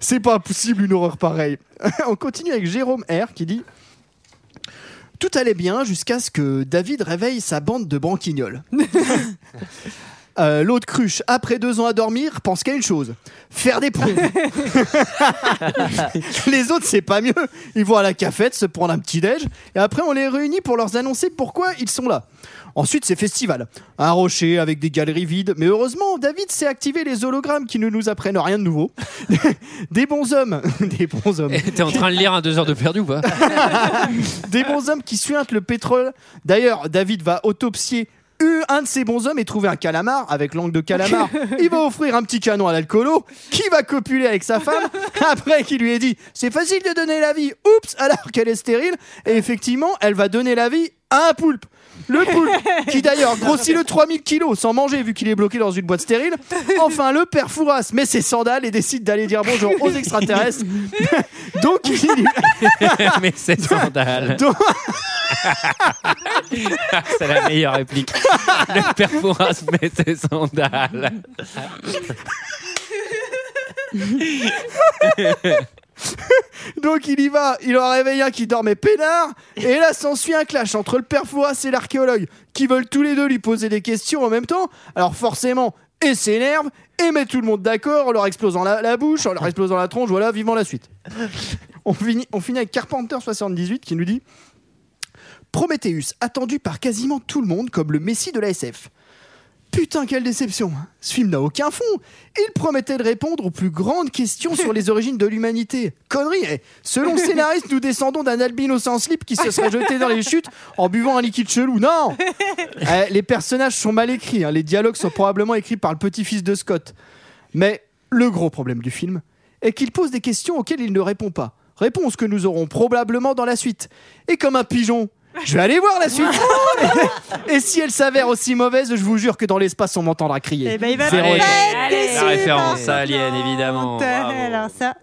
[SPEAKER 7] C'est pas possible une horreur pareille. on continue avec Jérôme R qui dit Tout allait bien jusqu'à ce que David réveille sa bande de branquignoles. Euh, L'autre cruche, après deux ans à dormir, pense qu'à une chose faire des pompes. les autres, c'est pas mieux. Ils vont à la cafette se prendre un petit déj et après, on les réunit pour leur annoncer pourquoi ils sont là. Ensuite, c'est festival. Un rocher avec des galeries vides. Mais heureusement, David s'est activé les hologrammes qui ne nous apprennent rien de nouveau. des bons hommes. des bons hommes.
[SPEAKER 1] T'es en train de lire un deux heures de perdu ou pas
[SPEAKER 7] des bons hommes qui suintent le pétrole. D'ailleurs, David va autopsier eu- un de ces bons hommes et trouver un calamar avec langue de calamar. Il va offrir un petit canon à l'alcoolo qui va copuler avec sa femme après qu'il lui ait dit c'est facile de donner la vie. Oups, alors qu'elle est stérile. Et effectivement, elle va donner la vie à un poulpe. Le poulpe, qui d'ailleurs grossit le 3000 kilos sans manger vu qu'il est bloqué dans une boîte stérile. Enfin, le père Fouras met ses sandales et décide d'aller dire bonjour aux extraterrestres. Donc, il...
[SPEAKER 1] Mais c'est scandale.
[SPEAKER 7] Donc-
[SPEAKER 1] c'est la meilleure réplique. Le père Fouras met ses sandales.
[SPEAKER 7] Donc il y va, il en réveille un qui dormait peinard, et là s'ensuit un clash entre le père Fouras et l'archéologue, qui veulent tous les deux lui poser des questions en même temps, alors forcément, et s'énerve, et met tout le monde d'accord en leur explosant la, la bouche, en leur explosant la tronche, voilà, vivement la suite. On finit, on finit avec Carpenter78 qui nous dit Prometheus, attendu par quasiment tout le monde comme le messie de la SF. Putain, quelle déception Ce film n'a aucun fond Il promettait de répondre aux plus grandes questions sur les origines de l'humanité. Connerie eh. Selon le scénariste, nous descendons d'un albino sans slip qui se serait jeté dans les chutes en buvant un liquide chelou. Non Eh, Les personnages sont mal écrits, hein. les dialogues sont probablement écrits par le petit-fils de Scott. Mais le gros problème du film est qu'il pose des questions auxquelles il ne répond pas. Réponse que nous aurons probablement dans la suite. Et comme un pigeon, je vais aller voir la suite. Et si elle s'avère aussi mauvaise, je vous jure que dans l'espace, on m'entendra crier.
[SPEAKER 9] Eh ben, il va
[SPEAKER 7] Zéro
[SPEAKER 9] pas
[SPEAKER 7] échec.
[SPEAKER 9] être Allez. déçu
[SPEAKER 1] La référence
[SPEAKER 9] par
[SPEAKER 1] à Alien, évidemment. Bravo.
[SPEAKER 9] Alors ça.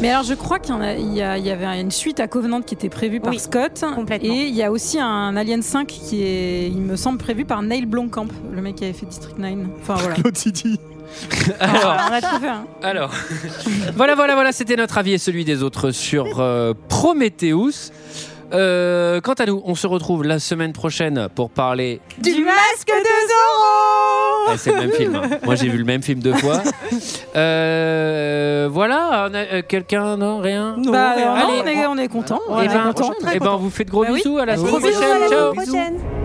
[SPEAKER 6] Mais alors, je crois qu'il y, en a- il y a- il y avait une suite à Covenant qui était prévue par Scott. Et il y a aussi un Alien 5 qui est, il me semble, prévu par Neil Blomkamp, le mec qui avait fait District 9. Enfin voilà.
[SPEAKER 7] Claude Titi.
[SPEAKER 1] Alors,
[SPEAKER 6] on a trouvé un.
[SPEAKER 1] Alors, voilà, voilà, voilà, c'était notre avis et celui des autres sur euh, Prometheus. Euh, quant à nous, on se retrouve la semaine prochaine pour parler.
[SPEAKER 9] Du masque de Zorro
[SPEAKER 1] Eh, c'est le même film. hein. Moi, j'ai vu le même film deux fois. Euh, voilà, on a- euh, quelqu'un, non, rien.
[SPEAKER 6] Bah,
[SPEAKER 1] Allez,
[SPEAKER 6] non, on est, on est content.
[SPEAKER 1] eh ben, eh ben, on vous fait de gros
[SPEAKER 6] Bah oui.
[SPEAKER 1] bisous à la semaine
[SPEAKER 6] Gros bisous, à
[SPEAKER 1] prochaine.
[SPEAKER 6] la
[SPEAKER 1] Ciao.
[SPEAKER 6] prochaine.